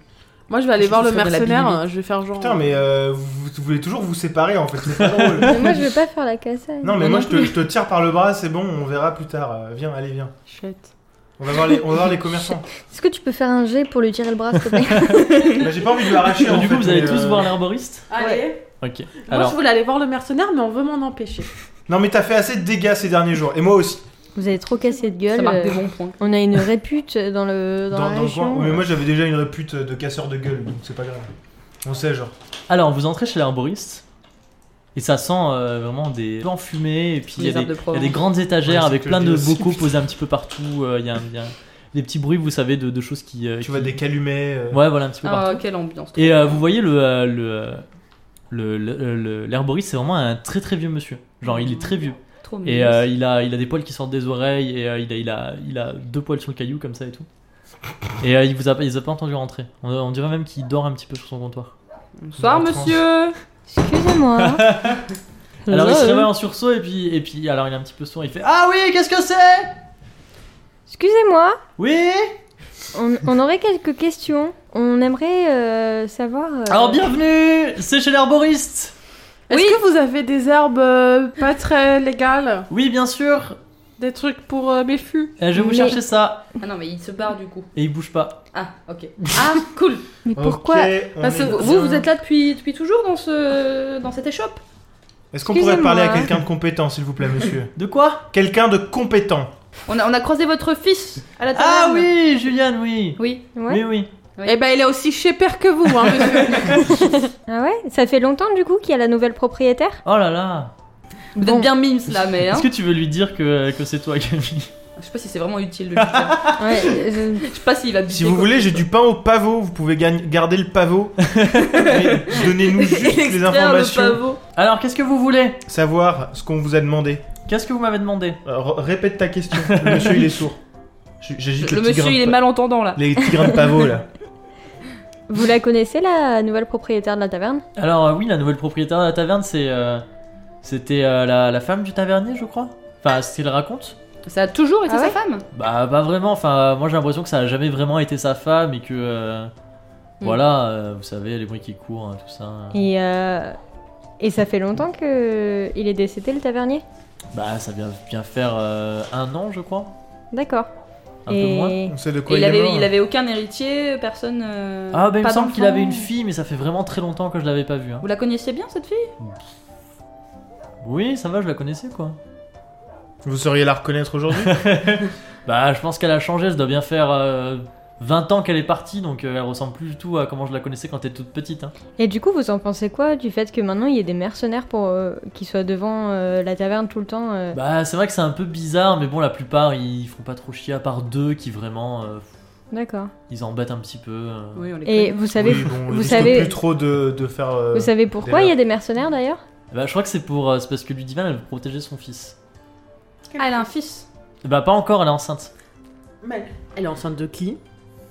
Speaker 5: Moi, je vais aller
Speaker 2: Je
Speaker 5: voir le
Speaker 2: trouve ça de la
Speaker 5: mercenaire.
Speaker 2: bilibili.
Speaker 5: hein, Je vais faire genre.
Speaker 4: Putain, mais euh, vous, vous voulez toujours vous séparer en fait, c'est pas drôle.
Speaker 3: moi, je veux pas faire la cassagne.
Speaker 4: Non, mais
Speaker 2: Moi
Speaker 4: moi
Speaker 2: non
Speaker 4: je te, je te tire par le bras, c'est bon, on verra plus tard. Euh, viens, allez, viens.
Speaker 5: Chouette.
Speaker 4: On va voir les, on va voir les commerçants.
Speaker 3: Est-ce que tu peux faire un jet pour lui tirer le bras, s'il te plaît
Speaker 4: Bah, j'ai pas envie de l'arracher.
Speaker 1: Donc,
Speaker 4: en
Speaker 1: du
Speaker 4: fait,
Speaker 1: coup, vous allez
Speaker 4: mais,
Speaker 1: tous
Speaker 4: euh,
Speaker 1: voir l'herboriste
Speaker 5: Allez.
Speaker 1: Ok.
Speaker 5: Moi,
Speaker 1: Alors,
Speaker 5: je voulais aller voir le mercenaire, mais on veut m'en empêcher.
Speaker 4: Non, mais t'as fait assez de dégâts ces derniers jours, et moi aussi.
Speaker 3: Vous avez trop cassé de
Speaker 2: Ça
Speaker 3: gueule.
Speaker 2: marque des
Speaker 3: euh,
Speaker 2: bons points.
Speaker 3: On a une répute dans le dans,
Speaker 4: Dans, dans
Speaker 3: la
Speaker 4: le coin.
Speaker 3: région.
Speaker 4: Oui, mais moi j'avais déjà une répute euh, de casseur de gueule, donc c'est pas grave. On sait, genre.
Speaker 1: Alors, vous entrez chez l'arboriste. Et ça sent euh, vraiment des plans fumés. Et puis il y,
Speaker 2: Des
Speaker 1: a
Speaker 2: arbres
Speaker 1: des- il
Speaker 2: de
Speaker 1: y a
Speaker 2: Provence.
Speaker 1: des grandes étagères
Speaker 4: Ouais,
Speaker 1: avec
Speaker 4: c'est
Speaker 1: plein
Speaker 4: ce que
Speaker 1: de
Speaker 4: je dis aussi,
Speaker 1: bocaux
Speaker 4: putain.
Speaker 1: posés un petit peu partout. euh, Il y, a, il y a des petits bruits, vous savez, de, de choses qui. euh,
Speaker 4: Tu
Speaker 1: qui-
Speaker 4: vois des calumets. euh,
Speaker 1: Ouais, voilà, un petit peu partout.
Speaker 2: Ah, quelle ambiance. trop
Speaker 1: Et euh,
Speaker 2: bien.
Speaker 1: vous voyez le euh, le euh, le- le- le- l'herboriste, c'est vraiment un très très vieux monsieur. Genre, il est très vieux.
Speaker 2: Trop
Speaker 1: Et
Speaker 2: mignon.
Speaker 1: euh, il a il a des poils qui sortent des oreilles et euh, il, a, il a il a deux poils sur le caillou comme ça et tout. Et euh, il vous a pas il vous a pas entendu rentrer. On, on dirait même qu'il dort un petit peu sur son comptoir.
Speaker 2: Bonsoir,
Speaker 4: Dans la
Speaker 2: monsieur
Speaker 3: Excusez-moi. Euh,
Speaker 1: Alors il
Speaker 3: Hello.
Speaker 1: se réveille en sursaut et puis et puis alors il est un petit peu sourd. Il fait ah oui qu'est-ce que c'est
Speaker 3: Excusez-moi.
Speaker 1: oui
Speaker 3: On, on aurait quelques questions. On aimerait euh, savoir. euh,
Speaker 1: alors bienvenue c'est chez l'herboriste.
Speaker 5: Est-ce que vous avez des herbes euh, pas très légales
Speaker 1: Oui bien sûr
Speaker 5: Des trucs pour euh, mes fûts
Speaker 1: Euh, je vais vous
Speaker 3: Mais-
Speaker 1: chercher ça
Speaker 2: Ah non, mais il se barre du coup.
Speaker 1: et il bouge pas.
Speaker 2: Ah, ok. Ah, cool
Speaker 3: Mais
Speaker 4: Ok,
Speaker 3: pourquoi
Speaker 4: on
Speaker 5: Parce
Speaker 4: est
Speaker 5: que
Speaker 2: Vous,
Speaker 4: bien.
Speaker 2: vous êtes là depuis, depuis toujours dans, ce, dans cette échoppe
Speaker 4: Est-ce qu'on pourrait
Speaker 3: Excusez-moi.
Speaker 4: parler à quelqu'un de compétent, s'il vous plaît, monsieur
Speaker 1: De quoi
Speaker 4: Quelqu'un de compétent.
Speaker 2: on a, on a croisé votre fils à la taverne
Speaker 1: Ah oui Juliane oui
Speaker 2: Oui.
Speaker 1: oui
Speaker 3: Ouais.
Speaker 1: oui.
Speaker 5: Eh ben, il est aussi chez père que vous, hein, monsieur.
Speaker 3: Ah ouais Ça fait longtemps du coup qu'il y a la nouvelle propriétaire
Speaker 1: Oh là là
Speaker 2: Vous
Speaker 3: Bon.
Speaker 2: êtes bien mimes là, mais. Hein.
Speaker 1: Est-ce que tu veux lui dire que, que c'est toi, Camille
Speaker 2: Je sais pas si c'est vraiment utile de le dire.
Speaker 3: Ouais, euh,
Speaker 2: Je sais pas s'il a
Speaker 4: Si vous voulez, j'ai du pain au pavot. Vous pouvez gagn- garder le pavot. Mais Donnez-nous juste les
Speaker 2: Le
Speaker 4: informations.
Speaker 2: pavot.
Speaker 1: Alors, qu'est-ce que vous voulez
Speaker 4: Savoir ce qu'on vous a demandé.
Speaker 1: Qu'est-ce que vous m'avez demandé
Speaker 4: Euh, r- répète ta question. Le monsieur, il est sourd. J- J'agite
Speaker 2: Le,
Speaker 4: le, petit
Speaker 2: monsieur,
Speaker 4: grain de
Speaker 2: il est
Speaker 4: pa-
Speaker 2: malentendant là.
Speaker 4: Les petits grains de pavot, là.
Speaker 3: vous la connaissez la nouvelle propriétaire de la taverne
Speaker 1: Alors, euh, oui, la nouvelle propriétaire de la taverne, c'est. euh, C'était euh, la, la femme du tavernier, je crois Enfin, c'est ce qu'il raconte
Speaker 2: Ça a toujours été
Speaker 3: Ah ouais
Speaker 2: sa femme
Speaker 1: Bah, pas vraiment. Enfin, moi j'ai l'impression que ça a jamais vraiment été sa femme et que. euh,
Speaker 2: Mm.
Speaker 1: Voilà, euh, vous savez, les bruits qui courent, hein, tout ça.
Speaker 3: Et euh, et ça fait longtemps que il est décédé le tavernier
Speaker 1: Bah, ça vient bien faire euh, un an, je crois.
Speaker 3: D'accord.
Speaker 1: Un peu moins.
Speaker 3: Et
Speaker 4: On sait de
Speaker 2: Et
Speaker 4: quoi
Speaker 2: il,
Speaker 4: il, est
Speaker 2: avait,
Speaker 4: mort. hein. ben,
Speaker 2: il avait aucun héritier, personne. euh,
Speaker 1: Ah, bah, il me
Speaker 2: pas
Speaker 1: semble qu'il
Speaker 2: d'enfant.
Speaker 1: avait une fille, mais ça fait vraiment très longtemps que je l'avais pas vue. hein.
Speaker 2: Vous la connaissiez bien cette fille
Speaker 1: Oui, ça va, je la connaissais, quoi.
Speaker 4: Vous sauriez la reconnaître aujourd'hui
Speaker 1: Bah, je pense qu'elle a changé, ça doit bien faire euh, 20 ans qu'elle est partie, donc euh, elle ressemble plus du tout à comment je la connaissais quand elle était toute petite. hein.
Speaker 3: et du coup, vous en pensez quoi du fait que maintenant il y ait des mercenaires pour euh, qui soient devant euh, la taverne tout le temps euh,
Speaker 1: Bah, c'est vrai que c'est un peu bizarre, mais bon, la plupart ils font pas trop chier, à part deux qui vraiment euh,
Speaker 3: D'accord.
Speaker 1: ils embêtent un petit peu. euh.
Speaker 2: Oui, on les
Speaker 3: Et
Speaker 2: connaît.
Speaker 3: vous savez
Speaker 4: Oui, bon,
Speaker 3: vous
Speaker 4: il risque
Speaker 3: savez-
Speaker 4: plus trop de, de faire. euh,
Speaker 3: vous savez pourquoi
Speaker 4: des
Speaker 3: il y a des mercenaires d'ailleurs
Speaker 1: Bah, je crois que c'est pour. euh, c'est parce que Ludivine elle veut protéger son fils.
Speaker 2: Ah, elle a un fils
Speaker 1: Bah, pas encore, elle est enceinte.
Speaker 5: Elle est enceinte de qui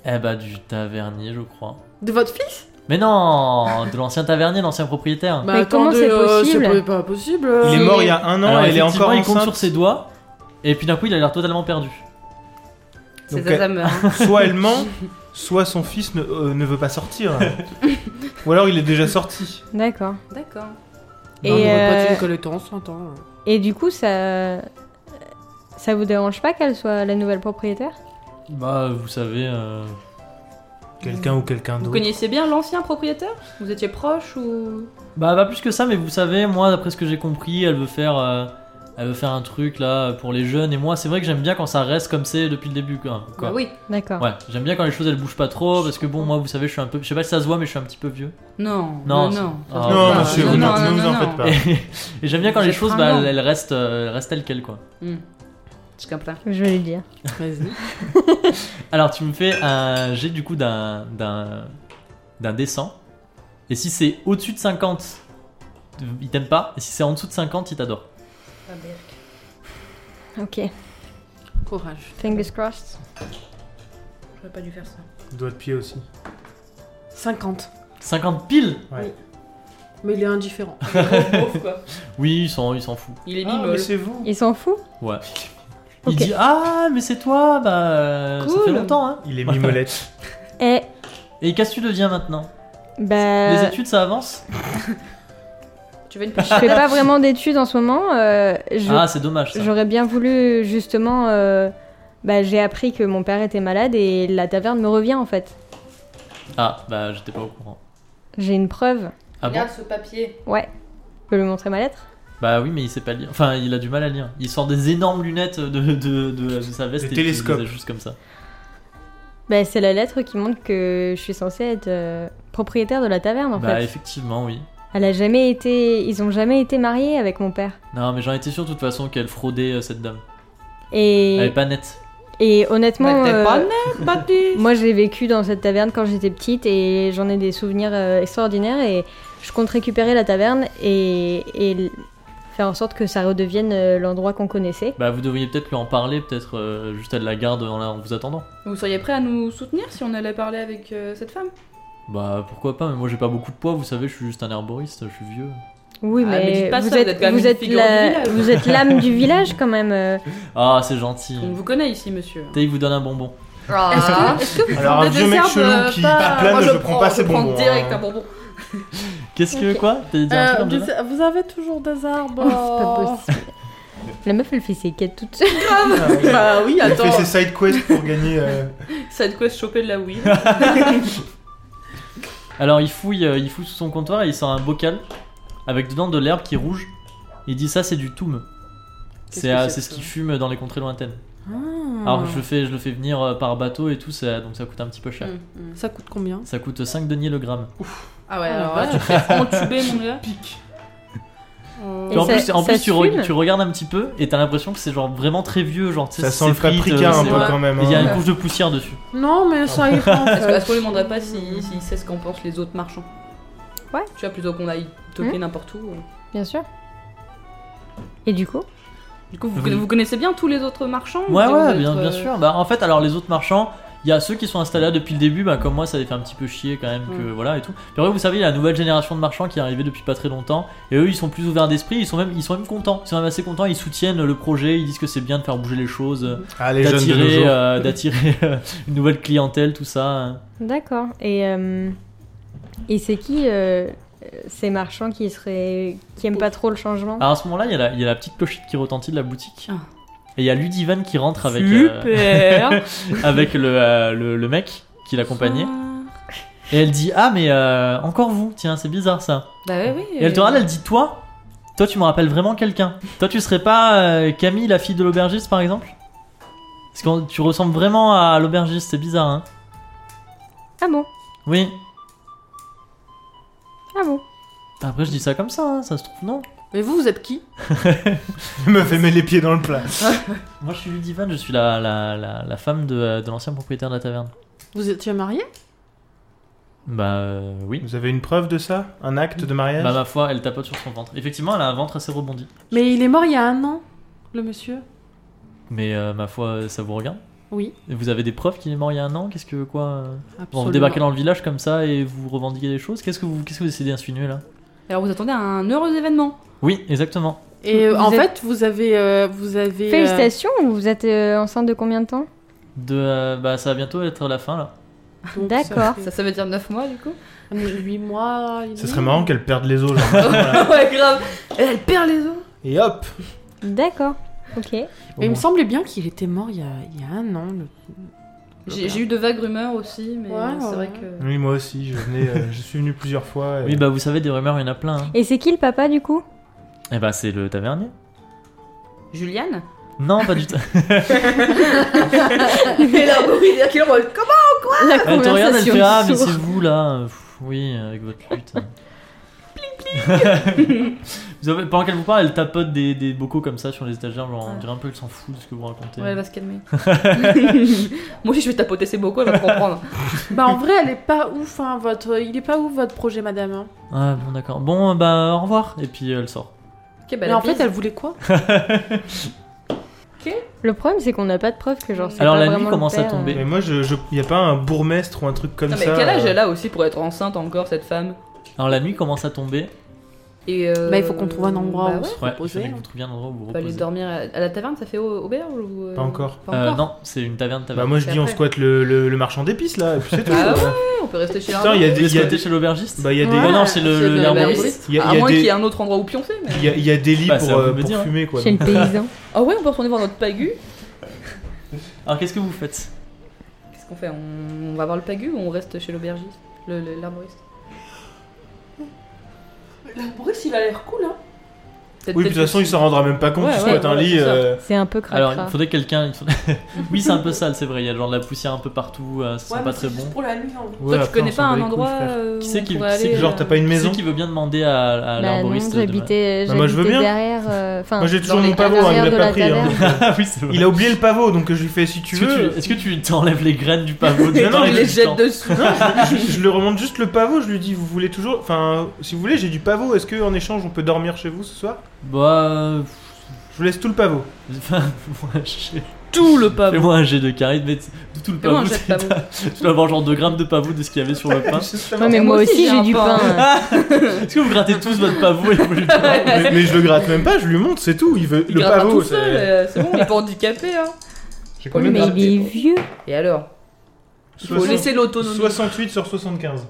Speaker 1: Eh bah, du tavernier, je crois.
Speaker 5: De votre fils
Speaker 1: Mais non De l'ancien tavernier, l'ancien propriétaire.
Speaker 5: Bah,
Speaker 3: Mais
Speaker 5: attendez,
Speaker 3: comment c'est
Speaker 5: euh,
Speaker 3: possible
Speaker 5: C'est pas, pas possible. euh.
Speaker 4: Il est mort il y a un an
Speaker 1: Alors,
Speaker 4: et il est
Speaker 1: effectivement,
Speaker 4: encore
Speaker 1: il compte
Speaker 4: enceinte.
Speaker 1: sur ses doigts, et puis d'un coup, il a l'air totalement perdu.
Speaker 2: C'est
Speaker 4: Donc,
Speaker 2: sa meurt. hein.
Speaker 4: Soit elle ment, soit son fils ne, euh, ne veut pas sortir. Ou alors il est déjà sorti.
Speaker 3: D'accord.
Speaker 2: D'accord.
Speaker 5: Non,
Speaker 3: Et,
Speaker 5: mais on va
Speaker 3: euh,
Speaker 5: pas dire qu'elle était enceinte, hein.
Speaker 3: Et du coup, ça ça vous dérange pas qu'elle soit la nouvelle propriétaire
Speaker 1: Bah, vous savez. euh,
Speaker 4: Quelqu'un ou quelqu'un
Speaker 2: Vous
Speaker 4: d'autre.
Speaker 2: connaissiez bien l'ancien propriétaire Vous étiez proche ou.
Speaker 1: Bah pas plus que ça, mais vous savez, moi d'après ce que j'ai compris, elle veut faire, euh, elle veut faire un truc là pour les jeunes. Et moi, c'est vrai que j'aime bien quand ça reste comme c'est depuis le début, quoi. quoi.
Speaker 2: Bah oui.
Speaker 3: D'accord.
Speaker 1: Ouais, j'aime bien quand les choses elles bougent pas trop, parce que bon, moi, vous savez, je suis un peu, je sais pas si ça se voit, mais je suis un petit peu vieux.
Speaker 2: Non.
Speaker 1: Non,
Speaker 2: Non,
Speaker 1: c'est-
Speaker 2: non.
Speaker 1: Ah,
Speaker 4: Non,
Speaker 1: bah,
Speaker 4: monsieur,
Speaker 1: non,
Speaker 4: vous
Speaker 1: non,
Speaker 4: ne ne
Speaker 2: non,
Speaker 4: vous en
Speaker 2: non.
Speaker 4: faites pas.
Speaker 1: Et, et j'aime bien quand les
Speaker 2: J'ai
Speaker 1: choses, bah,
Speaker 2: fringant.
Speaker 1: elles, elles restent, euh, elles restent telles quelles, quoi.
Speaker 2: Hmm. Je comprends.
Speaker 3: Je vais lui dire.
Speaker 5: Vas-y.
Speaker 1: Alors, tu me fais un jet du coup d'un, d'un, d'un dessin. Et si c'est au-dessus de 50, il t'aime pas. Et si c'est en dessous de 50, il t'adore.
Speaker 2: Ah,
Speaker 3: Ok.
Speaker 5: Courage.
Speaker 3: Fingers crossed.
Speaker 2: J'aurais pas dû faire ça.
Speaker 4: Doigt de pied aussi.
Speaker 5: 50.
Speaker 1: 50 pile
Speaker 5: Mais il est indifférent.
Speaker 1: Oui, il s'en, il s'en fout.
Speaker 2: Il est
Speaker 4: Ah,
Speaker 2: mimole.
Speaker 4: mais c'est vous.
Speaker 3: Il s'en fout
Speaker 1: Ouais.
Speaker 3: Ok.
Speaker 1: Il dit Ah, mais c'est toi Bah, euh, ça
Speaker 2: Cool.
Speaker 1: fait longtemps, hein.
Speaker 4: Il est mimolette.
Speaker 3: Eh,
Speaker 1: Et qu'est-ce que tu deviens maintenant Les
Speaker 3: bah.
Speaker 1: études, ça avance
Speaker 2: tu veux une
Speaker 3: Je fais pas vraiment d'études en ce moment. euh, je-
Speaker 1: Ah, c'est dommage ça.
Speaker 3: J'aurais bien voulu, justement. euh, bah, j'ai appris que mon père était malade et la taverne me revient en fait.
Speaker 1: Ah, bah, j'étais pas au courant.
Speaker 3: J'ai une preuve.
Speaker 1: Ah bon
Speaker 2: ce papier.
Speaker 3: Ouais. Je peux lui montrer ma lettre
Speaker 1: Bah oui, mais il sait pas lire. Enfin, il a du mal à lire. Il sort des énormes lunettes de, de, de- de sa veste
Speaker 4: Des
Speaker 1: et puis il les
Speaker 4: télescopes.
Speaker 1: ajuste comme ça.
Speaker 3: Bah, c'est la lettre qui montre que je suis censée être euh, propriétaire de la taverne en
Speaker 1: bah
Speaker 3: fait.
Speaker 1: effectivement, oui.
Speaker 3: Elle a jamais été, ils ont jamais été mariés avec mon père.
Speaker 1: Non, mais j'en étais sûr de toute façon qu'elle fraudait euh, cette dame. Elle est
Speaker 3: Et,
Speaker 1: pas nette.
Speaker 3: et
Speaker 1: Bah,
Speaker 3: honnêtement,
Speaker 2: Mais Bah, t'es
Speaker 3: euh,
Speaker 2: pas nette, Baptiste
Speaker 3: moi j'ai vécu dans cette taverne quand j'étais petite et j'en ai des souvenirs euh, extraordinaires et je compte récupérer la taverne et, et l- faire en sorte que ça redevienne euh, l'endroit qu'on connaissait.
Speaker 1: Bah vous devriez peut-être lui en parler, peut-être euh, juste à la garde en, en vous attendant.
Speaker 2: Vous seriez prêt à nous soutenir si on allait parler avec euh, cette femme
Speaker 1: Bah pourquoi pas, mais moi j'ai pas beaucoup de poids, vous savez, je suis juste un herboriste, je suis vieux.
Speaker 3: Oui,
Speaker 2: Ah,
Speaker 3: mais,
Speaker 2: mais dites pas
Speaker 3: vous,
Speaker 2: ça, vous êtes
Speaker 3: êtes,
Speaker 2: quand même
Speaker 3: vous
Speaker 2: une
Speaker 3: êtes
Speaker 2: figure
Speaker 3: la-
Speaker 2: du village.
Speaker 3: vous êtes l'âme du village quand même. euh.
Speaker 1: Ah, c'est gentil.
Speaker 2: On vous connaît ici, monsieur.
Speaker 1: T'es, il vous donne un bonbon.
Speaker 2: Ah. Est-ce que vous
Speaker 4: Alors, un
Speaker 2: prenez
Speaker 4: vieux
Speaker 2: des
Speaker 4: mec
Speaker 2: herbes
Speaker 4: chelou
Speaker 2: euh,
Speaker 4: qui
Speaker 2: pas-
Speaker 4: plane,
Speaker 2: Moi,
Speaker 4: je prends pas ses bonbons,
Speaker 2: Je prends direct
Speaker 4: hein.
Speaker 2: un bonbon.
Speaker 1: Qu'est-ce que
Speaker 5: Ok.
Speaker 1: quoi T'as
Speaker 3: Euh,
Speaker 1: dit un truc, Angela
Speaker 5: Euh, vous, vous avez toujours des euh, arbres.
Speaker 3: Oh, c'est pas possible. La meuf, elle fait ses quêtes toute seule.
Speaker 2: Bah oui,
Speaker 4: Ah Il fait
Speaker 2: attends.
Speaker 4: ses side quests pour gagner. euh,
Speaker 2: Ça de quoi se choper de la Wii.
Speaker 4: Ah,
Speaker 1: Alors il fouille, euh, il fouille sous son comptoir et il sort un bocal avec dedans de l'herbe qui est rouge. Il dit ça c'est du toum.
Speaker 5: Qu'est-ce
Speaker 1: C'est
Speaker 5: que
Speaker 1: euh,
Speaker 5: c'est
Speaker 1: c'est
Speaker 5: que
Speaker 1: ce
Speaker 5: ça
Speaker 1: qui fume dans les contrées lointaines. Alors je le fais, je le fais venir euh, par bateau et tout, ça, donc ça coûte un petit peu cher.
Speaker 2: Mm, mm.
Speaker 5: Ça coûte combien
Speaker 1: Ça coûte 5 deniers le gramme.
Speaker 2: Ah ouais,
Speaker 5: Ah,
Speaker 2: alors
Speaker 5: la
Speaker 2: là, tu te fais entuber, mon gars.
Speaker 5: euh,
Speaker 1: Et en
Speaker 3: ça-
Speaker 1: plus, en
Speaker 3: ça
Speaker 1: plus tu,
Speaker 3: fume
Speaker 1: re- tu regardes un petit peu et t'as l'impression que c'est genre vraiment très vieux, genre tu sais,
Speaker 4: Ça
Speaker 1: c'est
Speaker 4: sent le
Speaker 1: frites,
Speaker 4: paprika
Speaker 1: euh,
Speaker 4: un
Speaker 1: c'est-
Speaker 4: peu
Speaker 2: ouais.
Speaker 4: quand même.
Speaker 1: Et il y a
Speaker 4: hein.
Speaker 1: une couche de poussière dessus.
Speaker 5: Non, mais ça ira. en
Speaker 2: Est-ce que-
Speaker 5: fait.
Speaker 2: est-ce qu'on lui demanderait pas s'il s'il sait ce qu'en pensent les autres marchands
Speaker 3: Ouais.
Speaker 2: Tu vois, plutôt qu'on aille toquer n'importe où. euh.
Speaker 3: Bien sûr. Et du coup
Speaker 2: Du coup, vous,
Speaker 1: Oui.
Speaker 2: vous connaissez bien tous les autres marchands
Speaker 1: Ouais,
Speaker 2: Vous
Speaker 1: ouais,
Speaker 2: êtes,
Speaker 1: bien,
Speaker 2: euh,
Speaker 1: bien sûr. Bah, en fait, alors les autres marchands, il y a ceux qui sont installés là depuis le début, bah, comme moi, ça les fait un petit peu chier quand même, que voilà et tout. Puis après, vous savez, il y a la nouvelle génération de marchands qui est arrivée depuis pas très longtemps, et eux, ils sont plus ouverts d'esprit, ils sont même, ils sont même contents, ils sont même assez contents, ils soutiennent le projet, ils disent que c'est bien de faire bouger les choses, euh,
Speaker 4: Ah, les jeunes de nos
Speaker 1: d'attirer,
Speaker 4: jours.
Speaker 1: euh, d'attirer euh, une nouvelle clientèle, tout ça. hein.
Speaker 2: Oh.
Speaker 3: D'accord. Et, euh, et c'est qui euh, ces marchands qui seraient qui aiment pas trop le changement
Speaker 1: Alors à ce moment-là, il y, a la- il y a la petite clochette qui retentit de la boutique.
Speaker 2: Ah.
Speaker 1: Et il y a Ludivan qui rentre avec, euh,
Speaker 2: Super
Speaker 1: avec le, euh, le, le mec qui l'accompagnait.
Speaker 2: Oh. Ah.
Speaker 1: Et elle dit Ah, mais euh, encore vous Tiens, c'est bizarre ça.
Speaker 2: Bah ouais, oui.
Speaker 1: Et elle te regarde, elle dit Toi Toi, tu me rappelles vraiment quelqu'un. Toi, tu serais pas euh, Camille, la fille de l'aubergiste, par exemple Parce que tu ressembles vraiment à l'aubergiste, c'est bizarre, hein
Speaker 3: Ah bon
Speaker 1: Oui.
Speaker 3: Ah bon
Speaker 1: Après, je dis ça comme ça, hein, ça se trouve, non
Speaker 5: Mais vous, vous êtes qui
Speaker 4: Il me fait mettre les pieds dans le plat.
Speaker 1: Moi, je suis Ludivan, je suis la, la, la, la femme de, euh, de l'ancien propriétaire de la taverne.
Speaker 5: Vous étiez marié
Speaker 1: Bah, euh, oui.
Speaker 4: Vous avez une preuve de ça Un acte de mariage
Speaker 1: Bah, ma foi, elle tapote sur son ventre. Effectivement, elle a un ventre assez rebondi.
Speaker 5: Mais il est mort il y a un an, le monsieur.
Speaker 1: Mais euh, ma foi, ça vous regarde
Speaker 5: Oui,
Speaker 1: Et Vous avez des preuves qu'il est mort il y a un an Qu'est-ce que quoi euh, Bon,
Speaker 5: absolument.
Speaker 1: vous débarquez dans le village comme ça et vous revendiquez des choses Qu'est-ce que vous, qu'est-ce que vous essayez d'insinuer là
Speaker 2: Alors vous attendez à un heureux événement.
Speaker 1: Oui, exactement.
Speaker 5: Et euh,
Speaker 3: Vous
Speaker 5: en
Speaker 3: êtes-
Speaker 5: fait, vous avez, euh, vous avez. euh,
Speaker 3: Félicitations, vous êtes euh, enceinte de combien de temps
Speaker 1: De, euh, bah, ça va bientôt être la fin là.
Speaker 5: euh, donc,
Speaker 3: D'accord.
Speaker 2: Ça, ça veut dire 9 mois du coup
Speaker 5: 8 mois. et
Speaker 4: Ça
Speaker 5: demi.
Speaker 4: serait marrant qu'elle perde les os. genre.
Speaker 2: Ouais, grave. Et elle perd les os.
Speaker 4: Et hop
Speaker 3: D'accord. Ok.
Speaker 5: Mais il me semblait bien qu'il était mort il y a, il y a un an. le-
Speaker 2: J'ai j'ai eu de vagues rumeurs aussi, mais
Speaker 5: Ouais,
Speaker 2: euh, c'est
Speaker 5: ouais,
Speaker 2: vrai
Speaker 5: ouais.
Speaker 2: que.
Speaker 4: Oui, moi aussi, je, venais, euh, je suis venu plusieurs fois. et-
Speaker 1: Oui, bah vous savez, des rumeurs, il y en a plein. hein.
Speaker 3: Et c'est qui le papa du coup
Speaker 1: Eh bah, c'est le tavernier.
Speaker 2: Juliane
Speaker 1: Non, pas du tout.
Speaker 2: Et là, oui, il y a qui le rôle. Comment
Speaker 3: La
Speaker 1: Elle te regarde, elle
Speaker 3: conversation
Speaker 1: fait Ah, mais c'est
Speaker 3: sourde.
Speaker 1: vous là euh, pff, Oui, avec votre lutte. vous avez, pendant qu'elle vous parle, elle tapote des, des bocaux comme ça sur les étagères. Genre, on
Speaker 2: Ouais.
Speaker 1: dirait un peu qu'elle s'en fout de ce que vous racontez.
Speaker 2: Ouais, bah. elle va se calmer. Moi aussi, je vais tapoter ses bocaux, elle va comprendre.
Speaker 5: Bah en vrai, elle est pas ouf. hein, votre... Il est pas ouf votre projet, madame. hein.
Speaker 1: Ah, bon, d'accord. Bon, bah, au revoir. Et puis elle sort.
Speaker 2: Ok, bah
Speaker 5: Mais
Speaker 2: la
Speaker 5: en fait,
Speaker 2: bise.
Speaker 5: elle voulait quoi
Speaker 3: Le problème, c'est qu'on n'a pas de preuve que genre. c'est
Speaker 1: Alors,
Speaker 3: pas
Speaker 1: la nuit
Speaker 3: vraiment le
Speaker 1: commence à
Speaker 3: père,
Speaker 1: tomber.
Speaker 4: Mais moi, je, je, y a pas un bourgmestre ou un truc comme
Speaker 2: Non, mais
Speaker 4: ça.
Speaker 2: quel âge
Speaker 4: euh,
Speaker 2: elle a aussi pour être enceinte encore, cette femme
Speaker 1: Alors, la nuit commence à tomber.
Speaker 2: Et euh,
Speaker 5: Bah, il faut qu'on trouve un endroit
Speaker 2: bah
Speaker 5: où
Speaker 2: ouais.
Speaker 5: se
Speaker 1: Ouais, il
Speaker 5: reposer.
Speaker 1: fallait que
Speaker 5: hein.
Speaker 1: vous trouviez un endroit où vous
Speaker 2: On peut aller
Speaker 1: reposez.
Speaker 2: dormir à, à la taverne, ça fait au- auberge ou euh,
Speaker 4: Pas encore.
Speaker 2: Pas
Speaker 1: Euh,
Speaker 2: encore.
Speaker 1: non, c'est une taverne,
Speaker 4: Bah,
Speaker 1: taverne.
Speaker 4: moi, je
Speaker 2: Ah C'est
Speaker 4: dis, on
Speaker 2: après.
Speaker 4: squatte le, le, le marchand d'épices là, et puis c'est tout.
Speaker 2: Ah
Speaker 4: quoi.
Speaker 2: on peut rester chez
Speaker 4: Putain, il y a des.
Speaker 1: Est-ce
Speaker 4: il y
Speaker 1: que
Speaker 4: a
Speaker 1: t'es
Speaker 4: des-
Speaker 1: chez l'aubergiste
Speaker 4: Bah, il y a des.
Speaker 5: Ouais.
Speaker 1: Oh non, c'est le,
Speaker 5: C'est
Speaker 1: le
Speaker 5: de
Speaker 2: Bah,
Speaker 5: Herboriste.
Speaker 2: oui.
Speaker 1: herboriste.
Speaker 4: Il y a-
Speaker 2: à
Speaker 4: il y a
Speaker 2: moins
Speaker 4: des-
Speaker 2: qu'il y ait un autre endroit où pioncer. Mais...
Speaker 4: Il y a, il y a des lits
Speaker 1: Bah,
Speaker 4: pour,
Speaker 1: c'est à vous de
Speaker 4: euh,
Speaker 1: me
Speaker 4: pour
Speaker 1: dire, hein.
Speaker 4: fumer quoi.
Speaker 3: Chez le paysan.
Speaker 2: Ah ouais, on peut retourner voir notre pagu.
Speaker 1: Alors, qu'est-ce que vous faites
Speaker 2: Qu'est-ce qu'on fait on... on va voir le pagu ou on reste chez l'aubergiste Le- le- L'arboriste
Speaker 5: L'arboriste, il a l'air cool, hein
Speaker 2: Peut-être-
Speaker 4: Oui, puis de toute
Speaker 2: peut-être
Speaker 4: façon, il
Speaker 2: que-
Speaker 4: s'en rendra même pas compte,
Speaker 2: Ouais,
Speaker 4: tu
Speaker 2: ouais,
Speaker 4: squattes un
Speaker 2: voilà,
Speaker 4: lit.
Speaker 2: c'est ça.
Speaker 4: euh,
Speaker 3: C'est un peu cracra.
Speaker 1: Alors, il faudrait quelqu'un. il faudrait- oui, c'est un peu sale, c'est vrai. Il y a genre de la poussière un peu partout, euh, ça sent pas très bon.
Speaker 5: Pour la nuit, en gros.
Speaker 4: ouais,
Speaker 2: Toi, tu
Speaker 4: après,
Speaker 2: connais
Speaker 4: on
Speaker 2: pas
Speaker 4: s'en bat
Speaker 2: un
Speaker 4: les couilles,
Speaker 2: endroit
Speaker 4: frère.
Speaker 2: euh, où
Speaker 1: Qui c'est
Speaker 2: on
Speaker 1: qui-
Speaker 2: pourrait
Speaker 1: c'est
Speaker 2: aller,
Speaker 1: que
Speaker 4: Genre,
Speaker 2: euh,
Speaker 4: t'as pas une maison
Speaker 1: Qui c'est qui veut bien demander à, à
Speaker 3: Bah non,
Speaker 1: l'arboriste de-
Speaker 3: j'habitais
Speaker 4: Bah, moi, je veux
Speaker 3: j'habitais
Speaker 4: bien.
Speaker 3: derrière. euh, Enfin,
Speaker 4: Moi, j'ai toujours
Speaker 3: dans
Speaker 4: mon
Speaker 3: les- à
Speaker 4: pavot, hein,
Speaker 3: l'arrière
Speaker 4: il l'a
Speaker 3: de
Speaker 4: pas
Speaker 3: la
Speaker 4: pris. hein.
Speaker 3: taverne.
Speaker 1: Ah oui, c'est vrai.
Speaker 4: Il a oublié le pavot, donc euh, je lui fais si tu
Speaker 1: Est-ce que
Speaker 4: veux.
Speaker 1: tu- Est-ce que tu t'enlèves les graines du pavot
Speaker 4: Non, non,
Speaker 2: tu
Speaker 4: il
Speaker 2: les jettes dessous.
Speaker 4: je, je lui remonte juste le pavot, je lui dis Vous voulez toujours. Enfin, si vous voulez, j'ai du pavot, est-ce que en échange on peut dormir chez vous ce soir
Speaker 1: Bah.
Speaker 4: Je vous laisse tout le pavot.
Speaker 1: Enfin, fais-moi un jet-
Speaker 2: Tout le pavot.
Speaker 1: fais-moi un jet de charisme, mais t- de tout le
Speaker 2: Fais-moi
Speaker 1: pavot.
Speaker 2: un jet de pavot.
Speaker 1: c'est- Tu dois avoir genre 2 grammes de pavot de ce qu'il y avait sur le pain.
Speaker 4: Justement.
Speaker 3: Ouais, mais moi aussi j'ai
Speaker 2: un
Speaker 3: du
Speaker 2: pain.
Speaker 3: pain.
Speaker 1: Est-ce que vous grattez tous votre pavot et vous lui parlez
Speaker 4: mais, mais je le gratte même pas, je lui montre, c'est tout. Il veut
Speaker 2: Il
Speaker 4: le
Speaker 2: grimpe
Speaker 4: pavot.
Speaker 2: tout seul,
Speaker 4: c'est-
Speaker 2: euh, c'est bon, il est pas handicapé. Hein.
Speaker 4: J'ai
Speaker 3: Oui,
Speaker 4: combien
Speaker 3: mais il
Speaker 4: gratté
Speaker 3: est vieux.
Speaker 2: Et alors Il faut
Speaker 4: Soixante-
Speaker 2: laisser l'autonomie.
Speaker 4: 68 sur 75.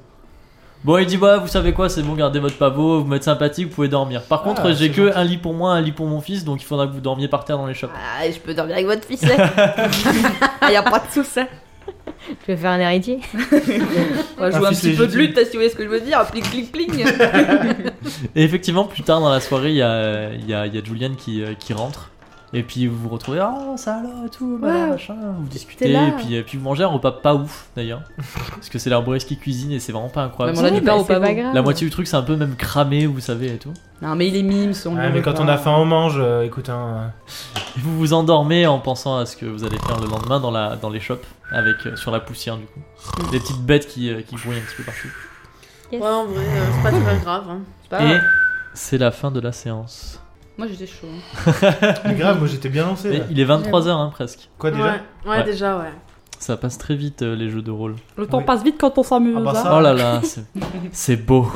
Speaker 1: Bon, il dit bah vous savez quoi, c'est bon, gardez votre pavot, vous m'êtes sympathique, vous pouvez dormir. Par contre,
Speaker 4: Ah,
Speaker 1: j'ai
Speaker 4: c'est
Speaker 1: que un lit pour moi, un lit pour mon fils, donc il faudra que vous dormiez par terre dans les chapes.
Speaker 3: Ah, je peux dormir avec votre
Speaker 2: hein.
Speaker 3: fils. Il n'y a pas de souci. Je vais faire un héritier.
Speaker 2: On va
Speaker 4: Ah,
Speaker 2: jouer un
Speaker 4: si, c'est
Speaker 2: petit peu de
Speaker 4: légitime.
Speaker 2: lutte, si vous voyez ce que je veux dire. Pling, pling, pling.
Speaker 1: Et effectivement, plus tard dans la soirée, il y a, il y a, il y a Julian qui, euh, qui rentre. Et puis vous vous retrouvez, ah ça alors et tout, voilà,
Speaker 3: Ouais.
Speaker 1: machin. Vous discutez,
Speaker 3: T'es là.
Speaker 1: et puis, et puis vous mangez un repas pas ouf d'ailleurs. parce que c'est l'arboriste qui cuisine et c'est vraiment pas
Speaker 4: Bah,
Speaker 1: incroyable.
Speaker 2: Même on a du
Speaker 3: bah,
Speaker 2: pain au pavot.
Speaker 1: La moitié du truc, c'est un peu même cramé, vous savez, et tout.
Speaker 2: Non, mais il est mime, son
Speaker 4: Ah, mais quand on a faim, on mange. euh, écoute, hein.
Speaker 1: Et vous vous endormez en pensant à ce que vous allez faire le lendemain dans, la, dans les shops, avec, euh, sur la poussière du coup. Des petites bêtes qui, euh, qui grouillent un petit peu partout.
Speaker 3: Yes.
Speaker 5: Ouais, en vrai, euh, c'est pas très grave. hein.
Speaker 2: C'est pas
Speaker 1: Et
Speaker 2: grave.
Speaker 1: c'est la fin de la séance.
Speaker 2: Moi j'étais chaud. hein.
Speaker 4: Mais grave, moi j'étais bien lancé.
Speaker 1: Mais
Speaker 4: là.
Speaker 1: il est 23h hein, presque.
Speaker 4: Quoi déjà
Speaker 5: ouais. Ouais,
Speaker 1: Ouais.
Speaker 5: déjà, ouais.
Speaker 1: Ça passe très vite euh, les jeux de rôle.
Speaker 2: Le
Speaker 4: temps
Speaker 2: temps
Speaker 4: Oui.
Speaker 2: passe vite quand on s'amuse.
Speaker 4: Ah bah ça.
Speaker 1: Oh là là, c'est- c'est beau.